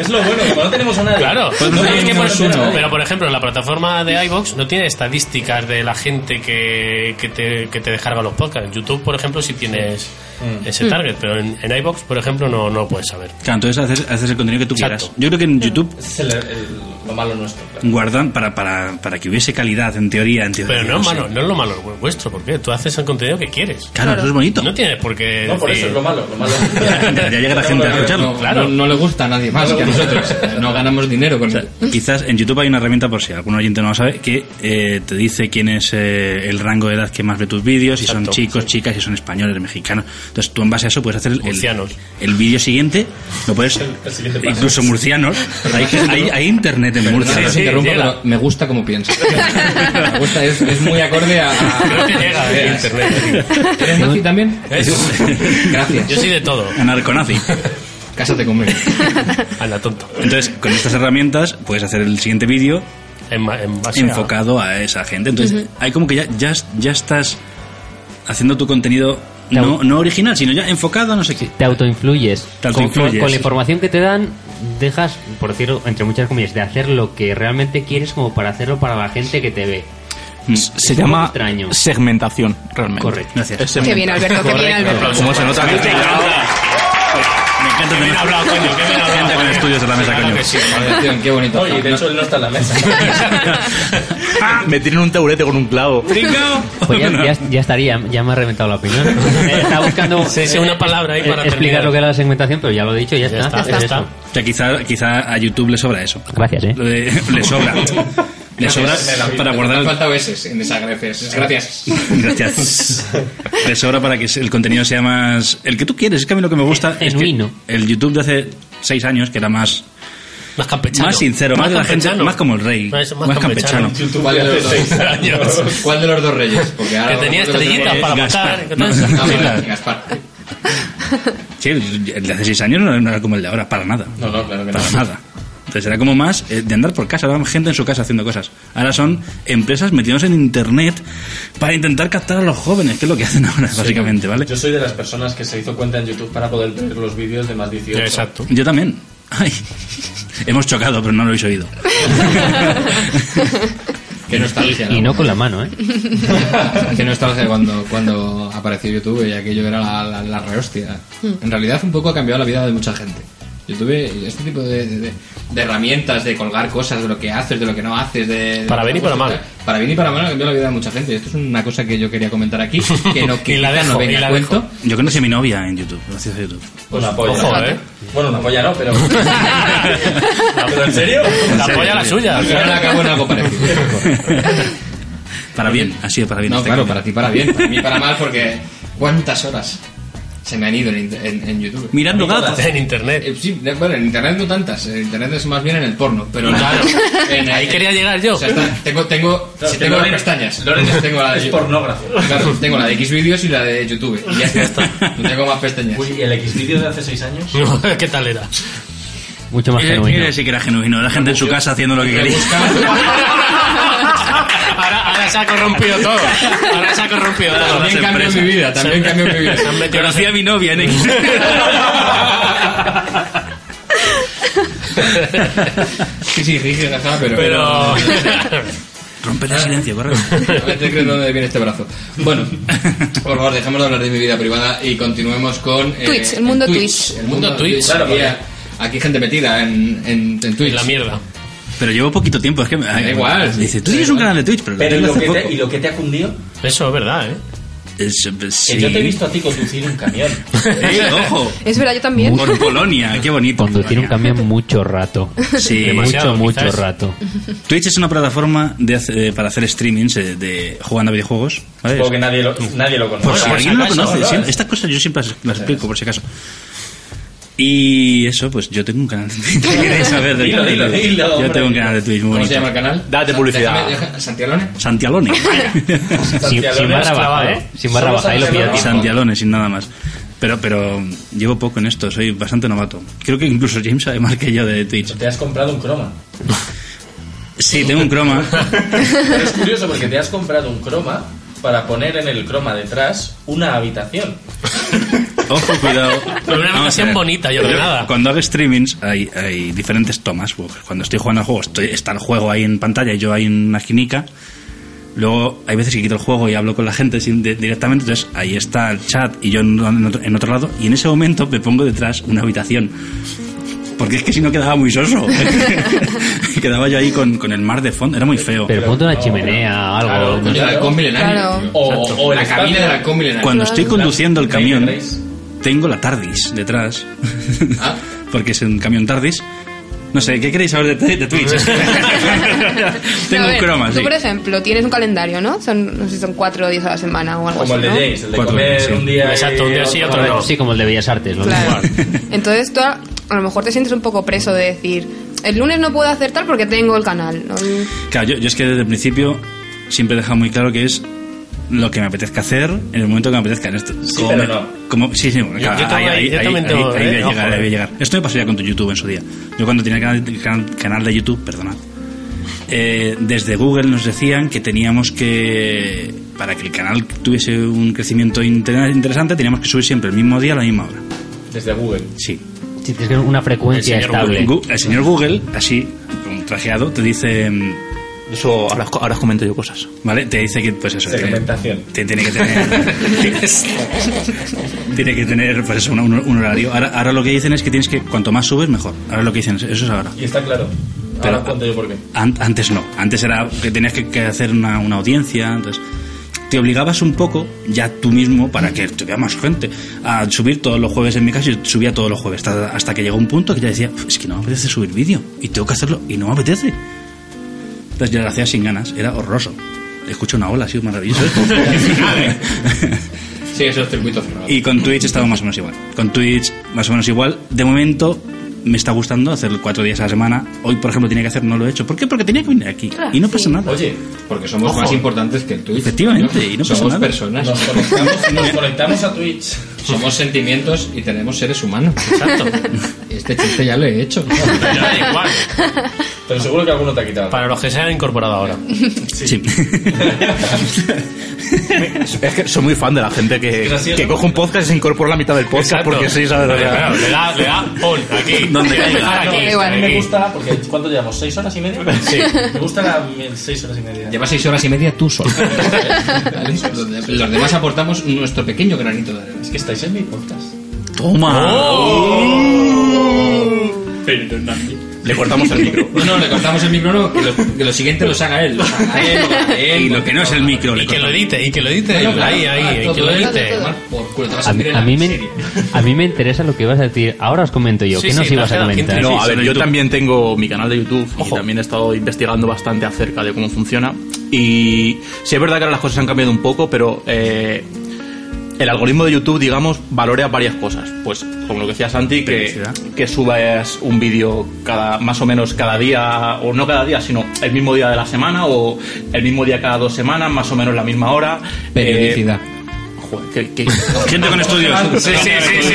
Speaker 2: Es lo bueno, no tenemos a nadie.
Speaker 6: Claro,
Speaker 2: no
Speaker 6: No,
Speaker 2: tenemos
Speaker 6: es que,
Speaker 2: uno.
Speaker 6: por ejemplo, pero por ejemplo, la plataforma de iBox no tiene estadísticas de la gente que, que, te, que te descarga los podcasts. En YouTube, por ejemplo, sí tienes ese
Speaker 7: Mm.
Speaker 6: target, pero en, en iBox, por ejemplo, no, no lo puedes saber.
Speaker 7: Claro, entonces haces, haces el contenido que tú
Speaker 6: Exacto.
Speaker 7: quieras. Yo creo que en YouTube
Speaker 2: Es el- el- lo malo nuestro.
Speaker 7: guardan para, para, para que hubiese calidad, en teoría. En teoría
Speaker 6: Pero no, es
Speaker 7: sé.
Speaker 6: malo, no es lo malo vuestro, porque tú haces el contenido que quieres.
Speaker 7: Claro, eso es bonito.
Speaker 6: No tienes por qué.
Speaker 2: No, por eso es lo malo, lo malo.
Speaker 7: Ya llega la gente a escucharlo.
Speaker 1: No, no, no le gusta a nadie más que a nosotros. No ganamos dinero con ello.
Speaker 7: Quizás en YouTube hay una herramienta, por si algún oyente no lo sabe, que eh, te dice quién es eh, el rango de edad que más ve tus vídeos, si son
Speaker 6: Exacto,
Speaker 7: chicos, chicas, si son españoles, mexicanos. Entonces tú en base a eso puedes hacer el, el, el vídeo siguiente, lo puedes,
Speaker 2: paso.
Speaker 7: incluso murcianos, hay, hay- hay internet en Murcia.
Speaker 1: Perdona, os interrumpo, pero me gusta como piensa. Me gusta, es, es muy acorde a.
Speaker 6: Creo que llega eh, internet.
Speaker 1: ¿Eres nazi también? Gracias.
Speaker 6: Yo soy de todo.
Speaker 7: Anarconazi.
Speaker 1: Cásate conmigo.
Speaker 6: Anda, tonto.
Speaker 7: Entonces, con estas herramientas puedes hacer el siguiente vídeo
Speaker 6: En, ma- en base a-
Speaker 7: enfocado a esa gente. Entonces,
Speaker 6: Ujú.
Speaker 7: hay como que ya, ya, ya estás haciendo tu contenido no, no original, sino ya enfocado a no sé qué.
Speaker 8: Te autoinfluyes.
Speaker 7: Te
Speaker 8: Con, con-
Speaker 7: autoinfluyes.
Speaker 8: con la información que te dan, dejas, por decirlo entre muchas comillas, de hacer lo que realmente quieres como para hacerlo para la gente que te ve.
Speaker 6: Mm.
Speaker 4: Se
Speaker 8: un poco
Speaker 4: llama
Speaker 8: extraño.
Speaker 4: segmentación, realmente.
Speaker 8: Correcto.
Speaker 4: Gracias.
Speaker 3: Qué bien, Alberto, qué bien, Alberto.
Speaker 4: Como se nota que
Speaker 7: Me encanta tener gente con estudios en la mesa, coño.
Speaker 1: Atención, qué bonito.
Speaker 2: Oye, de hecho él no está en la mesa.
Speaker 4: Ah, me tienen un taburete con un clavo.
Speaker 8: Pues ya, ya- ya estaría, ya me ha reventado la opinión. Eh, Estaba buscando
Speaker 6: Sí, sí, una palabra ahí
Speaker 8: eh,
Speaker 6: para
Speaker 8: explicar
Speaker 6: terminar.
Speaker 8: lo que era la segmentación, pero ya lo he dicho, ya, está.
Speaker 7: Ya está. O sea, quizá, quizá a YouTube le sobra eso.
Speaker 8: Gracias, eh.
Speaker 7: Le, le sobra. Le sobra para guardar
Speaker 1: Me
Speaker 7: el-
Speaker 1: han faltado veces en esa gracias. Gracias.
Speaker 7: Gracias. Les sobra para que el contenido sea más. El que tú quieres. Es que a mí lo que me gusta es. que el YouTube de hace seis años, que era más.
Speaker 6: Más campechano.
Speaker 7: Más sincero, más, de la gente,
Speaker 6: campechano.
Speaker 7: más como el rey.
Speaker 6: Más, más
Speaker 7: campechano.
Speaker 6: campechano.
Speaker 1: ¿Cuál de los dos?
Speaker 6: años.
Speaker 1: ¿Cuál de los dos reyes? Porque ahora
Speaker 6: Que tenía
Speaker 1: nosotros
Speaker 6: estrellitas
Speaker 1: tenemos-
Speaker 6: para
Speaker 7: Gaspar.
Speaker 6: matar. ¿qué
Speaker 7: No,
Speaker 6: tal?
Speaker 7: no,
Speaker 1: Ah,
Speaker 7: Sí,
Speaker 1: vale,
Speaker 7: la-
Speaker 1: Gaspar.
Speaker 7: Sí, el de hace seis años no era como el de ahora, para nada.
Speaker 1: No, no, claro que no.
Speaker 7: Para nada. Entonces era como más eh, de andar por casa, ahora gente en su casa haciendo cosas. Ahora son empresas metiéndose en internet para intentar captar a los jóvenes, que es lo que hacen ahora, básicamente, ¿vale?
Speaker 2: Yo soy de las personas que se hizo cuenta en YouTube para poder ver los vídeos de más 18.
Speaker 7: Yo también. Ay. Hemos chocado, pero no lo habéis oído.
Speaker 1: Que nostalgia.
Speaker 8: Y no con la mano, ¿eh?
Speaker 1: Que nostalgia cuando, cuando apareció YouTube y aquello era la, la, la rehostia. En realidad un poco ha cambiado la vida de mucha gente. YouTube, este tipo de, de- de- de herramientas, de colgar cosas, de lo que haces, de lo que no haces, de...
Speaker 6: Para
Speaker 1: de
Speaker 6: bien y para
Speaker 1: cosas,
Speaker 6: mal.
Speaker 1: Para bien y para mal ha cambiado la vida de mucha gente. Esto es una cosa que yo quería comentar aquí, que no, que
Speaker 6: Y la
Speaker 1: quizá
Speaker 6: dejo,
Speaker 1: no
Speaker 6: y
Speaker 1: venga
Speaker 6: la
Speaker 1: a cuento.
Speaker 7: Yo conocí a mi novia en YouTube, gracias a YouTube.
Speaker 2: Una polla.
Speaker 6: Ojo, ¿eh?
Speaker 2: Bueno, una polla no, pero. ¿Pero en serio?
Speaker 6: La polla la suya.
Speaker 1: Al final acabó en algo parecido.
Speaker 7: Para bien, ha sido para bien.
Speaker 1: No,
Speaker 7: este
Speaker 1: claro,
Speaker 7: cambio.
Speaker 1: para ti para bien, para mí para mal porque... ¿Cuántas horas? se me han ido en, inter- en- en YouTube.
Speaker 6: Mirando
Speaker 1: No todas.
Speaker 6: gatos. En internet.
Speaker 1: Eh, sí, de- bueno, en internet no tantas. En internet es más bien en el porno. Pero claro.
Speaker 6: Ahí quería llegar yo.
Speaker 1: O sea, está- tengo, tengo,
Speaker 6: Claro,
Speaker 1: si
Speaker 6: que
Speaker 1: tengo las
Speaker 6: Loren-
Speaker 1: pestañas. pues
Speaker 6: Loren es-
Speaker 1: tengo la de
Speaker 6: es
Speaker 1: Yo-
Speaker 2: pornógrafo.
Speaker 1: Claro, tengo la de X vídeos y la de YouTube. Y ya está. No tengo más pestañas.
Speaker 2: Uy, ¿y el X vídeo de hace 6 años?
Speaker 6: ¿Qué tal era?
Speaker 8: Mucho
Speaker 7: Mire- mire eh, sí que era genuino. La gente en su casa haciendo lo que quería.
Speaker 6: Ahora, ahora se ha corrompido todo. Ahora se ha corrompido todo.
Speaker 7: También cambió mi vida, también cambió mi vida. Conocí a mi novia en X.
Speaker 1: Sí, sí, dije jaja, pero.
Speaker 6: Pero-
Speaker 7: Rompe el silencio, corre.
Speaker 1: Estoy creyendo dónde viene este brazo. Bueno, por favor, dejemos de hablar de mi vida privada y continuemos con. eh,
Speaker 3: Twitch, el mundo Twitch.
Speaker 1: El mundo
Speaker 6: Mundo Twitch,
Speaker 1: Twitch.
Speaker 6: claro,
Speaker 1: Aquí-
Speaker 6: porque-
Speaker 1: Aquí gente metida en, en, en Twitch.
Speaker 6: La mierda.
Speaker 7: Pero llevo poquito tiempo, es que me.
Speaker 1: Da igual.
Speaker 7: Dice, tú tienes un canal de Twitch, pero.
Speaker 2: Pero ¿y
Speaker 7: tengo
Speaker 2: lo,
Speaker 7: hace
Speaker 2: que te,
Speaker 7: poco.
Speaker 2: ¿y lo que te ha cundido?
Speaker 6: Eso es verdad, ¿eh?
Speaker 7: Es- eh,
Speaker 2: Que
Speaker 7: sí.
Speaker 2: yo te he visto a ti conducir un camión.
Speaker 7: Eh, ojo.
Speaker 3: Es verdad, yo también.
Speaker 7: Por Polonia, qué bonito.
Speaker 8: Conducir un camión mucho rato.
Speaker 7: Sí.
Speaker 8: mucho,
Speaker 7: Demasiado,
Speaker 8: mucho
Speaker 7: quizás.
Speaker 8: rato.
Speaker 7: Twitch es una plataforma de hace- para hacer streamings eh, de jugando a videojuegos. ¿vale?
Speaker 2: Supongo que nadie lo, nadie lo conoce.
Speaker 7: Por si
Speaker 2: Bueno,
Speaker 7: alguien lo
Speaker 2: acaso,
Speaker 7: conoce,
Speaker 2: ¿no?
Speaker 7: siempre- estas cosas yo siempre las, las explico, por si acaso. Y eso, pues yo tengo un canal de Twitch. ¿Qué queréis saber del
Speaker 2: Dilo,
Speaker 7: canal de
Speaker 2: dilo,
Speaker 7: Twitch?
Speaker 2: dilo,
Speaker 7: Yo
Speaker 2: hombre.
Speaker 7: tengo un canal de Twitch muy
Speaker 1: ¿Cómo
Speaker 7: bonito.
Speaker 1: se llama el canal?
Speaker 9: Date publicidad.
Speaker 1: ¿Santialone?
Speaker 7: Santialone.
Speaker 8: Sin, sin barra baja, ¿eh? Sin barra
Speaker 2: Somos
Speaker 8: baja, ahí lo
Speaker 2: Santialone.
Speaker 8: pilla tiempo.
Speaker 7: Santialones, sin nada más. Pero, pero llevo poco en esto, soy bastante novato. Creo que incluso James sabe más que yo de Twitch.
Speaker 2: Te has comprado un croma.
Speaker 7: Sí, tengo un croma.
Speaker 2: Pero es curioso porque te has comprado un croma para poner en el croma detrás una habitación.
Speaker 7: Ojo, cuidado.
Speaker 6: Pero una
Speaker 7: Vamos a
Speaker 6: habitación
Speaker 7: ver.
Speaker 6: bonita y ordenada.
Speaker 7: Cuando hago streamings hay, hay diferentes tomas. pues, Cuando estoy jugando al juego, estoy- está el juego ahí en pantalla y yo ahí en una esquinica. Luego hay veces que quito el juego y hablo con la gente sin- de- directamente, entonces ahí está el chat y yo en, en otro, en otro lado y en ese momento me pongo detrás una habitación. Porque es que si no quedaba muy soso. quedaba yo ahí con, con el mar de fondo, era muy feo.
Speaker 8: Pero ponte una chimenea, algo.
Speaker 1: Coño, el halcón milenario.
Speaker 3: Claro.
Speaker 1: tío.
Speaker 2: O, o el
Speaker 1: la cabina del halcón milenario.
Speaker 7: Cuando estoy conduciendo el
Speaker 2: Ahí
Speaker 7: camión,
Speaker 2: tenéis.
Speaker 7: tengo la Tardis detrás.
Speaker 1: Ah.
Speaker 7: Porque es un camión Tardis. No sé, ¿qué queréis saber de, de Twitch? tengo
Speaker 3: A
Speaker 7: un
Speaker 3: ver,
Speaker 7: croma,
Speaker 3: Tú,
Speaker 7: sí.
Speaker 3: por ejemplo, tienes un calendario, ¿no? Son, no sé si son cuatro o diez a la semana o algo
Speaker 2: Como el
Speaker 3: así,
Speaker 2: de
Speaker 3: Pues
Speaker 2: James,
Speaker 3: ¿no?
Speaker 2: el de
Speaker 7: Cuatro,
Speaker 2: comer
Speaker 7: sí.
Speaker 2: un día
Speaker 6: Exacto, un día sí y otro no.
Speaker 8: Sí, como el de Bellas Artes, lo
Speaker 3: Claro.
Speaker 8: mismo.
Speaker 3: Entonces tú a, a lo mejor te sientes un poco preso de decir, el lunes no puedo hacer tal porque tengo el canal. ¿no?
Speaker 7: Claro, yo, yo es que desde el principio siempre he dejado muy claro que es lo que me apetezca hacer en el momento que me apetezca. En esto. Como
Speaker 2: pero
Speaker 7: me-
Speaker 2: no.
Speaker 7: como- sí, sí, bueno,
Speaker 6: Yo-
Speaker 7: claro,
Speaker 6: yo también-
Speaker 7: ahí-
Speaker 6: yo
Speaker 7: ahí-
Speaker 6: también
Speaker 7: ahí-
Speaker 6: tengo,
Speaker 7: ahí
Speaker 6: ¿eh?
Speaker 7: voy a
Speaker 6: Ojo,
Speaker 7: llegar, ahí voy a
Speaker 6: eh.
Speaker 7: llegar. Esto me pasó ya con tu YouTube en su día. Yo cuando tenía canal, can- canal de YouTube, perdonad, eh, desde Google nos decían que teníamos que, para que el canal tuviese un crecimiento inter- interesante, teníamos que subir siempre el mismo día a la misma hora.
Speaker 2: Desde Google.
Speaker 7: Sí.
Speaker 8: Si tienes que tener una frecuencia
Speaker 6: El señor
Speaker 8: estable.
Speaker 7: Gu- el señor Google, así, como trajeado, te dice... mm,
Speaker 4: Eso ahora, os co- ahora os comento yo cosas.
Speaker 7: ¿Vale? Te dice que, pues eso, que-
Speaker 2: Segmentación.
Speaker 7: Te- tiene que tener tiene que tener pues eso, un, un horario ahora, ahora lo que dicen es que tienes que cuanto más subes mejor ahora lo que dicen es, eso es ahora
Speaker 2: Y está claro.
Speaker 7: Pero-
Speaker 2: Ahora cuento yo por qué.
Speaker 7: An- antes no antes era que tenías que, que hacer una, una audiencia entonces te obligabas un poco ya tú mismo para que te vea más gente a subir todos los jueves en mi caso yo subía todos los jueves hasta, hasta que llegó un punto que ya decía es que no me apetece subir vídeo y tengo que hacerlo y no me apetece entonces yo lo hacía sin ganas era horroroso escucho una ola ha sido maravilloso
Speaker 1: Sí, eso es circuito cerrado.
Speaker 7: Y con Twitch estaba más o menos igual. Con Twitch más o menos igual. De momento me está gustando hacer cuatro días a la semana. Hoy, por ejemplo, tenía que hacer, no lo he hecho. ¿Por qué? Porque tenía que venir aquí.
Speaker 3: Claro,
Speaker 7: y no
Speaker 3: sí.
Speaker 7: pasa nada.
Speaker 2: Oye,
Speaker 1: Porque somos
Speaker 7: Ojo.
Speaker 1: más importantes que el Twitch.
Speaker 7: Efectivamente,
Speaker 1: ¿no?
Speaker 7: y no pasa
Speaker 1: somos
Speaker 7: nada.
Speaker 1: personas,
Speaker 2: nos conectamos, nos conectamos a Twitch.
Speaker 1: somos sentimientos y tenemos seres humanos.
Speaker 6: Exacto.
Speaker 1: Este chiste ya lo he hecho.
Speaker 6: Ya da igual.
Speaker 2: Pero seguro que alguno te ha quitado.
Speaker 6: Para los que se han incorporado ahora.
Speaker 7: Sí.
Speaker 4: Es que soy muy fan de la gente que,
Speaker 2: gracioso.
Speaker 4: que coge un podcast y se incorpora la mitad del podcast
Speaker 6: Exacto.
Speaker 4: porque sí, ¿sabes?
Speaker 6: Vale, claro, le da, le da on aquí.
Speaker 7: Donde
Speaker 6: Quiero
Speaker 7: caiga.
Speaker 6: empezar
Speaker 2: Ah, no,
Speaker 6: aquí,
Speaker 3: Da
Speaker 2: a mí
Speaker 3: igual.
Speaker 2: me
Speaker 6: aquí.
Speaker 2: gusta porque ¿cuánto llevamos? ¿Seis horas y media? Sí. Me gusta la 6 horas y media.
Speaker 1: Llevas seis horas y media tú solo. ¿Vale? Los de- Los demás aportamos nuestro pequeño granito de arena.
Speaker 2: Es que estáis en mi podcast.
Speaker 7: Toma.
Speaker 4: Le cortamos el micro.
Speaker 1: No, no, le cortamos el micro, no, que lo, que lo siguiente los haga él. Los haga él, lo haga él.
Speaker 7: Y lo que no es el micro. le
Speaker 6: Y que lo
Speaker 7: cortamos.
Speaker 6: edite, y que lo edite.
Speaker 1: Bueno, claro,
Speaker 6: ahí,
Speaker 1: ah,
Speaker 6: ahí, y
Speaker 1: todo
Speaker 6: que lo
Speaker 1: él.
Speaker 6: edite.
Speaker 1: Tomar por culo, te vas a
Speaker 8: A, mí-
Speaker 1: mirar
Speaker 8: a
Speaker 1: en
Speaker 8: mí
Speaker 1: la
Speaker 8: me,
Speaker 1: serie.
Speaker 8: a mí me interesa lo que vas a decir. Ahora os comento yo.
Speaker 6: Sí,
Speaker 8: ¿Qué nos
Speaker 6: sí,
Speaker 8: ibas a
Speaker 6: dale, dale,
Speaker 8: comentar?
Speaker 6: interesa.
Speaker 4: No, a ver, yo
Speaker 7: YouTube.
Speaker 4: también tengo mi canal de YouTube y
Speaker 6: Ojo.
Speaker 4: también he estado investigando bastante acerca de cómo funciona. Y sí es verdad que ahora las cosas han cambiado un poco, pero eh, el algoritmo de YouTube, digamos, valorea varias cosas. Pues, como lo que decía Santi, que,
Speaker 7: Felicidad.
Speaker 4: que subas un vídeo cada más o menos cada día, o no cada día, sino el mismo día de la semana, o el mismo día cada dos semanas, más o menos la misma hora. Eh,
Speaker 1: Periodicidad.
Speaker 4: Joder, que- que-
Speaker 1: Gente con estudios. Sí, sí, sí, sí.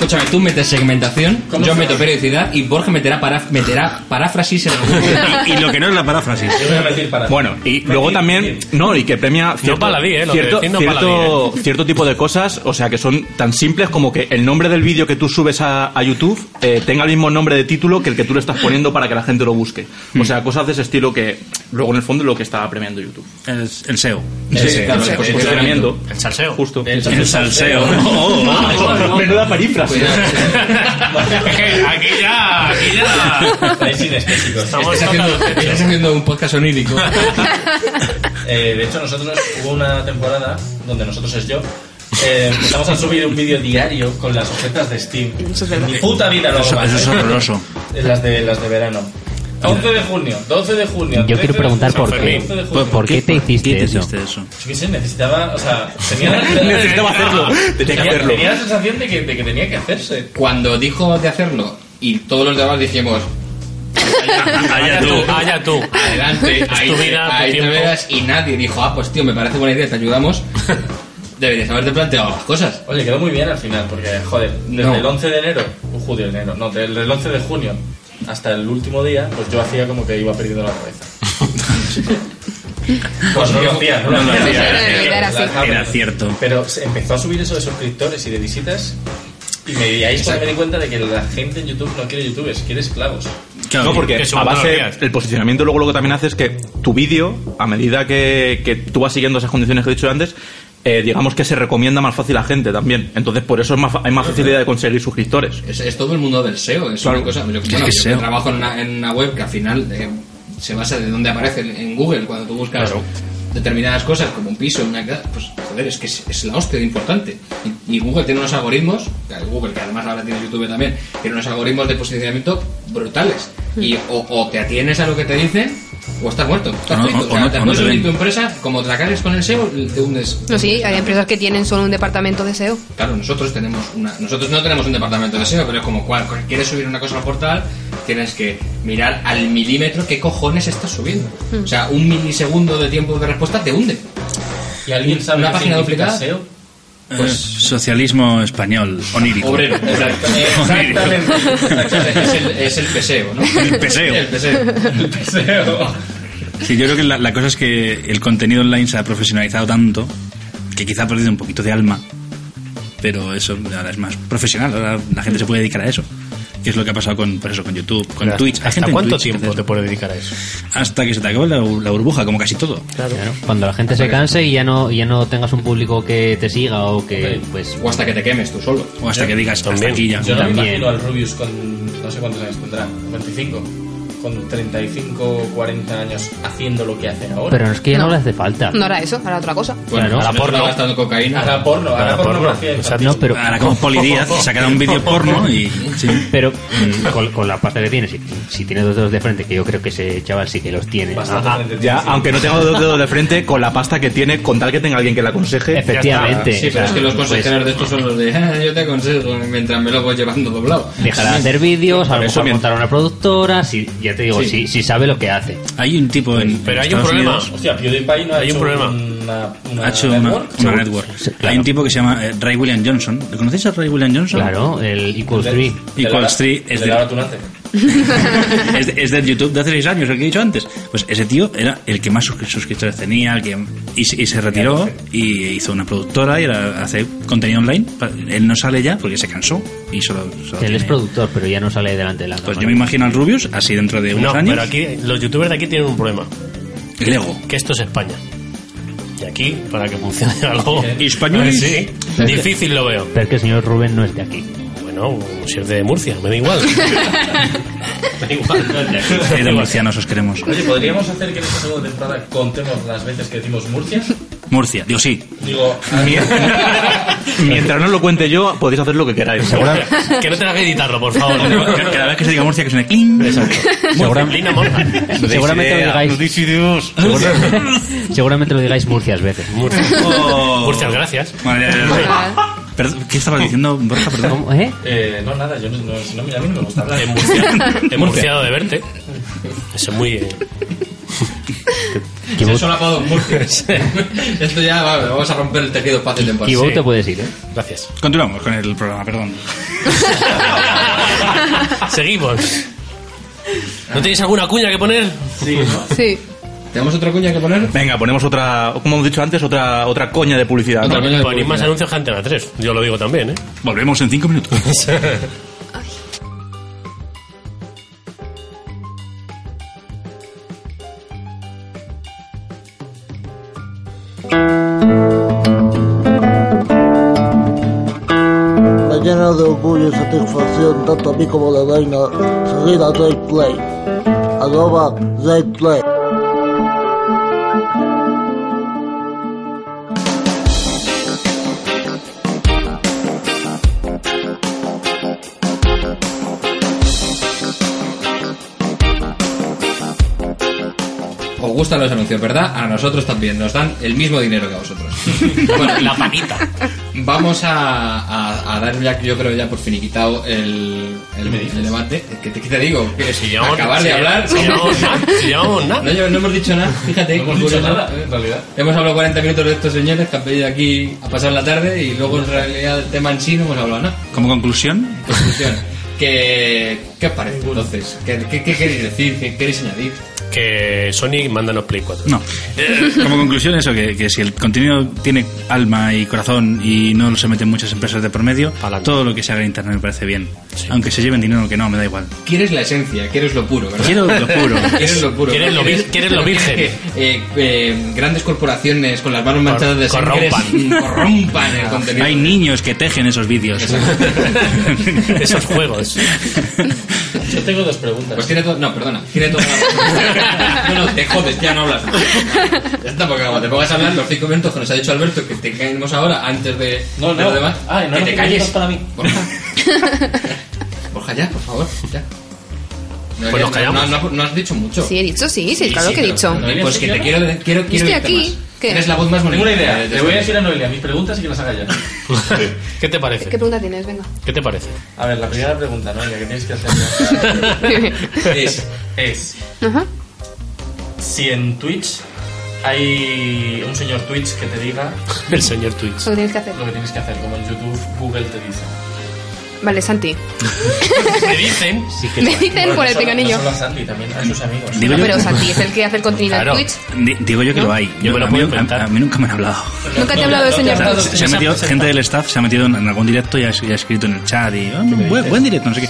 Speaker 1: Escúchame, tú metes segmentación, yo meto periodicidad y Borja meterá, para, meterá paráfrasis en algún momento.
Speaker 7: y lo que no es la paráfrasis.
Speaker 2: Yo voy a meter paráfrasis.
Speaker 4: Bueno, y luego también, no, y que premia cierto,
Speaker 6: baladí, eh, lo que eh.
Speaker 4: cierto,
Speaker 6: decís no
Speaker 4: cierto-
Speaker 6: baladí,
Speaker 4: cierto tipo de cosas, o sea, que son tan simples como que el nombre del vídeo que tú subes a, a YouTube eh, tenga el mismo nombre de título que el que tú le estás poniendo para que la gente lo busque.
Speaker 6: Hmm.
Speaker 4: O sea, cosas de ese estilo que luego en el fondo es lo que está premiando YouTube.
Speaker 7: El, el SEO.
Speaker 4: Sí,
Speaker 1: pues,
Speaker 4: claro,
Speaker 7: el
Speaker 4: el
Speaker 7: posicionamiento.
Speaker 4: posicionamiento.
Speaker 6: El Ah, salseo.
Speaker 4: Justo. El,
Speaker 7: El salseo.
Speaker 4: Menuda parífrasis.
Speaker 1: Pues
Speaker 6: aquí ya, aquí ya.
Speaker 2: Estáis sinestésicos.
Speaker 6: Estamos
Speaker 1: Estás haciendo,
Speaker 6: tocando el techo.
Speaker 1: estás haciendo un podcast onírico.
Speaker 2: Eh, de hecho, nosotros hubo una temporada donde nosotros es yo. eh, empezamos a subir un vídeo diario con las ofertas de Steam.
Speaker 3: Eso es verdad.
Speaker 2: Mi puta vida lo hago
Speaker 7: Eso,
Speaker 2: más,
Speaker 7: eso es
Speaker 2: ¿eh?
Speaker 7: horroroso.
Speaker 2: Las de, las de verano. 11 de junio, 12 de junio.
Speaker 8: Yo quiero preguntar por qué. ¿Por, por qué te hiciste
Speaker 7: ¿Qué te
Speaker 8: eso?
Speaker 7: hiciste eso?
Speaker 2: Yo qué sé, necesitaba. O sea, tenía la,
Speaker 4: Necesitaba hacerlo, tenía que hacerlo.
Speaker 2: tenía la sensación de que, de que tenía que hacerse.
Speaker 1: Cuando dijo de hacerlo y todos los demás dijimos,
Speaker 6: Allá tú, allá tú.
Speaker 1: adelante,
Speaker 6: Es
Speaker 1: ahí,
Speaker 6: tu
Speaker 1: te-
Speaker 6: vida, tu
Speaker 1: ahí te
Speaker 6: tiempo.
Speaker 1: verás, y nadie dijo, ah, pues tío, me parece buena idea, te ayudamos. Deberías haberte planteado las cosas.
Speaker 2: Oye, quedó muy bien al final, porque, joder, desde
Speaker 1: No.
Speaker 2: el 11 de enero, ujú, de enero, no, desde el 11 de junio hasta el último día, pues yo hacía como que iba perdiendo la cabeza. pues no lo hacía, no lo
Speaker 7: No lo
Speaker 2: hacía.
Speaker 7: hacía,
Speaker 2: era
Speaker 3: era
Speaker 2: cierto,
Speaker 3: así.
Speaker 2: la dejaba
Speaker 7: Era
Speaker 2: perdiendo.
Speaker 7: cierto.
Speaker 2: Pero se empezó a subir eso de suscriptores y de visitas, y, me, y ahí es cuando me di cuenta de que la gente en YouTube no quiere youtubers, quiere esclavos.
Speaker 7: Claro,
Speaker 4: No, porque
Speaker 6: que suba
Speaker 4: a
Speaker 6: todos
Speaker 4: base,
Speaker 6: los días.
Speaker 4: el posicionamiento luego lo que también hace es que tu vídeo, a medida que, que tú vas siguiendo esas condiciones que he dicho antes, eh, digamos que se recomienda más fácil a gente también. Entonces, por eso es más, fa- hay más facilidad de conseguir suscriptores.
Speaker 1: Es, es todo el mundo del SEO, es una cosa. Yo, bueno,
Speaker 7: que E
Speaker 1: yo
Speaker 7: SEO.
Speaker 1: trabajo en una, en una web que al final eh, se basa de dónde aparece en, en Google cuando tú buscas determinadas cosas como un piso, una casa, pues joder, es que es, es la hostia de importante. Y, y Google tiene unos algoritmos, Google que además ahora tiene YouTube también, tiene unos algoritmos de posicionamiento brutales. Y o, o te atienes a lo que te dicen o estás muerto. Estás
Speaker 7: O no-
Speaker 1: frito.
Speaker 7: o-
Speaker 1: O
Speaker 7: o no-
Speaker 1: sea, te
Speaker 7: o no
Speaker 1: puedes
Speaker 7: te
Speaker 1: unir
Speaker 7: ven.
Speaker 1: tu empresa, como te la cargues con el SEO, te hundes.
Speaker 3: No, sí, hay empresas que tienen solo un departamento de E SEO.
Speaker 1: Claro, nosotros tenemos una, nosotros no tenemos un departamento de SEO, pero es como cual, quieres subir una cosa al portal, tienes que mirar al milímetro qué cojones estás subiendo. O sea, un milisegundo de tiempo de respuesta te hunde.
Speaker 2: ¿Y alguien sabe
Speaker 1: ¿Una
Speaker 2: qué
Speaker 1: página
Speaker 2: significa
Speaker 1: duplicada?
Speaker 2: SEO?
Speaker 8: Pues-
Speaker 7: Eh, socialismo español, onírico.
Speaker 1: Obrero. Exactamente. Es el, es el peseo, ¿no? El
Speaker 7: peseo.
Speaker 1: El peseo.
Speaker 2: SEO.
Speaker 7: Sí, yo creo que la, la cosa es que el contenido online se ha profesionalizado tanto que quizá ha perdido un poquito de alma, pero eso ahora es más profesional, ahora la gente se puede dedicar a eso. Que es lo que ha pasado con, por eso, con YouTube, con Twitch. Hay gente
Speaker 6: ¿Hasta
Speaker 7: en
Speaker 6: cuánto
Speaker 7: Twitch que
Speaker 6: tiempo
Speaker 7: hace
Speaker 6: te puede dedicar a eso?
Speaker 7: eso. Hasta que se te acabe la, la burbuja, como casi todo.
Speaker 8: Claro, Cuando la gente se canse y ya no, y ya no tengas un público que te siga o que pues
Speaker 1: O hasta que te quemes tú solo.
Speaker 7: O hasta que digas,
Speaker 6: También.
Speaker 7: hasta aquí ya.
Speaker 2: Yo no me
Speaker 8: También.
Speaker 2: imagino al Rubius con no sé cuántos años tendrá, 25, con 35, 40 años haciendo lo que hace ahora.
Speaker 8: pero es que ya no,
Speaker 3: No.
Speaker 8: le hace falta.
Speaker 3: No hará eso, hará otra cosa.
Speaker 1: Bueno,
Speaker 8: Claro.
Speaker 1: si no
Speaker 6: porno.
Speaker 1: estás gastando cocaína.
Speaker 2: haga porno, haga
Speaker 6: Haga porno.
Speaker 2: pornografía.
Speaker 6: O sea,
Speaker 2: infantil.
Speaker 8: No, pero
Speaker 7: Ahora como Polidíaz sacará un vídeo porno y... sí.
Speaker 8: pero mm, con, con la pasta que tiene, si, si tiene dos dedos de frente, que yo creo que ese chaval sí que los tiene.
Speaker 2: Bastante
Speaker 8: Ajá.
Speaker 2: gente
Speaker 4: Ya,
Speaker 2: tiene, sí.
Speaker 4: aunque no tenga dos dedos de frente, con la pasta que tiene, con tal que tenga alguien que la aconseje.
Speaker 8: Efectivamente.
Speaker 1: Sí, pero
Speaker 8: o sea,
Speaker 1: es que los
Speaker 8: pues,
Speaker 1: consejeros de estos son los de "Ah, yo te aconsejo mientras me lo voy llevando doblado.
Speaker 8: Dejará de hacer vídeos, a
Speaker 4: Por
Speaker 8: lo
Speaker 4: eso
Speaker 8: mejor
Speaker 4: me-
Speaker 8: montar una productora, si, ya te digo,
Speaker 1: Sí.
Speaker 8: si, si sabe lo que hace.
Speaker 7: Hay un tipo en...
Speaker 6: Pero
Speaker 7: en
Speaker 6: hay un
Speaker 7: Estados
Speaker 6: problema.
Speaker 7: Unidos-
Speaker 2: Hostia, PewDiePie no ha
Speaker 6: Hay un
Speaker 2: hecho
Speaker 6: problema.
Speaker 2: una, una
Speaker 7: ha hecho una una
Speaker 2: network.
Speaker 7: network.
Speaker 8: Sí, claro.
Speaker 7: Hay un tipo que se llama eh, Ray William Johnson. ¿Lo conocéis a Ray William Johnson?
Speaker 8: Claro, el Equals 3.
Speaker 7: Y Wall Street es
Speaker 2: es
Speaker 7: de-
Speaker 2: de Lara Tunante.
Speaker 7: es, de- es del YouTube de hace seis años, el que he dicho antes. Pues ese tío era el que más suscri- suscriptores tenía, el que y, se- y se retiró y hizo una productora y ahora hace contenido online. Pa- Él no sale ya porque se cansó y solo, solo
Speaker 8: Él es
Speaker 7: tiene-
Speaker 8: productor, pero ya no sale delante de la
Speaker 7: Pues
Speaker 8: cámara.
Speaker 7: yo me imagino al Rubius así dentro de
Speaker 6: No,
Speaker 7: unos
Speaker 6: pero
Speaker 7: años.
Speaker 6: aquí los youtubers de aquí tienen un problema,
Speaker 7: El ego.
Speaker 6: que esto es España. Y aquí, para que funcione algo...
Speaker 7: Españoles.
Speaker 6: Sí, difícil lo veo.
Speaker 8: Pero es que el señor Rubén no es de aquí.
Speaker 6: Bueno, si es de Murcia, me da igual. me da igual.
Speaker 7: Eh, de murcianos os queremos.
Speaker 2: Oye, ¿podríamos hacer que en esta segunda temporada contemos las veces que decimos Murcia?
Speaker 7: Murcia. Digo, sí.
Speaker 2: Digo,
Speaker 4: Mientras no lo cuente yo, podéis hacer lo que queráis.
Speaker 6: Que no tengas que editarlo, por favor.
Speaker 7: Cada vez que se diga Murcia, que suene cling.
Speaker 6: Disciplina monja.
Speaker 8: Seguramente lo digáis. Segura- Seguramente lo digáis murcias veces.
Speaker 6: Murcia. Murcia, gracias.
Speaker 7: Oh. Madre de Dios. Perdón, ¿Qué estabas diciendo, Borja? Perdón.
Speaker 8: ¿Cómo, eh?
Speaker 2: eh, no, nada, yo no, no, si no, mira, a mí no me gusta hablar.
Speaker 6: En Murcia. En Murciado de verte. Eso es muy. eh,
Speaker 8: Qué
Speaker 1: Se ha
Speaker 8: voto,
Speaker 1: solapado en Murcia. Esto ya va, vamos a romper el tejido fácil de
Speaker 8: qué
Speaker 1: pasar.
Speaker 8: voto puedes ir, eh?
Speaker 6: gracias.
Speaker 7: Continuamos con el programa, perdón.
Speaker 6: Seguimos. ¿No tenéis alguna cuña que poner?
Speaker 3: Sí.
Speaker 1: ¿Tenemos otra cuña que poner?
Speaker 4: Venga, ponemos otra, como hemos dicho antes, otra, otra coña de publicidad. ¿no?
Speaker 1: Otra coña de
Speaker 6: Ponid más
Speaker 1: publicidad.
Speaker 6: anuncios que Antena 3. Yo lo digo también, ¿eh?
Speaker 7: Volvemos en cinco minutos.
Speaker 12: Me llena de orgullo y satisfacción tanto a mí como a la vaina seguir a Ray Play. Arroba Ray Play.
Speaker 1: Os gustan los anuncios, ¿verdad? A nosotros también, nos dan el mismo dinero que a vosotros. bueno, la panita. Vamos a, a, a dar ya, yo creo ya por finiquitado el, el, el debate. ¿Qué te, qué te digo? Que
Speaker 6: Si llevamos-
Speaker 1: acabar
Speaker 6: si-
Speaker 1: de hablar.
Speaker 6: Si llevamos nada. Si llevamos nada.
Speaker 1: No, yo- no hemos dicho nada, fíjate.
Speaker 2: No hemos dicho
Speaker 1: curioso.
Speaker 2: nada, en realidad.
Speaker 1: Hemos hablado 40 minutos de estos señores que han venido aquí a pasar la tarde y luego en realidad el tema en sí no hemos hablado nada.
Speaker 7: Como conclusión,
Speaker 1: Conclusión. ¿Qué, ¿Qué os parece entonces? ¿Qué, qué, qué queréis decir? ¿Qué queréis añadir?
Speaker 6: Que Sony mándanos Play 4.
Speaker 7: No. Eh, Como conclusión, eso, que, que si el contenido tiene alma y corazón y no se meten muchas empresas de por medio,
Speaker 6: Pa'lante.
Speaker 7: todo lo que se haga en Internet me parece bien. Aunque se lleven dinero que no, me da igual.
Speaker 1: Quieres la esencia, quieres lo puro, ¿verdad?
Speaker 7: Quiero lo puro.
Speaker 1: Quieres lo puro.
Speaker 6: Quieres lo vir- quieres lo virgen.
Speaker 1: que, eh, eh, grandes corporaciones con las manos manchadas de sangre
Speaker 6: corrompan. Ah,
Speaker 1: mm, corrompan el contenido.
Speaker 7: Hay niños que tejen esos vídeos.
Speaker 6: Esos juegos.
Speaker 2: Yo tengo dos preguntas.
Speaker 1: Pues tiene todo. No, perdona. Tiene todo. no, no, te jodes, ya no hablas. Ya está, porque como te pongas a hablar los cinco minutos que nos ha dicho Alberto que te caemos ahora antes de,
Speaker 2: No,
Speaker 1: de
Speaker 2: no.
Speaker 1: lo demás.
Speaker 6: Ah,
Speaker 2: Ay, no,
Speaker 1: que
Speaker 2: no,
Speaker 1: te
Speaker 2: no,
Speaker 1: calles.
Speaker 2: no, para mí.
Speaker 1: Borja. Borja, ya, por favor, ya. No,
Speaker 6: Pues nos
Speaker 1: ya, no,
Speaker 6: callamos.
Speaker 1: no, no has dicho mucho.
Speaker 3: Sí, he dicho sí, sí, claro
Speaker 1: sí,
Speaker 3: que he
Speaker 1: pero-
Speaker 3: dicho.
Speaker 1: no, Pues que te quiero, quiero, quiero
Speaker 3: estoy
Speaker 1: irte
Speaker 3: aquí,
Speaker 1: más.
Speaker 3: ¿qué?
Speaker 1: Eres la voz más bonita.
Speaker 2: Tengo una idea.
Speaker 1: de- de-
Speaker 2: Le voy a decir a Noelia mis preguntas y que las haga ya.
Speaker 6: ¿Qué te parece?
Speaker 3: ¿Qué pregunta tienes? Venga.
Speaker 6: ¿Qué te parece?
Speaker 2: A ver, la primera pregunta, Noelia, que tienes que hacer es, es
Speaker 3: Ajá.
Speaker 2: si en Twitch hay un señor Twitch que te diga
Speaker 6: El señor Twitch.
Speaker 3: Lo que tienes que hacer.
Speaker 2: lo que tienes que hacer, como en YouTube Google te dice.
Speaker 3: Vale, Santi.
Speaker 6: Me dicen.
Speaker 3: Me dicen por
Speaker 2: Bueno, no
Speaker 3: el
Speaker 2: solo-
Speaker 3: picanillo.
Speaker 2: No solo a Santi, también a sus amigos.
Speaker 7: Digo yo,
Speaker 3: Pero Santi es el que hace el contenido
Speaker 6: Claro.
Speaker 3: en Twitch.
Speaker 7: di- digo yo que lo hay.
Speaker 6: Yo me lo
Speaker 7: a, mí,
Speaker 6: puedo
Speaker 7: a-
Speaker 6: inventar.
Speaker 7: a mí nunca me han hablado.
Speaker 3: Nunca te he hablado del señor
Speaker 7: O sea,
Speaker 3: Twitch.
Speaker 7: se, se ha metido, gente del staff se ha metido en en algún directo y ha, y ha escrito en el chat y "Ah, buen, buen directo, no sé qué.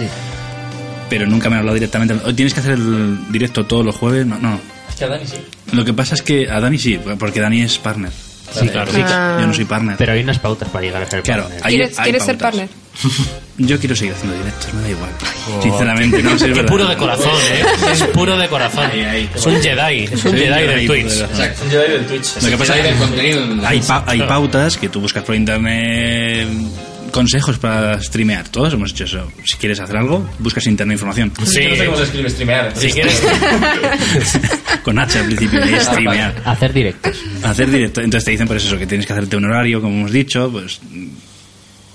Speaker 7: Pero nunca me han hablado directamente. "Oh, Tienes que hacer el directo todos los jueves. No, no.
Speaker 2: Es que a Dani sí.
Speaker 7: Lo que pasa es que a Dani sí, porque Dani es partner.
Speaker 6: Sí, claro.
Speaker 7: Sí,
Speaker 3: Ah.
Speaker 7: Yo no soy partner.
Speaker 8: Pero hay unas pautas para llegar a ser
Speaker 7: Claro,
Speaker 8: partner.
Speaker 7: hay-
Speaker 3: ¿Quieres,
Speaker 7: hay
Speaker 3: quieres ser
Speaker 7: pautas.
Speaker 3: partner?
Speaker 7: Yo quiero seguir haciendo directos, me da igual. Sinceramente, no sé.
Speaker 6: Es
Speaker 7: verdad.
Speaker 6: puro de corazón, ¿eh? Es puro de corazón. Es un Jedi. Es un
Speaker 7: Soy
Speaker 6: Jedi del
Speaker 7: puro de
Speaker 6: Twitch.
Speaker 7: corazón.
Speaker 1: Exacto.
Speaker 2: Es un Jedi del Twitch.
Speaker 7: Lo que pasa
Speaker 1: Ahí
Speaker 7: es
Speaker 1: del
Speaker 7: que
Speaker 1: contenido. en la-
Speaker 7: hay, pa- hay pautas que tú buscas por internet consejos para streamear. Todos hemos hecho eso. Si quieres hacer algo, buscas en internet e información.
Speaker 6: Sí.
Speaker 2: Yo no sé cómo se escribe streamear.
Speaker 6: Si quieres,
Speaker 7: Con H al principio,
Speaker 2: Ah,
Speaker 7: de streamear.
Speaker 8: Hacer directos.
Speaker 7: Hacer directo. Entonces te dicen, pues eso, que tienes que hacerte un horario, como hemos dicho, pues mm,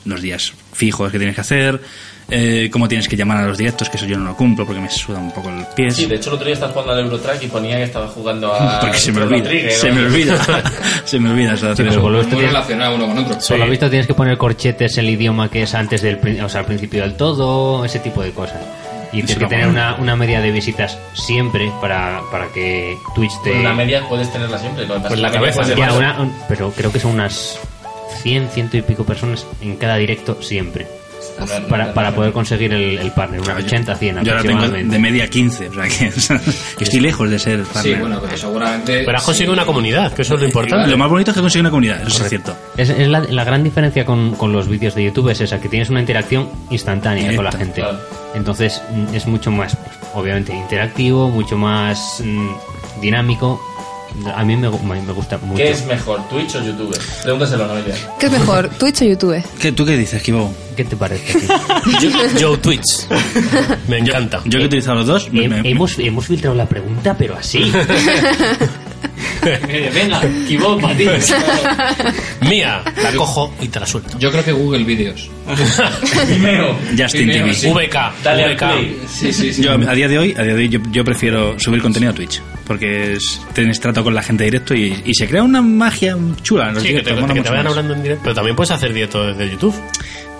Speaker 7: los días fijos que tienes que hacer, eh, cómo tienes que llamar a los directos, que eso yo no lo cumplo porque me suda un poco el pie.
Speaker 2: Sí, de hecho el otro día estaba jugando al Eurotrack y ponía que estaba jugando a...
Speaker 7: Porque se me
Speaker 2: Chrono
Speaker 7: olvida.
Speaker 2: Trigger,
Speaker 7: Se
Speaker 2: Ah, ¿no?
Speaker 7: me olvida. se me olvida eso de hacer
Speaker 8: pero
Speaker 7: eso.
Speaker 8: con los
Speaker 1: Muy
Speaker 8: tres-
Speaker 1: relacionado uno con otro.
Speaker 8: Por lo visto tienes que poner corchetes el idioma que es antes del prin- o sea, al principio del todo, ese tipo de cosas. Y
Speaker 7: Sí,
Speaker 8: tienes que
Speaker 7: no,
Speaker 8: tener
Speaker 7: bueno.
Speaker 8: una, una media de visitas siempre para, para que Twitch te...
Speaker 2: Con la media puedes tenerla siempre. Lo que pasa
Speaker 6: Pues
Speaker 2: es
Speaker 6: la
Speaker 2: que
Speaker 6: cabeza,
Speaker 2: puedes
Speaker 8: Ya,
Speaker 2: llevar-
Speaker 8: una- un- pero creo que son unas 100, ciento y pico personas en cada directo siempre. Para, para poder conseguir el, el partner, unas 80, 100
Speaker 7: Yo ahora tengo de
Speaker 8: aproximadamente.
Speaker 7: media 15, o sea que, que estoy lejos de ser partner.
Speaker 1: Sí, bueno, pero seguramente.
Speaker 6: pero has conseguido una comunidad, que eso es lo importante.
Speaker 7: Lo más bonito es que consigue una comunidad, eso sí es cierto.
Speaker 8: Es, es la, la gran diferencia con, con los vídeos de YouTube es esa, que tienes una interacción instantánea con la
Speaker 7: Directa,
Speaker 8: gente.
Speaker 2: claro.
Speaker 8: Entonces mm, es mucho más, pues, obviamente, interactivo, mucho más mm, dinámico A mí me, gu- me me gusta mucho.
Speaker 2: ¿Qué es mejor, Twitch o YouTube? Pregúntaselo, Noelia.
Speaker 3: ¿Qué es mejor, Twitch o YouTube?
Speaker 7: ¿Qué, ¿Tú qué dices, Kibo?
Speaker 8: ¿Qué te parece?
Speaker 7: yo, yo Twitch.
Speaker 6: Me encanta.
Speaker 7: Yo, que he utilizado los dos. me- me-
Speaker 8: Hemos, hemos filtrado la pregunta, pero así. Venga, Kibón, para ti.
Speaker 6: Mía, la cojo y te la suelto.
Speaker 1: Yo creo que Google Videos.
Speaker 2: Vimeo.
Speaker 7: Justin
Speaker 1: Vimeo,
Speaker 7: TV.
Speaker 1: sí.
Speaker 6: VK,
Speaker 2: Dale al play.
Speaker 6: VK.
Speaker 1: Sí, sí, sí.
Speaker 7: Yo, a día de hoy, a día de hoy yo, yo prefiero subir contenido a Twitch. Porque es, tienes trato con la gente directo y, y se crea una magia chula. en los
Speaker 6: Sí, que te,
Speaker 7: directos, mola
Speaker 6: que te
Speaker 7: mucho
Speaker 6: vayan
Speaker 7: más.
Speaker 6: hablando en directo. Pero también puedes hacer directo desde YouTube.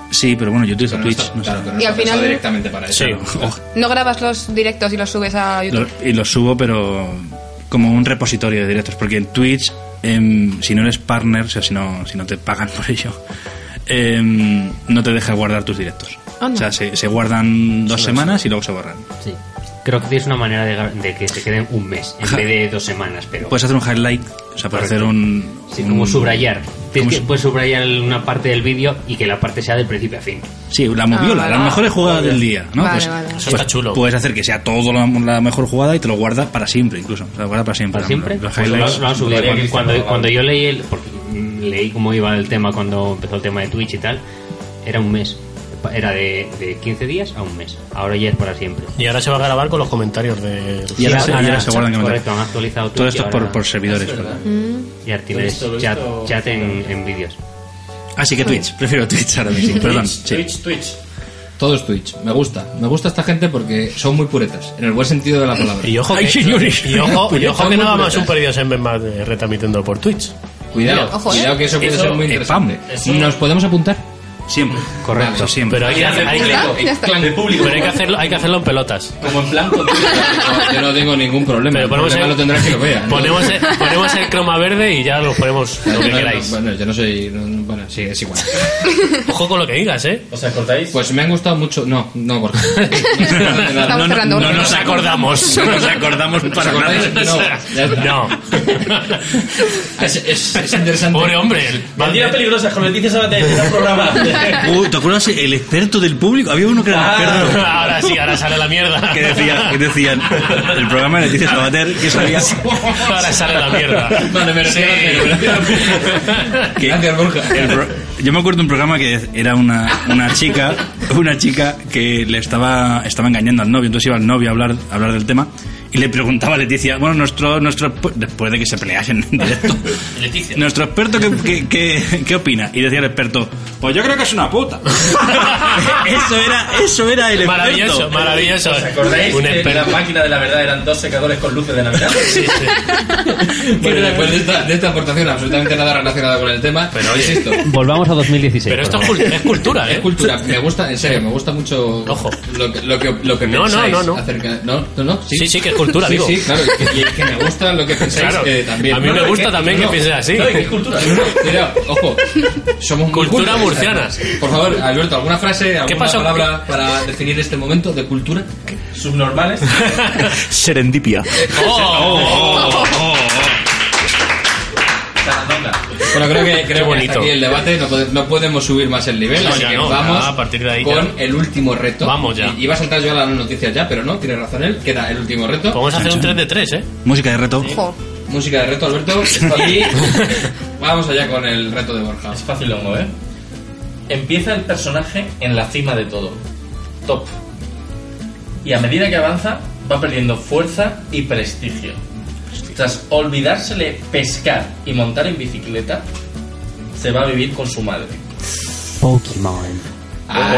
Speaker 7: Sí, pero bueno, yo utilizo
Speaker 1: Pero no
Speaker 7: Twitch.
Speaker 1: está-
Speaker 7: no sé.
Speaker 1: claro, pero no
Speaker 3: Y
Speaker 1: está
Speaker 3: al final-
Speaker 1: pensado directamente para eso.
Speaker 6: Sí. Oh.
Speaker 7: Ojo.
Speaker 3: ¿No grabas los directos y los subes a YouTube?
Speaker 7: Lo- y los subo, pero como un repositorio de directos, porque en Twitch, em, si no eres partner, o sea, si no, si no te pagan por ello, em, no te deja guardar tus directos.
Speaker 6: Ah,
Speaker 3: Anda.
Speaker 7: O sea, se, se guardan dos semanas y luego se borran.
Speaker 8: Sí. Creo que tienes una manera de, gra- de que se queden un mes en
Speaker 7: Ja. Pues,
Speaker 8: vez de dos semanas, pero.
Speaker 7: Puedes hacer un highlight, o sea, puedes hacer un...
Speaker 8: Sí,
Speaker 7: un-
Speaker 8: como subrayar.
Speaker 7: mm, como
Speaker 8: Tienes que,
Speaker 7: su-
Speaker 8: puedes subrayar una parte del vídeo y que la parte sea del principio a fin.
Speaker 7: Sí, la moviola,
Speaker 3: Ah,
Speaker 7: la
Speaker 3: vale.
Speaker 7: mejor jugada del día, ¿no?
Speaker 3: Vale,
Speaker 7: pues,
Speaker 3: vale, vale.
Speaker 6: Eso está chulo.
Speaker 7: Puedes hacer que sea todo la, la mejor jugada y te lo guarda para siempre, incluso. Te lo guarda para siempre.
Speaker 8: ¿Para siempre?
Speaker 7: Los
Speaker 8: Pues lo-
Speaker 7: highlights.
Speaker 8: lo han subido.
Speaker 2: Gloria
Speaker 8: Cuando,
Speaker 2: Cristiano
Speaker 8: cuando-
Speaker 2: Ronaldo.
Speaker 8: cuando yo leí el, porque mm, leí cómo iba el tema cuando empezó el tema de Twitch y tal, era un mes. Pa- Era de, de 15 días a un mes. Ahora ya es para siempre.
Speaker 6: Y ahora se va a grabar con los comentarios de.
Speaker 7: Y ahora se- y ahora se guardan que me-
Speaker 8: correcto, han actualizado
Speaker 7: todo
Speaker 8: Twitch
Speaker 7: esto
Speaker 8: y
Speaker 7: es por,
Speaker 8: ahora-
Speaker 7: por servidores. ¿verdad?
Speaker 8: Y ahora tienes
Speaker 2: Lo he visto, lo he
Speaker 8: chat,
Speaker 2: visto.
Speaker 8: chat en, en vídeos.
Speaker 7: Así que
Speaker 3: Mm.
Speaker 7: Twitch, prefiero Twitch ahora mismo. Perdón.
Speaker 2: Twitch,
Speaker 7: sí.
Speaker 2: Twitch, Twitch.
Speaker 1: Todo es Twitch. Me gusta. Me gusta esta gente porque son muy puretas. En el buen sentido de la palabra.
Speaker 6: Y ojo que,
Speaker 7: Ay, señores.
Speaker 6: y ojo, y ojo que nada más
Speaker 1: Puñetas.
Speaker 6: un perdido en más eh, retransmitiendo por Twitch.
Speaker 1: Cuidado.
Speaker 3: Ojo, ¿eh?
Speaker 1: cuidado que eso puede
Speaker 2: Eso,
Speaker 1: ser muy interesante.
Speaker 2: spam. Eso-
Speaker 1: ¿Nos podemos apuntar?
Speaker 7: Siempre.
Speaker 8: Correcto.
Speaker 7: Eso siempre.
Speaker 6: Pero hay que, hay que-
Speaker 3: está, Ah, ya está.
Speaker 2: De público.
Speaker 6: pero hay que hacerlo, hay que hacerlo en pelotas.
Speaker 2: Como en plan con-
Speaker 1: No, yo no tengo ningún problema.
Speaker 6: Pero
Speaker 1: el
Speaker 6: ponemos
Speaker 1: problema
Speaker 6: el-
Speaker 1: lo tendrás que lo vea.
Speaker 6: Ponemos el, ponemos el croma verde y ya lo ponemos
Speaker 1: No,
Speaker 6: lo que
Speaker 1: no, no,
Speaker 6: queráis.
Speaker 1: bueno, yo no soy. no, no, bueno, sí, es igual.
Speaker 6: Ojo con lo que digas, ¿eh?
Speaker 2: ¿Os acordáis?
Speaker 1: Pues me han gustado mucho. No, no, porque.
Speaker 3: Estamos
Speaker 1: no, no,
Speaker 3: cerrando.
Speaker 6: No nos acordamos.
Speaker 7: Nos acordamos para
Speaker 1: no,
Speaker 7: nada.
Speaker 1: ya está.
Speaker 6: No.
Speaker 1: Es, es- es interesante.
Speaker 6: Pobre hombre. el-
Speaker 2: Bandera peligrosa, con noticias a la televisión del programa.
Speaker 7: Uy, Uh, ¿te acuerdas el experto del público? Había uno que
Speaker 8: Ah.
Speaker 7: era el experto.
Speaker 6: Ahora sí, ahora sale la mierda.
Speaker 7: Que decía, que decían, el programa de Leticia Sabater, que sabía
Speaker 6: Ahora sale la mierda.
Speaker 1: Vale, me
Speaker 6: Sí.
Speaker 1: retiro, me retiro.
Speaker 7: que
Speaker 1: Gracias, Borja.
Speaker 7: el pro- yo me acuerdo de un programa que era una, una chica, una chica que le estaba, estaba engañando al novio, entonces iba al novio a hablar, a hablar del tema y le preguntaba a Leticia, bueno, nuestro, nuestro después de que se peleasen en directo,
Speaker 6: Leticia.
Speaker 7: nuestro experto ¿qué, qué, qué- qué opina? Y decía el experto, pues yo creo que es una puta. eso era, eso era el experto.
Speaker 6: Maravilloso, maravilloso.
Speaker 2: ¿Os acordáis
Speaker 6: Un
Speaker 2: que la
Speaker 6: experto.
Speaker 2: máquina de la verdad eran dos secadores con luces de Navidad?
Speaker 1: Bueno, después de esta, de esta aportación, absolutamente nada relacionada con el tema. Pero insisto,
Speaker 6: ¿eh?
Speaker 8: Volvamos a 2016.
Speaker 6: Pero esto
Speaker 8: por
Speaker 6: es
Speaker 8: favor.
Speaker 6: cul- es cultura,
Speaker 1: es
Speaker 6: ¿eh?
Speaker 1: cultura. Me gusta, en serio, me gusta mucho
Speaker 6: Ojo.
Speaker 1: lo que, lo que, lo que
Speaker 6: No, no,
Speaker 1: pensáis
Speaker 6: no, no.
Speaker 1: acerca. No, no, no, sí.
Speaker 6: Sí, sí, que es cultura,
Speaker 1: Sí,
Speaker 6: digo.
Speaker 1: sí, claro. Y que me gusta lo que pensáis
Speaker 6: Claro.
Speaker 1: eh, también.
Speaker 6: A mí
Speaker 1: No,
Speaker 6: me
Speaker 1: no,
Speaker 6: gusta
Speaker 1: que-
Speaker 6: también que pienses así.
Speaker 2: No, y que es cultura.
Speaker 1: Mira, ojo, somos muy
Speaker 6: Cultura
Speaker 1: cultos,
Speaker 6: murciana.
Speaker 1: ¿sabes? Por favor, Alberto, ¿alguna frase, alguna
Speaker 6: pasó?
Speaker 1: palabra para definir este momento de cultura?
Speaker 2: Subnormales.
Speaker 10: Serendipia.
Speaker 6: Oh,
Speaker 2: Sarandonga.
Speaker 1: Bueno, creo que, creo que
Speaker 6: bonito.
Speaker 1: hasta aquí el debate, no, pode- no podemos subir más el nivel,
Speaker 6: No,
Speaker 1: así
Speaker 6: ya
Speaker 1: que
Speaker 6: no,
Speaker 1: vamos
Speaker 6: ya, a partir de ahí
Speaker 1: con el último reto.
Speaker 6: Vamos ya.
Speaker 1: Y, iba a saltar yo a las noticias ya, pero no, tiene razón él, queda el último reto.
Speaker 6: Podemos hacer un 3 de 3, ¿eh?
Speaker 7: Música de reto.
Speaker 3: Ojo.
Speaker 1: Música de reto, Alberto, y vamos allá con el reto de Borja.
Speaker 2: Es fácil de mover. Empieza el personaje en la cima de todo. Top. Y a medida que avanza, va perdiendo fuerza y prestigio. Tras olvidársele pescar y montar en bicicleta, se va a vivir con su madre.
Speaker 8: Pokémon.
Speaker 7: Gra-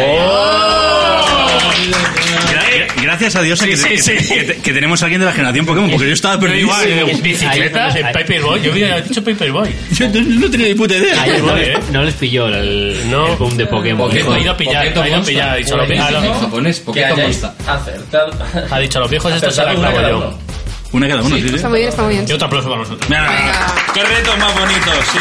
Speaker 7: Gracias a Dios a que,
Speaker 6: Sí, sí, sí.
Speaker 7: que te- que tenemos a alguien de la generación Pokémon, porque yo estaba
Speaker 6: Pero
Speaker 7: perdido.
Speaker 6: igual, en
Speaker 8: Ahí
Speaker 6: bicicletas,
Speaker 8: está,
Speaker 6: en
Speaker 8: ahí-
Speaker 6: Paperboy. Yo había dicho Paperboy.
Speaker 7: Yo no, no tenía ni puta idea.
Speaker 8: Ay, no,
Speaker 6: Vale,
Speaker 8: les-
Speaker 6: ¿eh?
Speaker 8: no les pilló el,
Speaker 6: No.
Speaker 8: el boom de Pokémon.
Speaker 1: Pokémon.
Speaker 6: Ha ido a pillar,
Speaker 1: Pokémon
Speaker 6: ha ido a pillar. Ha dicho a los
Speaker 1: Monster.
Speaker 6: viejos-
Speaker 1: En japonés,
Speaker 2: Que
Speaker 1: Pokémon
Speaker 2: hayáis
Speaker 1: Monster.
Speaker 2: acertado.
Speaker 6: ha dicho a los viejos esto se la
Speaker 2: Acertado una
Speaker 6: clavo
Speaker 2: cada
Speaker 6: yo.
Speaker 2: uno.
Speaker 7: Una cada uno, sí, sí.
Speaker 3: Está muy bien, está muy bien.
Speaker 6: Y otro aplauso para nosotros.
Speaker 7: Mira,
Speaker 3: Venga.
Speaker 7: ¡Qué reto más bonito! Sí.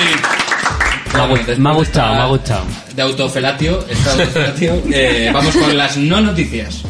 Speaker 8: Me ha
Speaker 1: Bueno,
Speaker 8: gust- me ha gustado, me ha gustado.
Speaker 1: De autofelatio, está autofelatio. Eh, vamos con las no noticias.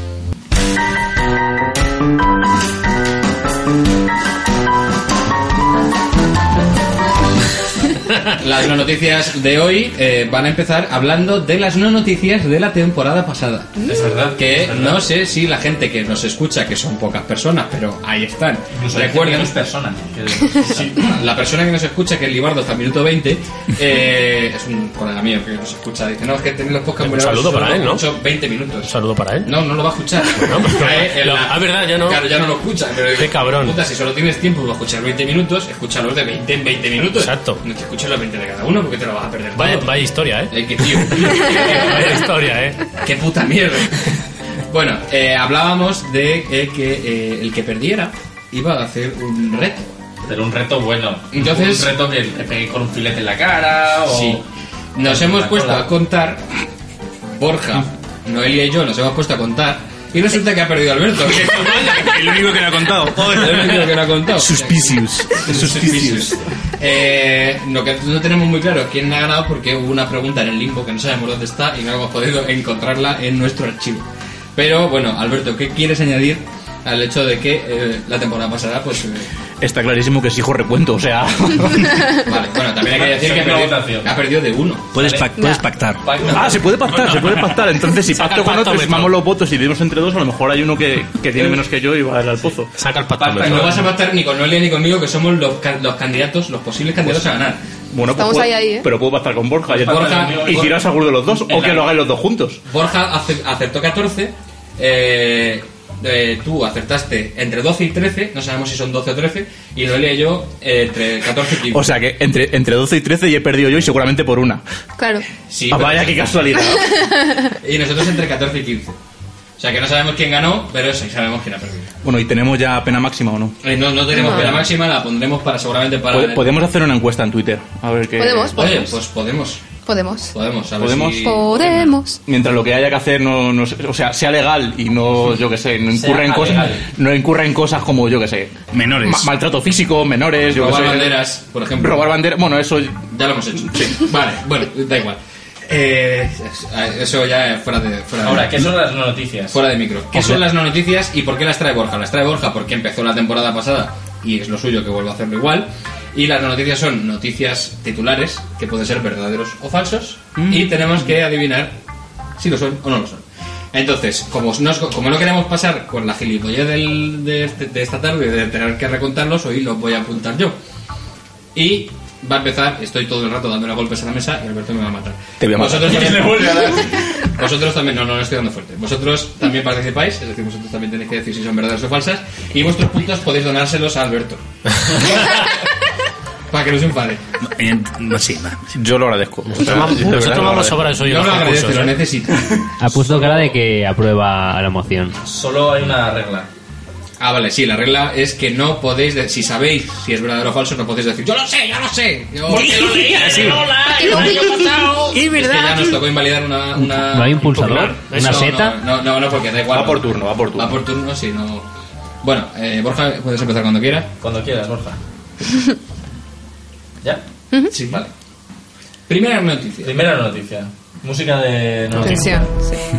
Speaker 1: Las no noticias de hoy eh, van a empezar hablando de las no noticias de la temporada pasada.
Speaker 2: Es verdad.
Speaker 1: Que
Speaker 2: es verdad.
Speaker 1: no sé si la gente que nos escucha, que son pocas personas, pero ahí están.
Speaker 2: Incluso hay
Speaker 1: Recuerden,
Speaker 2: menos personas.
Speaker 1: Sí, la persona que nos escucha, que es Libardo hasta el minuto 20, eh, es un colega mío que nos escucha. Dice, no, es que tenéis los podcasts muy
Speaker 6: Un saludo
Speaker 1: largos,
Speaker 6: para
Speaker 1: solo
Speaker 6: él, ¿no?
Speaker 1: escucho 20 minutos. Un
Speaker 6: saludo para él.
Speaker 1: No, no lo va a escuchar. Cae en la-
Speaker 6: Ah, verdad, ya no.
Speaker 1: Claro, ya no lo escucha. Pero
Speaker 6: Qué cabrón.
Speaker 1: Puta, si solo tienes tiempo para escuchar 20 minutos, escúchalos de 20 en 20 minutos. Exacto. No te escuches los 20 de cada uno porque te lo vas a perder.
Speaker 6: Vaya,
Speaker 1: todo.
Speaker 6: vaya historia, ¿eh?
Speaker 1: Eh, que tío.
Speaker 6: Vaya historia, ¿eh?
Speaker 1: Qué puta mierda. Bueno, eh, hablábamos de eh, que eh, el que perdiera iba a hacer un reto.
Speaker 2: Pero un reto bueno.
Speaker 1: Entonces-
Speaker 2: Un reto que te pegué con un filete en la cara o...
Speaker 1: Sí. Nos hemos
Speaker 2: Una
Speaker 1: puesto
Speaker 2: cola.
Speaker 1: a contar, Borja, Noelia y yo nos hemos puesto a contar, y resulta que ha perdido Alberto.
Speaker 7: El único que lo ha contado.
Speaker 1: El único que lo ha contado.
Speaker 7: Suspicious.
Speaker 1: Suspicious. Eh, lo que no tenemos muy claro es quién ha ganado porque hubo una pregunta en el limbo que no sabemos dónde está y no hemos podido encontrarla en nuestro archivo. Pero bueno, Alberto, ¿qué quieres añadir al hecho de que eh, la temporada pasada pues eh,
Speaker 4: Está clarísimo que es hijo recuento, o sea.
Speaker 1: vale, bueno, también hay que decir que
Speaker 4: Segunda
Speaker 1: ha perdido, ha perdido de uno.
Speaker 7: Puedes,
Speaker 1: ¿vale?
Speaker 7: pac- puedes pactar.
Speaker 4: Ah, se puede pactar, se puede pactar. Entonces, si pacto con otro, sumamos los votos y dividimos entre dos, a lo mejor hay uno que, que tiene menos que yo y va a ir al pozo.
Speaker 6: Saca el
Speaker 4: Pues
Speaker 1: No vas a matar ni con Noelia ni conmigo, que somos los, ca- los candidatos, los posibles
Speaker 4: Pues
Speaker 1: candidatos a ganar.
Speaker 4: Bueno, pues
Speaker 1: Estamos
Speaker 4: puedo-
Speaker 1: ahí, ahí, ¿eh?
Speaker 4: Pero puedo pactar con Borja y,
Speaker 1: Borja-
Speaker 4: y tirar seguro de los dos, o que lo hagáis los dos juntos.
Speaker 1: Borja ace- acertó 14, eh, eh, tú acertaste entre 12 y 13, no sabemos si son 12 o 13, y Noelia y yo eh, entre 14 y 15.
Speaker 4: O sea que entre, entre 12 y 13 y he perdido yo y seguramente por una.
Speaker 3: Claro.
Speaker 1: Sí,
Speaker 4: Ah,
Speaker 1: pero-
Speaker 4: vaya, qué casualidad.
Speaker 1: y nosotros entre 14 y 15. O sea que no sabemos quién ganó, pero sí sabemos quién ha perdido.
Speaker 4: Bueno, y tenemos ya pena máxima o no.
Speaker 1: Eh, no, no tenemos pena máxima, la pondremos para seguramente para...
Speaker 4: Pod- Podemos hacer una encuesta en Twitter. A ver qué.
Speaker 1: Podemos, Oye, pues podemos.
Speaker 3: Podemos.
Speaker 1: Podemos, a ver
Speaker 4: Podemos.
Speaker 1: si-
Speaker 3: Oh. Podemos.
Speaker 4: Mientras lo que haya que hacer no, no se- o sea, sea legal y no, yo que sé, no
Speaker 1: Sea
Speaker 4: incurra en cosas,
Speaker 1: legal.
Speaker 4: no incurra en cosas como yo que sé,
Speaker 7: menores,
Speaker 4: maltrato físico, menores, yo que
Speaker 1: Robar
Speaker 4: sé.
Speaker 1: banderas, por ejemplo.
Speaker 4: robar banderas, bueno, eso
Speaker 1: Ya lo hemos hecho. Vale, bueno, da igual. Eh, eso ya fuera de... Fuera de-
Speaker 2: Ahora, ¿qué son las no noticias?
Speaker 1: Fuera de micro. ¿Qué
Speaker 2: Hombre.
Speaker 1: son las no noticias y por qué las trae Borja? Las trae Borja porque empezó la temporada pasada y es lo suyo que vuelvo a hacerlo igual. Y las no noticias son noticias titulares que pueden ser verdaderos o falsos
Speaker 2: Mm.
Speaker 1: y tenemos que adivinar si lo son o no lo son. Entonces, como no, os- como no queremos pasar con la gilipollez del- de, este- de esta tarde de tener que recontarlos, hoy los voy a apuntar yo. Y va a empezar, estoy todo el rato dándole golpes a la mesa y Alberto me va a matar.
Speaker 4: Te voy a matar.
Speaker 1: Vosotros también,
Speaker 4: Le vuelve a
Speaker 1: Vosotros también, no, no, no estoy dando fuerte. Vosotros también participáis, es decir, vosotros también tenéis que decir si son verdaderas o falsas. Y vuestros puntos podéis donárselos a Alberto. Para que no se enfade.
Speaker 7: Eh, No, sí, va.
Speaker 4: yo lo agradezco.
Speaker 1: No lo agradezco,
Speaker 6: ¿eh?
Speaker 1: lo
Speaker 4: ¿eh?
Speaker 1: necesito.
Speaker 8: Ha puesto cara de que aprueba a la moción.
Speaker 1: Pues-
Speaker 2: Solo hay una regla.
Speaker 1: Ah, vale, sí, la regla es que no podéis, de- si sabéis si es verdadero o falso, no podéis decir, yo lo sé, yo lo sé. Yo porque lo leí en el Lola, yo lo he pasado".
Speaker 2: Es
Speaker 1: Es que ya nos tocó invalidar una... una
Speaker 8: ¿No hay un pulsador?
Speaker 1: Eso
Speaker 8: ¿Una
Speaker 1: no,
Speaker 8: seta?
Speaker 1: No, no, no, no, porque da igual.
Speaker 4: Va por turno, va por turno.
Speaker 1: Va por turno, sí, no... Bueno, eh, Borja, puedes empezar cuando quieras.
Speaker 2: Cuando quieras, Borja. ¿Ya?
Speaker 1: Sí. Vale. Primera noticia.
Speaker 2: Primera noticia. Música de noticia.
Speaker 3: Atención. sí.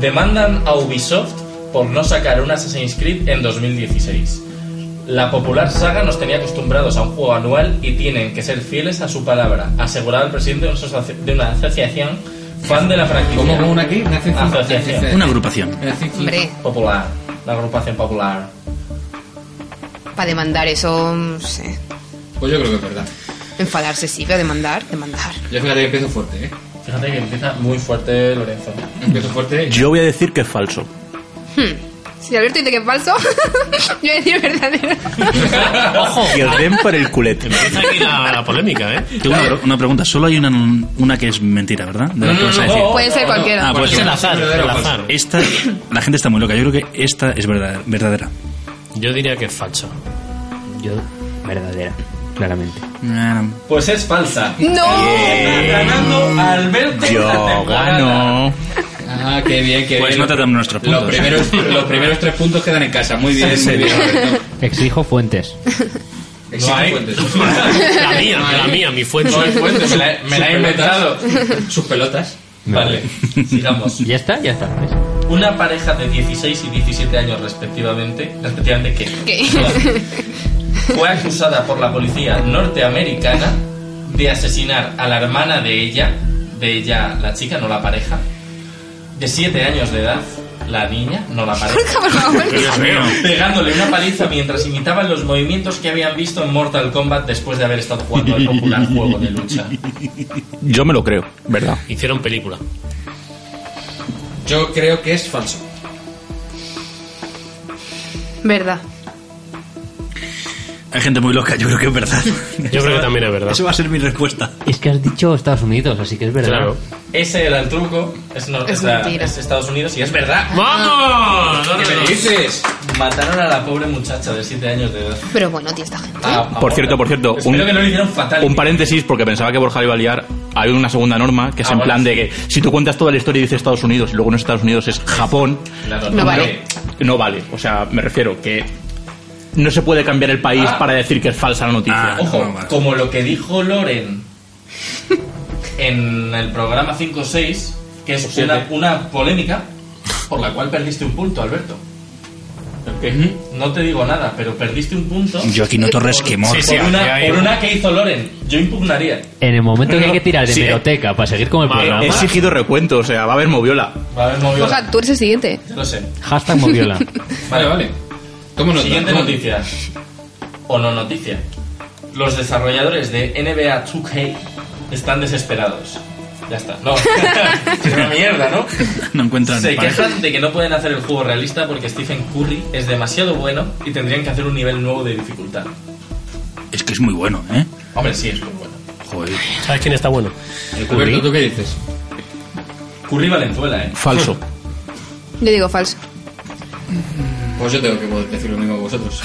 Speaker 2: Demandan a Ubisoft por no sacar un Assassin's Creed en 2016. La popular saga nos tenía acostumbrados a un juego anual y tienen que ser fieles a su palabra, aseguraba el presidente de una asoci- de una asociación fan de la franquicia.
Speaker 1: ¿Cómo, cómo, una qué? Una asociación.
Speaker 2: asociación.
Speaker 7: Una agrupación.
Speaker 3: Hombre.
Speaker 2: Popular. La agrupación popular.
Speaker 3: Para demandar eso, no sé.
Speaker 1: Pues yo creo que es verdad.
Speaker 3: Enfadarse sí, pero demandar, demandar.
Speaker 1: Yo fíjate que empiezo fuerte, ¿eh?
Speaker 2: Fíjate que empieza muy fuerte Lorenzo.
Speaker 1: Empiezo fuerte.
Speaker 4: Yo voy a decir que es falso.
Speaker 3: Si Alberto dice que es falso, yo voy a decir verdadero.
Speaker 6: Ojo.
Speaker 4: Y el den por el culete.
Speaker 6: Empieza aquí la, la polémica, ¿eh?
Speaker 7: Tengo una, pre- una pregunta. Solo hay una, una que es mentira, ¿verdad? De la que vas a decir.
Speaker 3: Puede ser cualquiera.
Speaker 7: Ah, pues
Speaker 6: Es el azar,
Speaker 7: verdadero
Speaker 6: el
Speaker 7: o falso.
Speaker 6: azar.
Speaker 7: Esta, la gente está muy loca. Yo creo que esta es verdadera. verdadera.
Speaker 6: Yo diría que es falso.
Speaker 8: Yo, verdadera, claramente.
Speaker 2: Pues es falsa.
Speaker 3: ¡No!
Speaker 2: Ganando Alberto la temporada.
Speaker 1: Ah, qué bien, qué
Speaker 7: Pues
Speaker 1: bien.
Speaker 7: no te damos nuestros
Speaker 1: Los
Speaker 7: puntos.
Speaker 1: primeros, los primeros tres puntos quedan en casa. Muy bien, muy bien. Alberto.
Speaker 8: Exijo fuentes.
Speaker 1: Existen
Speaker 2: hay.
Speaker 1: fuentes.
Speaker 6: La mía,
Speaker 1: No hay.
Speaker 6: la mía, mi fuente.
Speaker 2: No hay fuente, me la, me la he
Speaker 1: Sus
Speaker 2: inventado.
Speaker 1: pelotas. Sus pelotas.
Speaker 2: Vale, sigamos.
Speaker 8: ¿Ya está? Ya está. pues.
Speaker 2: Una pareja de 16 y 17 años respectivamente, respectivamente ¿qué?
Speaker 3: ¿Qué?
Speaker 2: Fue acusada por la policía norteamericana de asesinar a la hermana de ella, de ella la chica, no la pareja, de 7 años de edad, la niña, no la pareja, pegándole una paliza mientras imitaban los movimientos que habían visto en Mortal Kombat después de haber estado jugando al popular juego de lucha.
Speaker 4: Yo me lo creo, ¿verdad?
Speaker 6: Hicieron película.
Speaker 1: Yo creo que es falso.
Speaker 3: Verdad.
Speaker 7: Hay gente muy loca, yo creo que es verdad.
Speaker 6: Yo creo que también es verdad.
Speaker 7: Eso va a ser mi respuesta.
Speaker 8: Es que has dicho Estados Unidos, así que es verdad.
Speaker 2: Claro. Ese era el truco. Es, no-
Speaker 8: Es
Speaker 2: es la-
Speaker 8: mentira.
Speaker 2: es Estados Unidos y es verdad.
Speaker 6: ¡Vamos!
Speaker 2: ¿Qué me
Speaker 6: ¡Vámonos!
Speaker 2: dices? Mataron a la pobre muchacha de 7 años de edad. Ah,
Speaker 3: Pero bueno, tío, esta gente.
Speaker 4: Ah, Por cierto, por cierto, un,
Speaker 2: Espero que no lo hicieron fatal.
Speaker 4: un paréntesis porque pensaba que Borja lo iba a liar. Hay una segunda norma que es
Speaker 2: Ah,
Speaker 4: en
Speaker 2: bueno,
Speaker 4: plan de
Speaker 2: sí.
Speaker 4: que si tú cuentas toda la historia y dices Estados Unidos y luego no es Estados Unidos es Japón,
Speaker 2: Claro, No vale.
Speaker 4: No vale. O sea, me refiero que no se puede cambiar el país
Speaker 2: Ah.
Speaker 4: para decir que es falsa la noticia. Eh,
Speaker 2: Ojo, como lo que dijo Loren en el programa 5-6, que es
Speaker 4: siete.
Speaker 2: una, una polémica por la cual perdiste un punto, Alberto. No te digo nada, pero perdiste un punto.
Speaker 7: Joaquín Torres quemó.
Speaker 2: Por,
Speaker 7: Sí, sí,
Speaker 2: una,
Speaker 7: ahí
Speaker 2: por
Speaker 7: va.
Speaker 2: una que hizo Loren, yo impugnaría.
Speaker 8: En el momento que hay que tirar de
Speaker 4: Sí, eh.
Speaker 8: biblioteca para seguir con el
Speaker 4: Vale.
Speaker 8: programa.
Speaker 4: He exigido recuento, o sea, va a haber moviola.
Speaker 2: Va a haber
Speaker 3: O sea, tú eres el siguiente.
Speaker 2: Lo sé.
Speaker 8: Hashtag moviola.
Speaker 2: Vale, vale.
Speaker 1: nota,
Speaker 2: Siguiente
Speaker 1: toma.
Speaker 2: noticia. O no noticia. Los desarrolladores de NBA 2K están desesperados. Ya está. No. es una mierda, ¿no?
Speaker 7: No encuentran.
Speaker 2: Se
Speaker 7: pareja.
Speaker 2: quejan de que no pueden hacer el juego realista porque Stephen Curry es demasiado bueno y tendrían que hacer un nivel nuevo de dificultad.
Speaker 7: Es que es muy bueno, ¿eh?
Speaker 2: Hombre, sí, es muy bueno.
Speaker 7: Joder.
Speaker 6: ¿Sabes quién está bueno?
Speaker 1: Alberto, ¿tú qué dices?
Speaker 2: Curry Valenzuela, ¿eh?
Speaker 4: Falso.
Speaker 3: Yo digo falso.
Speaker 1: Pues yo tengo que poder decir lo mismo que vosotros.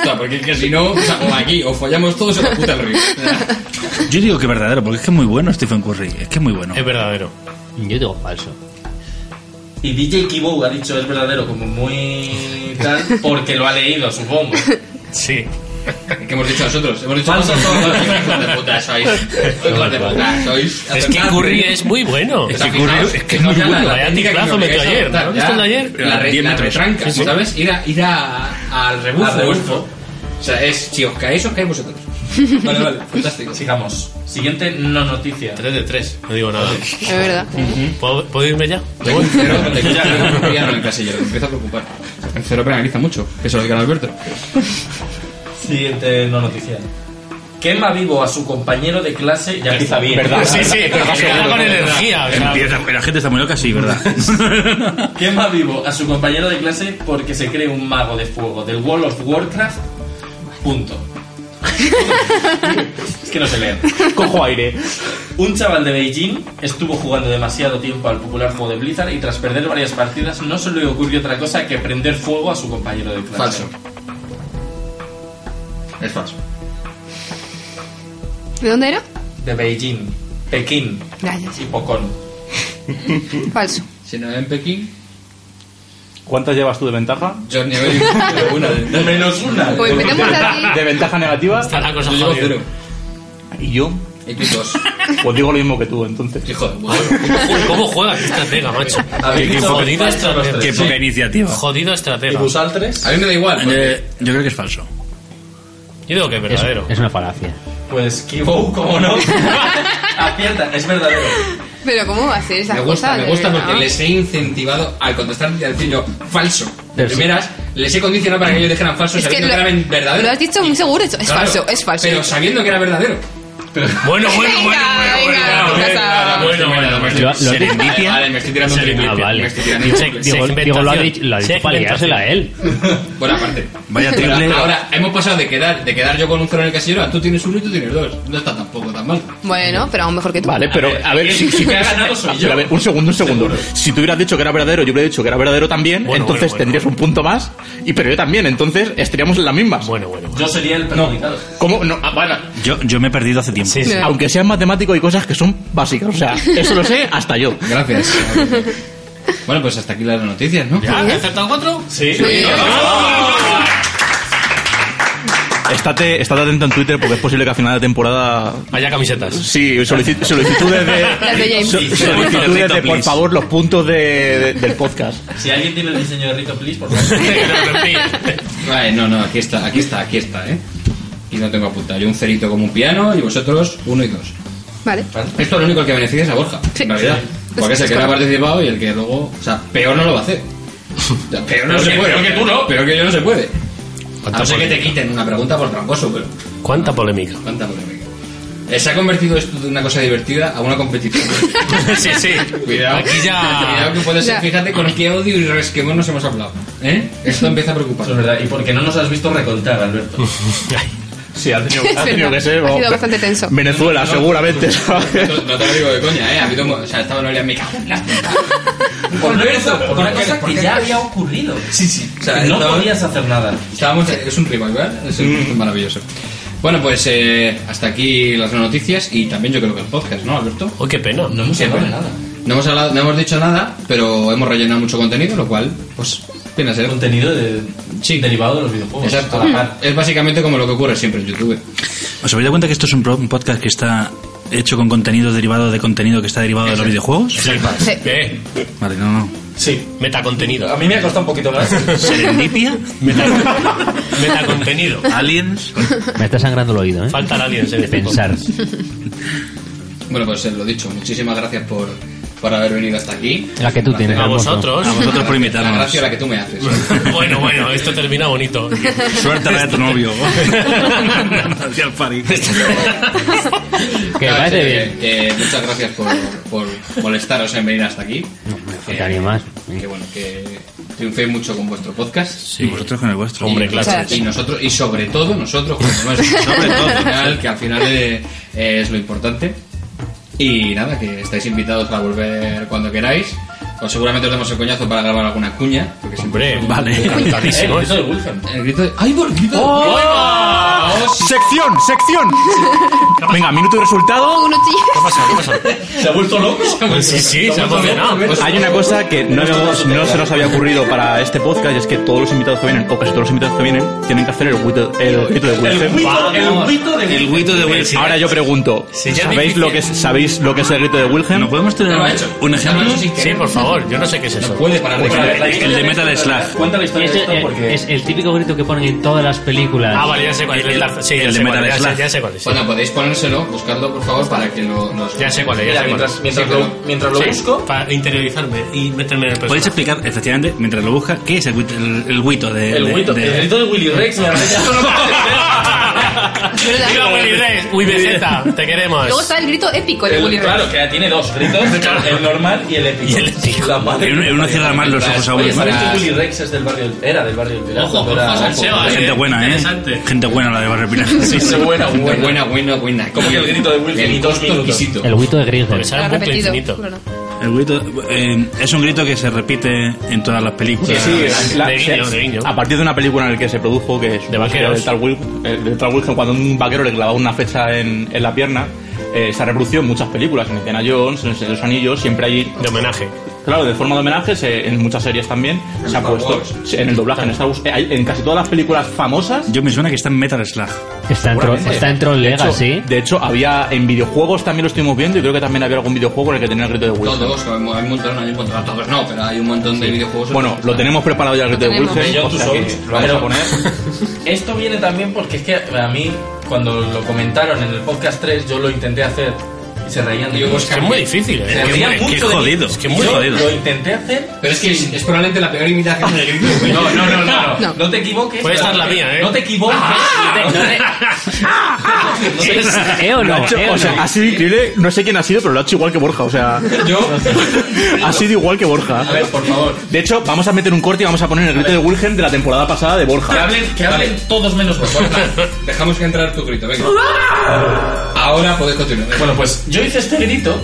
Speaker 1: o sea, porque es que si no, o, sea, o aquí, o follamos todos o la puta el río.
Speaker 7: Yo digo que verdadero, porque es que es muy bueno Stephen Curry. Es que es muy bueno.
Speaker 6: Es verdadero.
Speaker 8: Yo digo falso.
Speaker 2: Y DJ Kibo ha dicho es verdadero como muy tal porque lo ha leído, supongo.
Speaker 6: Sí.
Speaker 1: ¿Qué hemos dicho nosotros? Hemos dicho
Speaker 2: Falso.
Speaker 1: falso todos. Hijos de puta sois. Hijos de puta sois.
Speaker 6: Es que Curry es muy bueno.
Speaker 1: Es que Curry es que es muy bueno.
Speaker 6: Vaya anticlazo metió ayer. ¿No lo viste el de ayer?
Speaker 1: La, re,
Speaker 6: 10
Speaker 1: la
Speaker 6: metros.
Speaker 1: retranca,
Speaker 6: Sí, sí.
Speaker 1: ¿sabes? Ir, a, ir a, al rebuzo.
Speaker 2: Al rebufo.
Speaker 1: O sea, es si os caéis, os caéis vosotros. Vale, vale, fantástico.
Speaker 2: Sigamos. Siguiente no noticia.
Speaker 6: 3 de 3. No digo nada.
Speaker 3: Es verdad.
Speaker 6: ¿Puedo, puedo irme ya?
Speaker 1: Tengo un cero, tengo un cero ya no en el casillero, me empieza a preocupar. El cero penaliza mucho, que se lo diga Alberto.
Speaker 2: Siguiente no noticia. Quema vivo a su compañero de clase ya empieza bien.
Speaker 6: Sí, sí. que haga con energía. o sea,
Speaker 7: Empieza- la gente está muy loca, sí, ¿verdad?
Speaker 2: Quema vivo a su compañero de clase porque se cree un mago de fuego del World of Warcraft. Punto. es que no se lee.
Speaker 4: Cojo aire.
Speaker 2: Un chaval de Beijing estuvo jugando demasiado tiempo al popular juego de Blizzard y tras perder varias partidas no se le ocurrió otra cosa que prender fuego a su compañero de clase.
Speaker 1: Falso. Es falso.
Speaker 3: ¿De dónde era?
Speaker 2: De Beijing, Pekín
Speaker 3: Gracias.
Speaker 2: y Pocón.
Speaker 3: Falso.
Speaker 1: Si no en Pekín,
Speaker 4: ¿Cuántas llevas tú de ventaja?
Speaker 1: yo ni veo ni- una de
Speaker 2: Menos una.
Speaker 3: Pues metemos aquí.
Speaker 4: ¿De ventaja negativa?
Speaker 6: Está la cosa
Speaker 1: Yo llevo
Speaker 6: jodida.
Speaker 1: cero.
Speaker 4: Y yo,
Speaker 1: Y tú dos.
Speaker 4: pues digo lo mismo que tú, entonces.
Speaker 1: Hijo de puta.
Speaker 6: Uy, ¿Cómo juega esta estratega, macho?
Speaker 2: Habéis dicho
Speaker 6: Jodido
Speaker 2: falso los
Speaker 6: estratega.
Speaker 7: Qué
Speaker 2: tres.
Speaker 7: poca iniciativa.
Speaker 6: Jodido estratega.
Speaker 2: ¿Y Busaltres?
Speaker 1: A mí me da igual. porque-
Speaker 7: Eh, yo creo que es falso.
Speaker 6: Yo digo que es
Speaker 8: Es,
Speaker 6: verdadero.
Speaker 8: es una falacia.
Speaker 2: Pues Kibou, como no. Acierta, es verdadero.
Speaker 3: Pero ¿cómo va a ser esa
Speaker 1: Me
Speaker 3: cosa?
Speaker 1: gusta, me
Speaker 3: de
Speaker 1: gusta
Speaker 3: verdad?
Speaker 1: porque les he incentivado al contestar y al decir yo falso. De
Speaker 8: Pero sí.
Speaker 1: primeras, les he condicionado para que ellos dijeran falso
Speaker 3: Es que
Speaker 1: sabiendo que,
Speaker 3: lo-
Speaker 1: eran verdaderos.
Speaker 3: Lo has dicho muy seguro. Es es
Speaker 1: Claro,
Speaker 3: falso, es falso.
Speaker 1: Pero sabiendo que era verdadero.
Speaker 6: Bueno, bueno,
Speaker 3: Venga,
Speaker 6: bueno, bueno,
Speaker 3: venga,
Speaker 6: bueno,
Speaker 3: venga,
Speaker 6: bueno, bueno, bueno, bueno.
Speaker 8: Lo- lo-
Speaker 1: Vale, vale, me estoy tirando un triple.
Speaker 8: Ah,
Speaker 1: Me
Speaker 8: vale.
Speaker 1: estoy tirando un
Speaker 8: Digo,
Speaker 1: triple.
Speaker 8: digo, digo, lo ha dicho, lo ha dicho
Speaker 6: Segmentación.
Speaker 8: para liársela a él.
Speaker 1: Bueno, aparte.
Speaker 7: Vaya triple.
Speaker 1: Ahora, ahora hemos pasado de quedar, de quedar yo con un cero en el casillero a tú tienes uno y tú tienes dos. No está tampoco tan mal.
Speaker 3: Bueno, pero aún mejor que tú.
Speaker 4: Vale, pero a ver, si, si-
Speaker 2: que ha ganado soy yo.
Speaker 4: a ver, un segundo, un segundo. Si tú hubieras dicho que era verdadero, yo hubiera dicho que era verdadero también,
Speaker 6: Bueno,
Speaker 4: entonces
Speaker 6: bueno, bueno,
Speaker 4: tendrías un punto más, y pero yo también, entonces estaríamos en las mismas.
Speaker 6: Bueno, bueno, bueno.
Speaker 2: Yo sería el perjudicado.
Speaker 4: ¿Cómo? No, ah, bueno,
Speaker 7: Yo, yo me he perdido hace tiempo.
Speaker 6: Sí, sí.
Speaker 4: aunque sean matemático hay cosas que son básicas, o sea, eso lo sé hasta yo.
Speaker 1: Gracias. bueno, pues hasta aquí las noticias, ¿no?
Speaker 6: ¿Ya? ¿He acertado cuatro?
Speaker 2: Sí.
Speaker 4: Estate, estate atento en Twitter porque es posible que a final de temporada...
Speaker 6: Vaya camisetas.
Speaker 4: Sí, solici- solicitudes
Speaker 3: Las de
Speaker 4: de...
Speaker 3: James.
Speaker 4: so- solicitudes de, por favor, los puntos de- de- del podcast.
Speaker 2: Si alguien tiene el diseño de Rito, please, por favor.
Speaker 1: Vale, no, no, aquí está, aquí está, aquí está, ¿eh? Aquí y no tengo apuntado. Yo un cerito como un piano y vosotros uno y dos.
Speaker 3: Vale.
Speaker 1: Esto es lo único que beneficia es a Borja,
Speaker 3: Sí.
Speaker 1: en realidad.
Speaker 3: Sí.
Speaker 1: Porque
Speaker 3: Es-
Speaker 1: es el
Speaker 3: es
Speaker 1: que no ha
Speaker 3: correcto.
Speaker 1: participado y el que luego. O sea, peor no lo va a hacer. O sea, Peor no
Speaker 6: Peor
Speaker 1: se
Speaker 6: que-
Speaker 1: puede.
Speaker 6: peor que tú no.
Speaker 1: Peor que yo no se puede. A
Speaker 6: ¿Cuánta
Speaker 1: no ser que te
Speaker 6: polémica?
Speaker 1: quiten una pregunta por tramposo, pero.
Speaker 6: ¿Cuánta polémica?
Speaker 1: ¿Cuánta polémica? Eh, Se ha convertido esto de una cosa divertida a una competición.
Speaker 6: sí, sí.
Speaker 1: Cuidado.
Speaker 6: Aquí ya-
Speaker 1: Cuidado que puede ser.
Speaker 6: Ya.
Speaker 1: Fíjate con qué odio y resquemón nos hemos hablado. ¿Eh? Esto empieza a preocupar.
Speaker 2: Es verdad. ¿Y por qué no nos has visto recontar, Alberto?
Speaker 4: sí, ha tenido,
Speaker 3: Es
Speaker 4: ha tenido
Speaker 3: verdad.
Speaker 4: que ser.
Speaker 3: Ha
Speaker 4: vamos,
Speaker 3: sido bastante tenso.
Speaker 4: Venezuela, seguramente. ¿sabes?
Speaker 1: No, no te lo digo de coña, ¿eh? Ha habido. mo- O sea, estaba Noelia en mi casa. Por eso, por una cosa que ya había
Speaker 2: ocurrido.
Speaker 1: Sí, sí. O sea,
Speaker 2: no
Speaker 1: estaba-
Speaker 2: podías hacer nada.
Speaker 1: Estábamos, es un rival, ¿verdad? Es un- maravilloso. Bueno, pues eh, hasta aquí las noticias y también yo creo que el podcast, ¿no, Alberto?
Speaker 6: ¡Uy, qué pena!
Speaker 1: No hemos hablado nada. No hemos, hablado, no hemos dicho nada, pero hemos rellenado mucho contenido, lo cual, pues, viene a ser.
Speaker 2: Contenido de, derivado de los videojuegos.
Speaker 1: Exacto.
Speaker 2: A la par.
Speaker 1: Es básicamente como lo que ocurre siempre en YouTube.
Speaker 7: ¿Os habéis dado cuenta que esto es un, pro- un podcast que está hecho con contenido derivado de contenido que está derivado de los videojuegos?
Speaker 6: Sí. Eh,
Speaker 7: Vale, no, no.
Speaker 2: Sí.
Speaker 6: Metacontenido.
Speaker 2: A mí me ha costado un poquito más.
Speaker 7: ¿Serendipia?
Speaker 6: Metacontenido.
Speaker 7: ¿Aliens?
Speaker 8: Me está sangrando el oído, ¿eh?
Speaker 6: Falta el aliens en
Speaker 8: De
Speaker 6: este
Speaker 8: pensar.
Speaker 1: Bueno, pues eh, lo dicho, muchísimas gracias por, por haber venido hasta aquí.
Speaker 8: La que tú tienes,
Speaker 6: A
Speaker 8: Alfonso.
Speaker 6: vosotros.
Speaker 7: A vosotros por
Speaker 1: La
Speaker 7: invitarnos.
Speaker 1: gracia la que tú me haces.
Speaker 6: Bueno, bueno, esto termina bonito.
Speaker 7: Suerte a tu novio. Gracias, Fari.
Speaker 8: Que
Speaker 1: No, en
Speaker 8: parece
Speaker 1: serio,
Speaker 8: bien.
Speaker 1: que- que eh, muchas gracias por, por molestaros en venir hasta aquí.
Speaker 8: Me faltaría más.
Speaker 1: Que bueno, que triunféis mucho con vuestro podcast.
Speaker 7: Y vosotros con el vuestro.
Speaker 6: Hombre,
Speaker 1: y,
Speaker 6: claro.
Speaker 1: y nosotros y sobre todo nosotros con el nuestro, sobre todo, al final, que al final eh, eh, es lo importante y nada que estáis invitados para volver cuando queráis o seguramente os damos el coñazo para grabar alguna cuña porque siempre
Speaker 6: Hombre,
Speaker 7: Vale.
Speaker 6: encantadísimo.
Speaker 2: Eso de Wolfen.
Speaker 1: el grito de ¡ay por el grito de- ¡Oh, sí!
Speaker 4: Sección, sección. Venga, minuto y resultado.
Speaker 3: Uno, Oh, tío.
Speaker 2: ¿Se ha vuelto loco?
Speaker 6: Sí, sí, se ha emocionado.
Speaker 1: Pues
Speaker 4: Hay una cosa que no, hemos- no se nos había ocurrido para este podcast y es que todos los invitados que vienen, o casi todos los invitados que vienen, tienen que hacer el grito, el grito de
Speaker 2: El huito, el
Speaker 4: Wilhelm.
Speaker 2: huito de
Speaker 7: El huito de Wilhelm.
Speaker 4: Ahora yo pregunto,
Speaker 6: Sí, ya
Speaker 4: ¿sabéis
Speaker 6: difícil.
Speaker 4: lo que es, sabéis lo que es el grito de Wilhelm?
Speaker 7: ¿No podemos tener
Speaker 1: Ya lo ha hecho.
Speaker 7: un ejemplo?
Speaker 1: Ya lo ha hecho sin
Speaker 6: Sí, Pues
Speaker 1: querer.
Speaker 6: por favor, yo no sé qué es eso.
Speaker 1: puede parar de
Speaker 2: Cuenta la
Speaker 1: grabar.
Speaker 2: historia
Speaker 7: el de
Speaker 2: esto,
Speaker 7: Metal Slug.
Speaker 2: Cuenta la historia de esto
Speaker 8: Eso es,
Speaker 2: porque...
Speaker 8: es el típico grito que ponen en todas las películas.
Speaker 6: Ah, vale, ya sé cuál es. la- Sí, ya
Speaker 7: el
Speaker 6: sé
Speaker 7: de
Speaker 6: cuál
Speaker 7: Metal
Speaker 6: es. Ya sé-
Speaker 7: Slug.
Speaker 6: ya sé cuál es. sí.
Speaker 1: bueno podéis ponérselo buscadlo por favor para que lo, nos
Speaker 6: Ya sé cuál es,
Speaker 2: Mira,
Speaker 6: ya sé cuál
Speaker 2: mientras,
Speaker 6: es.
Speaker 2: mientras,
Speaker 1: Sí,
Speaker 2: lo,
Speaker 1: pero-
Speaker 2: mientras lo
Speaker 6: Sí,
Speaker 2: busco...
Speaker 6: Para interiorizarme y meterme en el
Speaker 7: ¿Podéis
Speaker 6: personaje.
Speaker 7: explicar, efectivamente, mientras lo busca, qué es el huito, el, el huito de...
Speaker 2: El
Speaker 7: de-
Speaker 2: huito
Speaker 7: de-
Speaker 2: el grito de Willy Rex me ha
Speaker 6: ¡Viva Willy Rex! ¡Uy, Beceta! ¡Te
Speaker 3: Luego
Speaker 6: queremos!
Speaker 3: está el grito épico de
Speaker 2: El-
Speaker 3: Willy Rex.
Speaker 2: Claro, que tiene dos gritos, el normal y el épico.
Speaker 6: Y el épico.
Speaker 2: La madre
Speaker 7: En- en uno cierra más los ojos a uno.
Speaker 2: Oye, ¿sabes que Willy Rex es del barrio del- era del barrio del Pilar?
Speaker 6: Ojo,
Speaker 2: Era-
Speaker 6: ojo, salseo,
Speaker 2: ojo.
Speaker 6: eh.
Speaker 7: Gente buena, ¿eh?
Speaker 6: Interesante.
Speaker 7: Gente buena la de Barrio Pinar.
Speaker 2: Gente buena,
Speaker 1: buena
Speaker 2: buena.
Speaker 1: buena buena, buena.
Speaker 2: Como que el grito de Wilhelm
Speaker 1: el
Speaker 2: y dos
Speaker 1: costo
Speaker 2: minutos.
Speaker 1: exquisito.
Speaker 8: El huito de Griezmann.
Speaker 6: Porque sale
Speaker 3: Lo
Speaker 6: un
Speaker 3: ha
Speaker 6: bucle
Speaker 3: repetido.
Speaker 6: infinito.
Speaker 3: Bueno,
Speaker 7: El huito eh, es un grito que se repite en todas las películas.
Speaker 4: Sí, la-
Speaker 6: Ah, De guiño,
Speaker 4: se-
Speaker 6: de guiño.
Speaker 4: A partir de una película en la que se produjo que es
Speaker 6: De vaqueros.
Speaker 4: del tal, Wil- eh, del tal Wilhelm, cuando un vaquero le clavaba una fecha en, en la pierna, eh, se ha reproducido en muchas películas, en Indiana Jones, en El Señor de los Anillos, siempre hay
Speaker 6: De homenaje.
Speaker 4: Claro, de forma de homenaje, se- en muchas series también se ha puesto
Speaker 1: Wars.
Speaker 4: sí, en el doblaje, en Star Wars, eh, hay- en casi todas las películas famosas.
Speaker 7: Yo me suena que está en Metal Slug.
Speaker 8: Está en, Tro-
Speaker 4: seguramente.
Speaker 8: está en Tron
Speaker 4: De hecho-
Speaker 8: Legacy.
Speaker 4: De hecho, había en videojuegos también lo estuvimos viendo y creo que también había algún videojuego en el que tenía el grito de Wilhelm.
Speaker 1: Todos, hay un montón, hay un montón, todos no, pero hay un montón de videojuegos.
Speaker 4: Bueno, lo tenemos preparado ya el grito de
Speaker 3: tenemos.
Speaker 4: Wilhelm, o sea que lo vamos a
Speaker 2: Pero-
Speaker 4: poner.
Speaker 2: Esto viene también porque es que a mí, cuando lo comentaron en el podcast 3, yo lo intenté hacer y se reían de
Speaker 1: Yo
Speaker 2: mí.
Speaker 1: busco-
Speaker 6: Es muy difícil, ¿eh?
Speaker 2: Se reían
Speaker 7: qué
Speaker 2: mucho de mí.
Speaker 7: jodido,
Speaker 2: Es que
Speaker 7: qué
Speaker 2: muy
Speaker 7: jodido.
Speaker 2: Lo intenté hacer.
Speaker 1: Pero es que es, es probablemente la peor imitación del grito. de
Speaker 2: No,
Speaker 1: Wilhelm.
Speaker 2: no, no, no.
Speaker 3: No.
Speaker 2: No, te equivoques.
Speaker 6: Puede estar la
Speaker 2: No te-
Speaker 6: mía, ¿eh?
Speaker 2: No te equivoques. No te- no te-
Speaker 8: ¿Eh o no?
Speaker 4: Lo ha hecho-
Speaker 8: ¿Eh o
Speaker 4: o
Speaker 8: no?
Speaker 4: sea, ha sido increíble, no sé quién ha sido, pero lo ha hecho igual que Borja, o sea,
Speaker 1: Yo,
Speaker 4: ha sido igual que
Speaker 2: A
Speaker 4: Borja.
Speaker 2: ver, por favor.
Speaker 4: De hecho, vamos a meter un corte y vamos a poner el grito de Wilhelm de la temporada pasada de
Speaker 2: Que
Speaker 4: Borja.
Speaker 2: hablen, que hablen todos menos vos.
Speaker 1: dejamos que entrar tu grito, venga. Ahora podéis continuar. venga.
Speaker 2: Bueno, pues yo hice este grito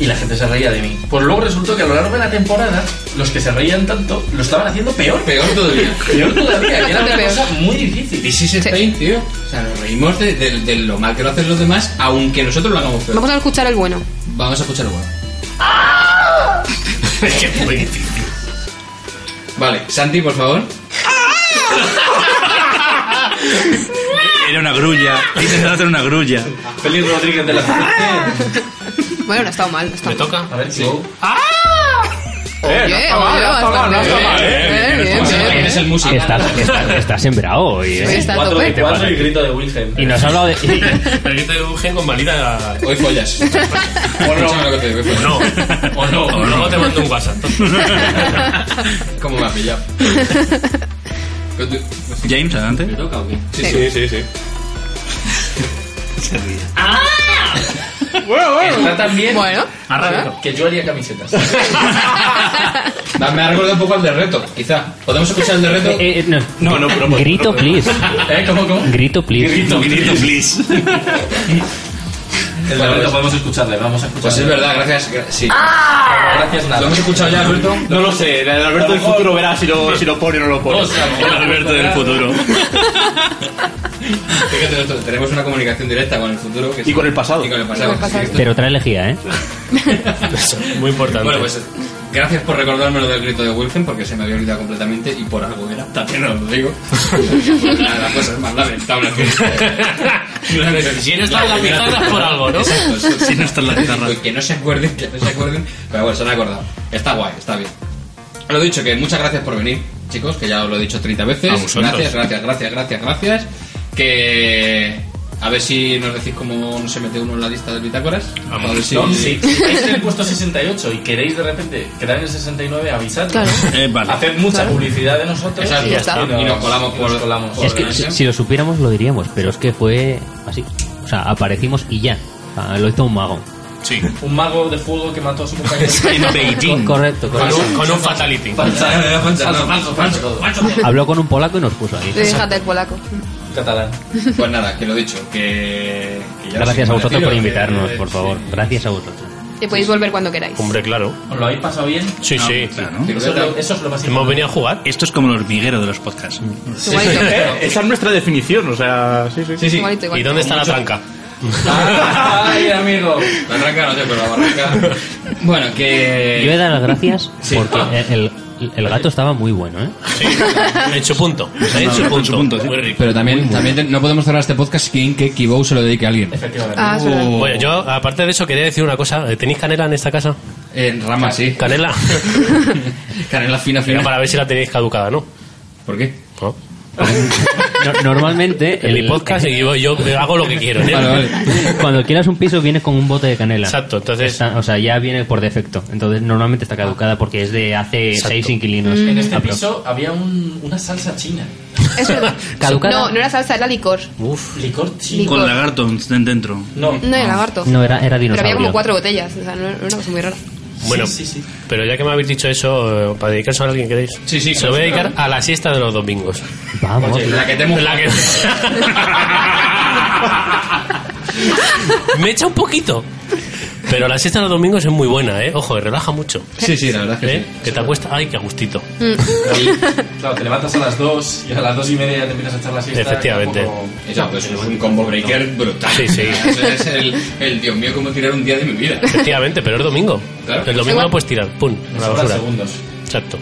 Speaker 2: y la gente se reía de mí. Pues luego resultó que a lo largo de la temporada, los que se reían tanto lo estaban haciendo peor.
Speaker 1: peor todavía.
Speaker 2: Peor todavía, que era una
Speaker 3: Peor.
Speaker 2: cosa muy
Speaker 1: Y
Speaker 2: difícil.
Speaker 1: si se Spain, tío. O sea, nos reímos de, de- de lo mal que lo hacen los demás, aunque nosotros lo hagamos peor.
Speaker 3: Vamos a escuchar el bueno.
Speaker 1: Vamos a escucharlo. bueno.
Speaker 6: Es que es muy difícil.
Speaker 1: Vale, Santi, por favor.
Speaker 7: Era una grulla. Intentaba hacer una grulla.
Speaker 2: Feliz Rodríguez de la
Speaker 3: Bueno, no ha estado mal. No ha
Speaker 6: ¿Me
Speaker 3: estado mal.
Speaker 6: toca? Eh,
Speaker 2: A ver, si...
Speaker 3: Oye, oye, bastante
Speaker 6: Pues
Speaker 3: bien, bien, bien.
Speaker 8: Eres el músico. Estás, estás, estás sembrado hoy. ¿eh?
Speaker 2: Sí, está a Cuatro de tope.
Speaker 8: ¿Qué
Speaker 2: cuatro
Speaker 8: pasa?
Speaker 2: y grito de Wilhelm.
Speaker 8: Y nos ha hablado de.
Speaker 6: El grito de Eugen con malita.
Speaker 2: Hoy follas.
Speaker 6: o pues no. O no. O no. O luego te mando un WhatsApp.
Speaker 2: ¿Cómo me ha pillado?
Speaker 7: James, adelante. ¿Me
Speaker 2: toca o qué?
Speaker 9: Sí, sí, sí, sí.
Speaker 2: Bueno, bueno. Está tan bien.
Speaker 3: Bueno.
Speaker 2: Que yo haría camisetas. Me ha recordado un poco al de reto, quizá. ¿Podemos escuchar el de reto?
Speaker 8: Eh, eh, no.
Speaker 2: No, no, pero-
Speaker 8: Grito, please.
Speaker 2: ¿Eh? ¿Cómo, cómo?
Speaker 8: Grito, please.
Speaker 2: please. El de reto podemos Ah. escucharle, vamos a escucharle. Pues es verdad, gracias. gra- Sí. Gracias, nada. ¿Lo hemos escuchado ya, Alberto?
Speaker 4: No lo sé, el Alberto del futuro verá si lo, si lo pone o no lo pone.
Speaker 7: El Alberto del futuro.
Speaker 1: Fíjate, nosotros tenemos una comunicación directa con el futuro. Que y con el pasado. Y con el pasado. sí, esto-
Speaker 8: Pero trae elegía, ¿eh?
Speaker 6: Muy importante.
Speaker 1: Bueno, pues gracias por recordarme lo del grito de Wilhelm porque se me había olvidado completamente y por algo era. También os lo digo. Una de las cosas más lamentables que
Speaker 6: Si no están las guitarras, por algo, ¿no?
Speaker 1: Exacto,
Speaker 7: Si no están las guitarras.
Speaker 1: Que no se acuerden, que no se acuerden. Pero bueno, se han acordado. Está guay, está bien. Lo dicho, que muchas gracias por venir, chicos, que ya os lo he dicho 30
Speaker 6: A
Speaker 1: veces.
Speaker 6: vosotros.
Speaker 1: Gracias, gracias, gracias, gracias, gracias. Que. A ver si nos decís cómo se mete uno en la lista de bitácoras. A ver si.
Speaker 2: No, si estáis en Este el puesto 68 y queréis de repente quedar en el 69, avisadnos.
Speaker 8: Claro.
Speaker 2: Eh, Haced mucha publicidad de nosotros
Speaker 1: Exacto.
Speaker 2: y,
Speaker 1: Y ya está.
Speaker 2: nos,
Speaker 1: Y nos colamos
Speaker 2: y nos
Speaker 1: por-
Speaker 2: colamos
Speaker 8: Es que
Speaker 2: por-
Speaker 8: si, si lo supiéramos lo diríamos, pero es que fue así. O sea, aparecimos y ya. O sea, lo hizo un mago.
Speaker 7: Sí.
Speaker 2: Un mago de fuego que mató a su compañero.
Speaker 8: Co- correcto,
Speaker 2: Con
Speaker 8: correcto.
Speaker 2: un- con un
Speaker 6: fatality.
Speaker 2: Falso, eh, falso, falso, falso.
Speaker 8: Habló con un polaco y nos puso ahí.
Speaker 3: Déjate el polaco.
Speaker 2: Catalán.
Speaker 1: Pues nada, que lo dicho, que. que ya lo sé
Speaker 8: Gracias a
Speaker 1: cómo
Speaker 8: vosotros
Speaker 1: decirlo,
Speaker 8: por
Speaker 1: que-
Speaker 8: invitarnos, por favor. Gracias a vosotros.
Speaker 3: Que podéis volver cuando queráis.
Speaker 6: Hombre, claro.
Speaker 2: ¿Os lo habéis pasado bien?
Speaker 6: Sí,
Speaker 7: No,
Speaker 6: sí.
Speaker 1: ¿eh?
Speaker 7: claro, ¿no?
Speaker 2: Eso es lo- eso es lo más
Speaker 6: Hemos venido a jugar.
Speaker 7: Esto es como el hormiguero de los podcasts.
Speaker 4: Eh, Esa es nuestra definición, o sea, sí, sí.
Speaker 3: Igualito, igualito.
Speaker 6: ¿Y dónde está la tranca?
Speaker 2: Ay, amigo.
Speaker 1: La arranca no sé, pero la barranca. Bueno, que.
Speaker 8: Yo he dado las gracias
Speaker 1: Sí.
Speaker 8: porque el, el- el gato estaba muy bueno, ¿eh?
Speaker 6: En su punto. En su
Speaker 7: En su
Speaker 6: punto.
Speaker 7: punto, sí.
Speaker 6: Muy rico.
Speaker 1: Pero también, también te- no podemos cerrar este podcast sin que Kibou se lo dedique a alguien.
Speaker 2: Efectivamente.
Speaker 3: Ah, es verdad.
Speaker 8: Uh.
Speaker 6: Bueno, yo, aparte de eso, quería decir una cosa. ¿Tenéis canela en esta casa?
Speaker 1: En rama, sí.
Speaker 6: ¿Canela?
Speaker 1: Canela fina,
Speaker 6: Era
Speaker 1: fina.
Speaker 6: para ver si la tenéis caducada, ¿no?
Speaker 1: ¿Por qué?
Speaker 6: ¿No?
Speaker 8: No- normalmente
Speaker 6: En mi
Speaker 8: el
Speaker 6: podcast y yo, yo hago lo que quiero. ¿eh?
Speaker 1: Vale, vale.
Speaker 8: Cuando quieras un piso viene con un bote de canela.
Speaker 6: Exacto, entonces-
Speaker 8: Está- o sea, ya viene por defecto. Entonces normalmente está caducada porque es de hace
Speaker 6: Exacto.
Speaker 8: seis inquilinos.
Speaker 3: Mm.
Speaker 8: Ah,
Speaker 2: En este
Speaker 8: Apro-
Speaker 2: piso había un- una salsa china.
Speaker 3: Es verdad.
Speaker 8: Caducada.
Speaker 3: No, no era salsa, era licor.
Speaker 2: Licor chino.
Speaker 3: Licor.
Speaker 7: Con lagartos de- dentro.
Speaker 2: No.
Speaker 3: No era lagarto.
Speaker 8: Ah. No, era,
Speaker 3: Pero
Speaker 8: era
Speaker 3: había
Speaker 8: dinosaurio.
Speaker 3: como cuatro botellas. O sea, no era una cosa muy rara.
Speaker 6: Bueno,
Speaker 2: Sí, sí, sí.
Speaker 6: pero ya que me habéis dicho eso, eh, para dedicarse a alguien queréis.
Speaker 1: Sí, sí,
Speaker 6: Se lo voy a dedicar a la siesta de los domingos.
Speaker 8: Vamos.
Speaker 1: Oye, la que te hemos-
Speaker 6: La que... me echa un poquito. Pero la siesta de los domingos es muy buena, ¿eh? Ojo, relaja mucho.
Speaker 1: Sí, sí, la verdad es Ah, que
Speaker 6: ¿eh? Que te acuestas. Ay, qué gustito.
Speaker 2: Claro, te levantas a las 2 y a las 2 y media ya te empiezas a echar la siesta.
Speaker 6: Efectivamente.
Speaker 2: que un poco-
Speaker 1: sí. Eso, pues, es un combo breaker brutal.
Speaker 6: Sí, sí.
Speaker 1: Eso es el, el Dios mío, cómo tirar un día de mi vida.
Speaker 6: Efectivamente, pero es domingo.
Speaker 1: Claro.
Speaker 6: El domingo no puedes tirar. Pum,
Speaker 2: Me
Speaker 6: a la
Speaker 2: sobran
Speaker 6: basura.
Speaker 2: segundos.
Speaker 6: Exacto.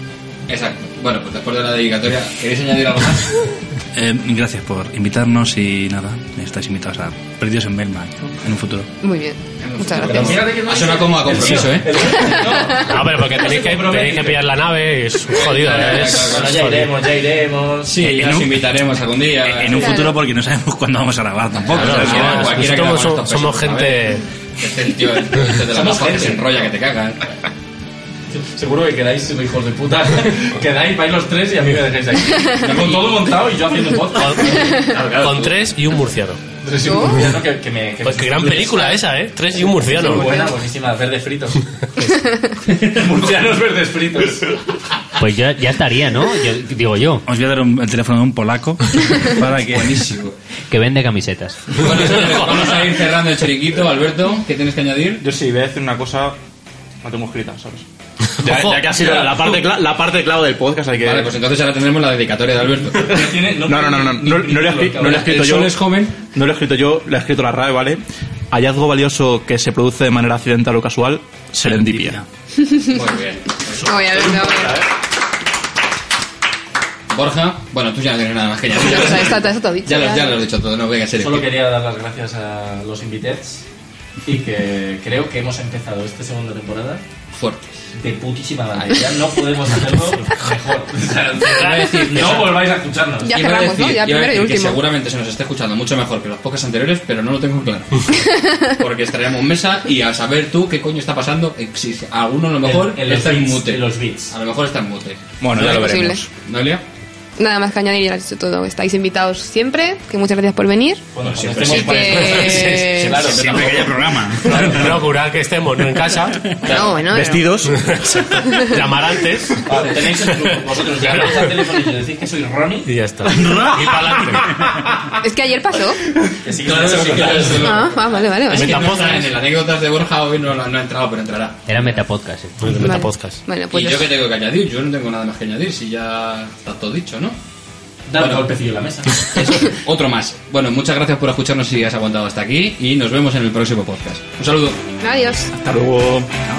Speaker 1: Exacto. Bueno, pues después de la dedicatoria, ¿queréis añadir algo más?
Speaker 7: Eh, gracias por invitarnos y nada, estáis invitados a Perdidos en Belma en un futuro.
Speaker 3: Muy bien. Muchas gracias.
Speaker 2: Fíjate que no
Speaker 1: Ha sonado como a compromiso, ¿eh?
Speaker 6: No, pero porque tenéis que, tenéis que pillar la nave, es jodido. ¿eh? Es,
Speaker 2: Bueno,
Speaker 6: es
Speaker 2: ya
Speaker 6: jodido.
Speaker 2: iremos, ya iremos.
Speaker 1: Sí,
Speaker 7: En
Speaker 1: nos
Speaker 7: un-
Speaker 1: invitaremos algún día.
Speaker 7: En un
Speaker 3: Claro.
Speaker 7: futuro porque no sabemos cuándo vamos a grabar tampoco.
Speaker 6: Claro,
Speaker 7: ¿sabes?
Speaker 6: no,
Speaker 1: Cualquiera que
Speaker 6: nosotros
Speaker 1: haga
Speaker 6: somos,
Speaker 1: estos
Speaker 6: somos
Speaker 1: pesos,
Speaker 6: gente.
Speaker 1: Es el Este tío el tío de la
Speaker 2: Somos
Speaker 1: mofa que
Speaker 2: gente.
Speaker 1: se enrolla, que te cagas.
Speaker 2: Seguro que quedáis hijos de puta. quedáis, vais los tres y a mí me dejáis aquí. Yo con todo montado y yo haciendo podcast. Claro, claro,
Speaker 6: Con
Speaker 2: tú-
Speaker 6: tres y un murciano.
Speaker 2: tres y un murciano que, que me... Que
Speaker 6: Pues
Speaker 2: me-
Speaker 6: qué gran película esa, ¿eh? Tres y un
Speaker 2: Muy
Speaker 6: murciano.
Speaker 2: buena, buenísima. Verdes fritos. Murcianos verdes fritos.
Speaker 8: Pues ya, ya estaría, ¿no? Yo- digo yo,
Speaker 7: Os voy a dar un- el teléfono de un polaco para que... Buenísimo.
Speaker 8: que vende camisetas.
Speaker 1: Bueno, vamos a ir cerrando el choriquito. Alberto, ¿qué tienes que añadir?
Speaker 4: Yo sí, voy a decir una cosa, no tengo escrita, ¿sabes? Ya,
Speaker 6: Ojo.
Speaker 4: ya que ha sido la parte, cla- la parte clave del podcast, hay que...
Speaker 1: Vale, pues entonces ahora tendremos la dedicatoria de Alberto.
Speaker 2: Tiene-
Speaker 4: No, no, no, no, no, no, no lo he escri- no lo he escrito
Speaker 1: El
Speaker 4: yo.
Speaker 1: sol es joven.
Speaker 4: No lo he escrito yo, lo ha escrito la RAE, ¿vale? Hallazgo valioso que se produce de manera accidental o casual, serendipia.
Speaker 1: Muy bien.
Speaker 3: Muy bien, Alberto, muy bien.
Speaker 1: Borja, bueno, tú ya no tienes nada más que añadir.
Speaker 3: Ya lo sabes, Pues está- está todo dicho,
Speaker 1: Ya, lo-
Speaker 3: ya.
Speaker 1: ya lo he dicho todo, no voy a ser.
Speaker 2: Solo quería dar las gracias a los inviteds y que creo que hemos empezado esta segunda este temporada
Speaker 1: fuertes.
Speaker 2: de putísima madre. Ya no podemos hacerlo mejor. O sea, decir, no volváis a escucharnos.
Speaker 3: Ya
Speaker 1: Iba a
Speaker 3: cerramos,
Speaker 1: decir-
Speaker 3: ¿no? Ya
Speaker 1: iba a
Speaker 3: primero y
Speaker 1: decir que
Speaker 3: último.
Speaker 1: seguramente se nos está escuchando mucho mejor que los podcasts anteriores, pero no lo tengo claro. Porque estaremos en mesa y a saber tú qué coño está pasando, eh, si alguno a lo mejor
Speaker 2: En- en los
Speaker 1: está en
Speaker 2: bits,
Speaker 1: mute.
Speaker 2: en
Speaker 1: los bits. A lo mejor está en mute.
Speaker 7: Bueno,
Speaker 3: ya lo Es veremos. posible.
Speaker 1: ¿Noelia?
Speaker 3: Nada más que añadir, ya lo he dicho todo. Estáis invitados siempre, que muchas gracias por venir.
Speaker 1: Pues
Speaker 2: Bueno,
Speaker 6: siempre,
Speaker 3: Así
Speaker 6: siempre.
Speaker 3: que-
Speaker 6: pues, Claro, siempre que haya
Speaker 7: programa.
Speaker 6: Procurar que estemos, no en casa.
Speaker 3: No, bueno, no. Vestidos.
Speaker 6: Llamar antes.
Speaker 2: Tenéis el grupo, vosotros
Speaker 6: Claro.
Speaker 2: llamáis al teléfono y le decís que soy Ronnie.
Speaker 6: Y ya está. Y pa'lante.
Speaker 3: Es que ayer pasó.
Speaker 2: Que sí,
Speaker 1: Claro, sí, claro, sí.
Speaker 3: Ah, ah, vale, vale,
Speaker 1: Es
Speaker 3: vale.
Speaker 1: que no está en el anécdotas de Borja hoy no, no ha entrado, pero entrará.
Speaker 8: Era Metapodcast. eh.
Speaker 3: Bueno, pues
Speaker 1: y yo
Speaker 3: eso.
Speaker 1: que tengo que añadir, yo no tengo nada más que añadir, si ya está todo dicho, ¿no?
Speaker 2: Dar un golpecillo en la mesa.
Speaker 1: Eso, otro más. Bueno, muchas gracias por escucharnos si has aguantado hasta aquí y nos vemos en el próximo podcast. Un saludo.
Speaker 3: Adiós.
Speaker 1: Hasta luego.
Speaker 7: Chao.